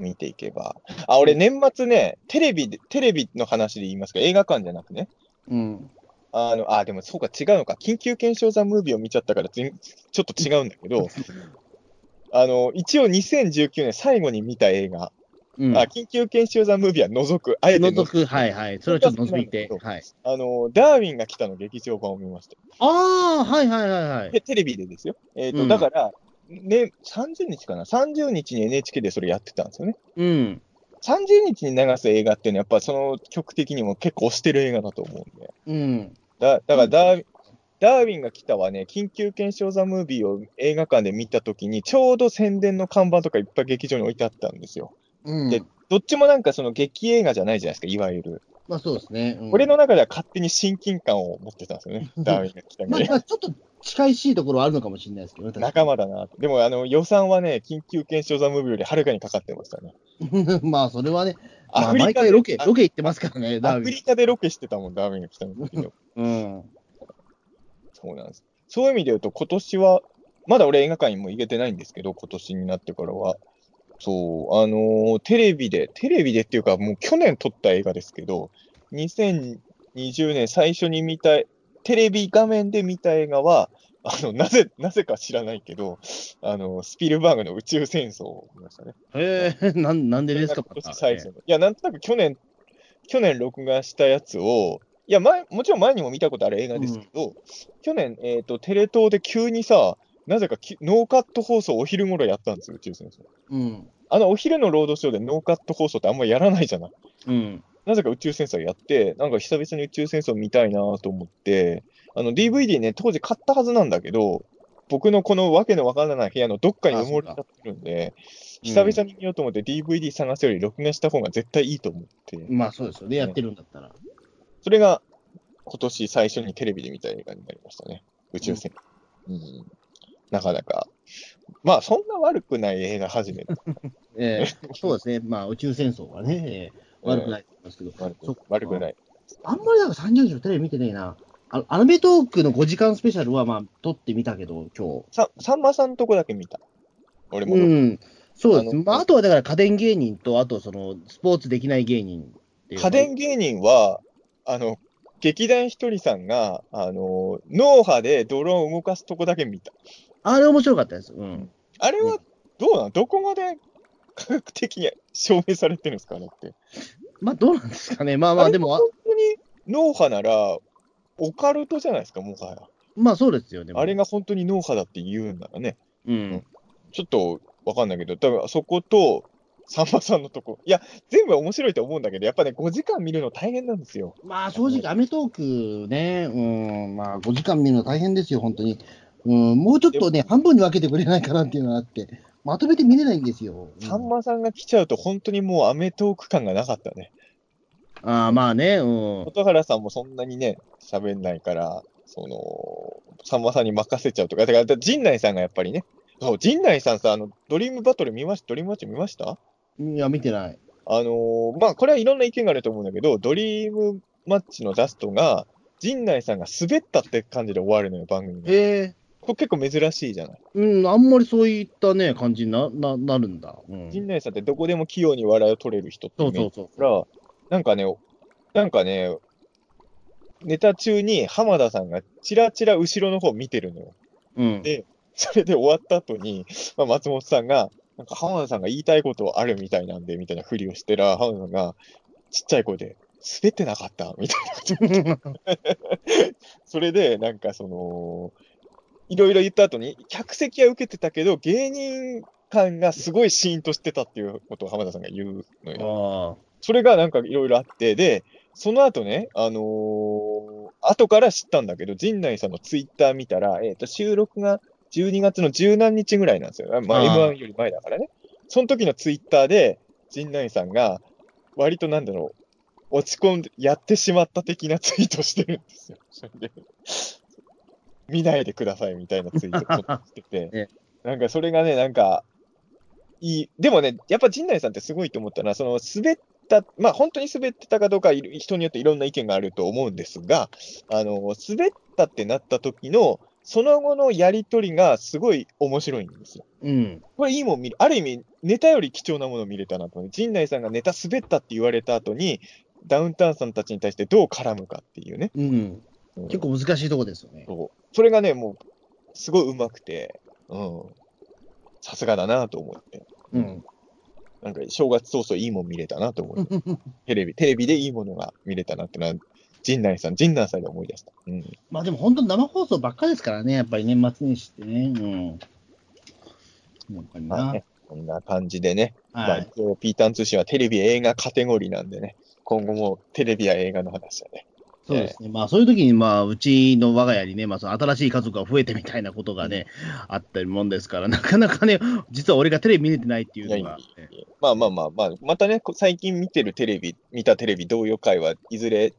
[SPEAKER 2] 見ていけば。あ、俺、年末ね、テレビで、テレビの話で言いますか、映画館じゃなくね。
[SPEAKER 1] うん。
[SPEAKER 2] あの、あ、でもそうか、違うのか。緊急検証ザムービーを見ちゃったから、全ちょっと違うんだ けど、あの、一応2019年最後に見た映画、
[SPEAKER 1] うん。
[SPEAKER 2] あ、緊急検証ザムービーは除く、あえて除
[SPEAKER 1] 覗
[SPEAKER 2] く。
[SPEAKER 1] く、はいはい。それはちょっと覗いて
[SPEAKER 2] そう。
[SPEAKER 1] はい。
[SPEAKER 2] あの、ダーウィンが来たの劇場版を見ました。
[SPEAKER 1] ああ、はいはいはいはい。
[SPEAKER 2] でテレビでですよ。えっ、と、
[SPEAKER 1] うん
[SPEAKER 2] だから、ね、30日かな ?30 日に NHK でそれやってたんですよね。
[SPEAKER 1] うん。
[SPEAKER 2] 30日に流す映画っていうのは、やっぱその曲的にも結構推してる映画だと思うんで。
[SPEAKER 1] うん。
[SPEAKER 2] だだからダー、ダーウィンが来たはね、緊急検証ザムービーを映画館で見たときに、ちょうど宣伝の看板とかいっぱい劇場に置いてあったんですよ。
[SPEAKER 1] うん。
[SPEAKER 2] でどっちもなんかその劇映画じゃないじゃないですか、いわゆる。
[SPEAKER 1] まあそうですね。うん
[SPEAKER 2] 俺の中では勝手に親近感を持ってたんですよね、ダーウィンが来た
[SPEAKER 1] ま
[SPEAKER 2] が
[SPEAKER 1] あ、
[SPEAKER 2] ね
[SPEAKER 1] まあちょっと近いしいところはあるのかもしれないですけどね、確か
[SPEAKER 2] 仲間だなと。でもあの予算はね、緊急検証ザムービーよりはるかにかかってましたね。
[SPEAKER 1] に まあそれはね、ま
[SPEAKER 2] ア
[SPEAKER 1] あ、
[SPEAKER 2] フリ
[SPEAKER 1] 毎
[SPEAKER 2] カ
[SPEAKER 1] 回
[SPEAKER 2] で
[SPEAKER 1] ロケ、ロケ行ってますからね、
[SPEAKER 2] ア
[SPEAKER 1] ダー
[SPEAKER 2] フ
[SPEAKER 1] ウィン。
[SPEAKER 2] リカでロケしてたもん、ダーウィンが来たの時の。
[SPEAKER 1] うん。
[SPEAKER 2] そうなんです。そういう意味で言うと、今年は、まだ俺映画館にも行けてないんですけど、今年になってからは。そう、あのーテレビで、テレビでっていうか、もう去年撮った映画ですけど、2020年最初に見た、テレビ画面で見た映画は、あの、なぜ、なぜか知らないけど、あの、スピルバーグの宇宙戦争を見ましたね。
[SPEAKER 1] へえ、 なんなんでですか、
[SPEAKER 2] 今
[SPEAKER 1] ま
[SPEAKER 2] 年
[SPEAKER 1] た
[SPEAKER 2] 最初のいや、なんとなく去年、去年録画したやつを、いや前、もちろん前にも見たことある映画ですけど、去年、えーと、テレ東で急にさ、なぜかきノーカット放送をお昼頃やったんですよ、宇宙戦争。
[SPEAKER 1] うん。
[SPEAKER 2] あの、お昼の労働ショーでノーカット放送ってあんまやらないじゃない。
[SPEAKER 1] うん。
[SPEAKER 2] なぜか宇宙戦争やって、なんか久々に宇宙戦争見たいなと思って、あの、DVD ね、当時買ったはずなんだけど、僕のこのわけのわからない部屋のどっかに埋もれち
[SPEAKER 1] あ
[SPEAKER 2] ゃ
[SPEAKER 1] そ
[SPEAKER 2] ってるんで、
[SPEAKER 1] うん
[SPEAKER 2] 久々に見ようと思って DVD 探すより録画した方が絶対いいと思って、
[SPEAKER 1] まあそうですよね、やってるんだったら。
[SPEAKER 2] それが今年最初にテレビで見た映画になりましたね。宇宙船。うん。なかなか。まあ、そんな悪くない映画始めた。
[SPEAKER 1] ええそうですね、まあ宇宙戦争はね、ええ悪くないと思いますけど、
[SPEAKER 2] 悪
[SPEAKER 1] そっ
[SPEAKER 2] く
[SPEAKER 1] か
[SPEAKER 2] 悪くない。
[SPEAKER 1] あんまりなんか30日のテレビ見てねえな。あアルメトークの5時間スペシャルはまあ撮ってみたけど、今
[SPEAKER 2] ささんまさんのとこだけ見た。俺
[SPEAKER 1] 日。
[SPEAKER 2] も、
[SPEAKER 1] うん。そうです
[SPEAKER 2] あの
[SPEAKER 1] まあ、あとはだから家電芸人と、あとそのスポーツできない芸人っていう
[SPEAKER 2] 家電芸人は、あの、劇団ひとりさんが、あの、脳波でドローンを動かすとこだけ見た。
[SPEAKER 1] あれ面白かったです。うん。
[SPEAKER 2] あれ
[SPEAKER 1] う
[SPEAKER 2] はどうなんどこまで 科学的に証明されてるんですかねって。
[SPEAKER 1] まあどうなんですかね。まあまあ
[SPEAKER 2] れ
[SPEAKER 1] でも、あ
[SPEAKER 2] 本当に脳波なら、オカルトじゃないですか、もはや。
[SPEAKER 1] まあそうですよね。
[SPEAKER 2] あれが本当に脳波だって言うんならね。
[SPEAKER 1] うん。
[SPEAKER 2] ちょっとわかんないけど、だからそこと、さんまさんのとこ。いや、全部面白いと思うんだけど、やっぱね、5時間見るの大変なんですよ。
[SPEAKER 1] まあ正直、アメトークね、うん、まあ5時間見るの大変ですよ、本当に。うん、もうちょっとね、半分に分けてくれないかなっていうのがあって、まとめて見れないんですよ。うん
[SPEAKER 2] さんまさんが来ちゃうと、本当にもうアメトーク感がなかったね。
[SPEAKER 1] ああ、まあね、うん。
[SPEAKER 2] 蛍原さんもそんなにね、喋んないから、その、さんまさんに任せちゃうとか、だから、陣内さんがやっぱりね、そう、陣内さんさ、あの、ドリームバトル見ました、ドリームマッチ見ました
[SPEAKER 1] いや、見てない。
[SPEAKER 2] あのーまあ、これはいろんな意見があると思うんだけど、ドリームマッチのラストが、陣内さんが滑ったって感じで終わるのよ、番組が。こ
[SPEAKER 1] ええ
[SPEAKER 2] れ結構珍しいじゃない。
[SPEAKER 1] うん、あんまりそういったね、感じになななるんだ。うん、
[SPEAKER 2] 陣内さんってどこでも器用に笑いを取れる人って
[SPEAKER 1] そ
[SPEAKER 2] イ
[SPEAKER 1] う
[SPEAKER 2] メー
[SPEAKER 1] そう
[SPEAKER 2] ジ
[SPEAKER 1] そう。
[SPEAKER 2] だから、なんかね、なんかね、ネタ中に浜田さんがチラチラ後ろの方見てるのよ。
[SPEAKER 1] うん、
[SPEAKER 2] で それで終わった後に、まあ、松本さんが、なんか浜田さんが言いたいことあるみたいなんで、みたいなふりをしてら、浜田さんが、ちっちゃい声で、滑ってなかった、みたいなこと言って それで、なんかその、いろいろ言った後に、客席は受けてたけど、芸人感がすごいシーンとしてたっていうことを浜田さんが言うのよ。
[SPEAKER 1] ああ、
[SPEAKER 2] それがなんかいろいろあって、で、その後ね、あのー後から知ったんだけど、陣内さんのツイッター見たら、えっ、と、収録が12月の十何日ぐらいなんですよ。まあ、
[SPEAKER 1] あー、
[SPEAKER 2] M1 より前だからね。その時のツイッターで、陣内さんが、割となんだろう、落ち込んで、やってしまった的なツイートしてるんですよ。それで、見ないでくださいみたいなツイートをしてて
[SPEAKER 1] え
[SPEAKER 2] なんかそれがね、なんか、いい、でもね、やっぱ陣内さんってすごいと思ったのは、その滑った、まあ本当に滑ってたかどうかはいる、人によっていろんな意見があると思うんですが、あの、滑ったってなった時の、その後のやりとりがすごい面白いんですよ。
[SPEAKER 1] うん。
[SPEAKER 2] これいいもん見る。ある意味、ネタより貴重なものを見れたなと思う。陣内さんがネタ滑ったって言われた後に、ダウンタウンさんたちに対してどう絡むかっていうね。
[SPEAKER 1] うん。
[SPEAKER 2] うん
[SPEAKER 1] 結構難しいとこですよね。
[SPEAKER 2] そうそれがね、もう、すごい上手くて、うん。さすがだなと思って。
[SPEAKER 1] うん。
[SPEAKER 2] なんか、正月早々いいもん見れたなと思って。テレビ、テレビでいいものが見れたなってのは、陣内さん、陣内さんが思い出した。うん。
[SPEAKER 1] まあでも本当生放送ばっかですからね、やっぱり年末にしてね。うん。やっぱりな。
[SPEAKER 2] まあ
[SPEAKER 1] は
[SPEAKER 2] ね
[SPEAKER 1] い。、
[SPEAKER 2] こんな感じでね。まあ、一応、ピーターン通信はテレビ映画カテゴリーなんでね。今後もテレビや映画の話だね。
[SPEAKER 1] そうですね。まあそういう時に、まあうちの我が家にね、まあその新しい家族が増えてみたいなことがね、あったりもんですから、な かなかね、実は俺がテレビ見れてないっていうのが。ええ
[SPEAKER 2] まあまあまあまあ、またね、こ最近見てるテレビ、見たテレビ同様会はいずれ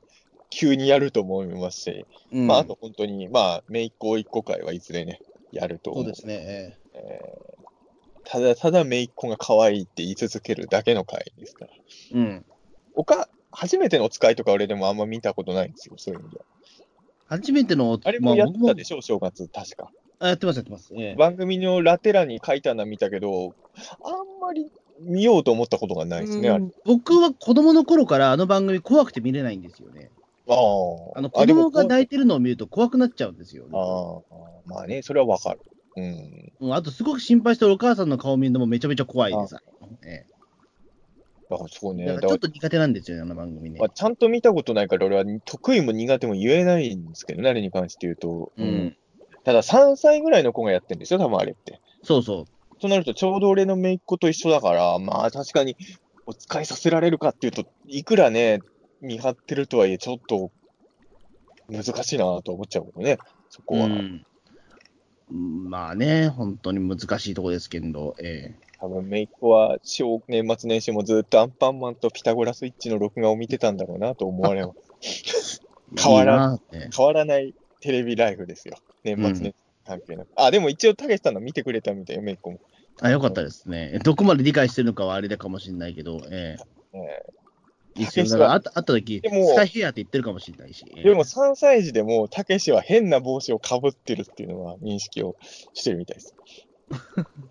[SPEAKER 2] 急にやると思いますし、
[SPEAKER 1] うん
[SPEAKER 2] まあ、あと本当に、まあ、めいっ子、おいっ子会はいずれね、やると
[SPEAKER 1] そ
[SPEAKER 2] 思
[SPEAKER 1] う
[SPEAKER 2] う。
[SPEAKER 1] ですね。ええ
[SPEAKER 2] ただ、ただめいっ子が可愛いって言い続けるだけの会ですから。
[SPEAKER 1] うん。
[SPEAKER 2] おか、初めてのお使いとか俺でもあんま見たことないんですよ、そういう意味では。
[SPEAKER 1] 初めての、
[SPEAKER 2] あれもやっ
[SPEAKER 1] まあ
[SPEAKER 2] てた
[SPEAKER 1] 僕
[SPEAKER 2] でしょ、正月、確か。
[SPEAKER 1] あやってます、やってます。ええ
[SPEAKER 2] 番組のラテラに書いたのは見たけど、あんまり見ようと思ったことがないですね、あれ。
[SPEAKER 1] うん僕は子供の頃からあの番組怖くて見れないんですよね。
[SPEAKER 2] ああ。
[SPEAKER 1] あの
[SPEAKER 2] あ
[SPEAKER 1] 子
[SPEAKER 2] で
[SPEAKER 1] 供
[SPEAKER 2] も
[SPEAKER 1] が抱いてるのを見ると怖くなっちゃうんですよ、
[SPEAKER 2] あーまあね、それはわかる。うん。
[SPEAKER 1] うんあとすごく心配してるお母さんの顔を見るのもめちゃめちゃ怖いです。え
[SPEAKER 2] だからそう
[SPEAKER 1] え
[SPEAKER 2] ね。
[SPEAKER 1] だか
[SPEAKER 2] だから
[SPEAKER 1] ちょ
[SPEAKER 2] ら
[SPEAKER 1] っと苦手なんですよね、あの番組ね
[SPEAKER 2] まあ、。ちゃんと見たことないから、俺は得意も苦手も言えないんですけどね、あれに関して言うと。
[SPEAKER 1] う
[SPEAKER 2] うん
[SPEAKER 1] ん、
[SPEAKER 2] ただ3歳ぐらいの子がやってるんですよ、多分あれって。
[SPEAKER 1] そうそ
[SPEAKER 2] となると、ちょうど俺の姪っ子と一緒だから、まあ確かに、お使いさせられるかっていうと、いくらね、見張ってるとはいえ、ちょっと、難しいなと思っちゃうけどね、そこ
[SPEAKER 1] う。
[SPEAKER 2] は。
[SPEAKER 1] うんまあね、本当に難しいとこですけど、え
[SPEAKER 2] 多分メイコは小年末年始もずっとアンパンマンとピタゴラスイッチの録画を見てたんだろうなと思われます。
[SPEAKER 1] え
[SPEAKER 2] 変わらん
[SPEAKER 1] いいなって
[SPEAKER 2] 変わらないテレビライフですよ。年末年始関係なく。あ、でも一応たけしさんの見てくれたみたいよ、メイコも。
[SPEAKER 1] あ、よかったですね。どこまで理解してるのかはあれだかもしれないけど、え
[SPEAKER 2] え
[SPEAKER 1] え一
[SPEAKER 2] たけ
[SPEAKER 1] 緒
[SPEAKER 2] し
[SPEAKER 1] だ
[SPEAKER 2] は
[SPEAKER 1] からあったあった時、
[SPEAKER 2] でも
[SPEAKER 1] スカイヘアって言ってるかもしれないし。ええ
[SPEAKER 2] えでも3歳児でも、たけしは変な帽子をかぶってるっていうのは認識をしてるみた いです。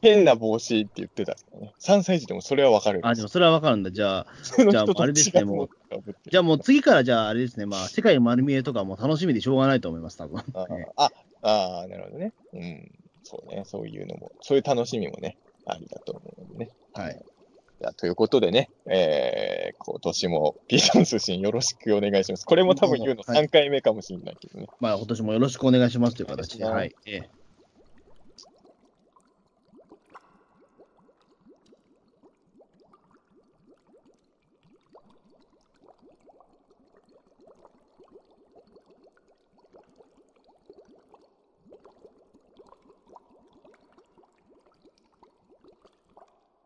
[SPEAKER 2] 変な帽子って言ってたんですよね。3歳児でもそれはわかる
[SPEAKER 1] あ、でもそれはわかるんだ。じゃあ、
[SPEAKER 2] 普通の
[SPEAKER 1] じゃあも
[SPEAKER 2] 人
[SPEAKER 1] うあ
[SPEAKER 2] と
[SPEAKER 1] れです
[SPEAKER 2] 違
[SPEAKER 1] ね
[SPEAKER 2] うも
[SPEAKER 1] も
[SPEAKER 2] の
[SPEAKER 1] う
[SPEAKER 2] かぶって
[SPEAKER 1] じゃあもう次からじゃああれですね、まあ、世界丸見えとかも楽しみでしょうがないと思います、多分。
[SPEAKER 2] あーあ、あーなるほどね。うん。そうね。そういうのも、そういう楽しみもね、ありだと思うのでね。
[SPEAKER 1] はい。
[SPEAKER 2] じゃあということでね、えー、今年もピータン通信よろしくお願いします。これも多分言うの
[SPEAKER 1] はい
[SPEAKER 2] 3回目かもしれないけどね。
[SPEAKER 1] まあ、今年もよろしくお願いしますという形で、
[SPEAKER 2] はい
[SPEAKER 1] はい。ええ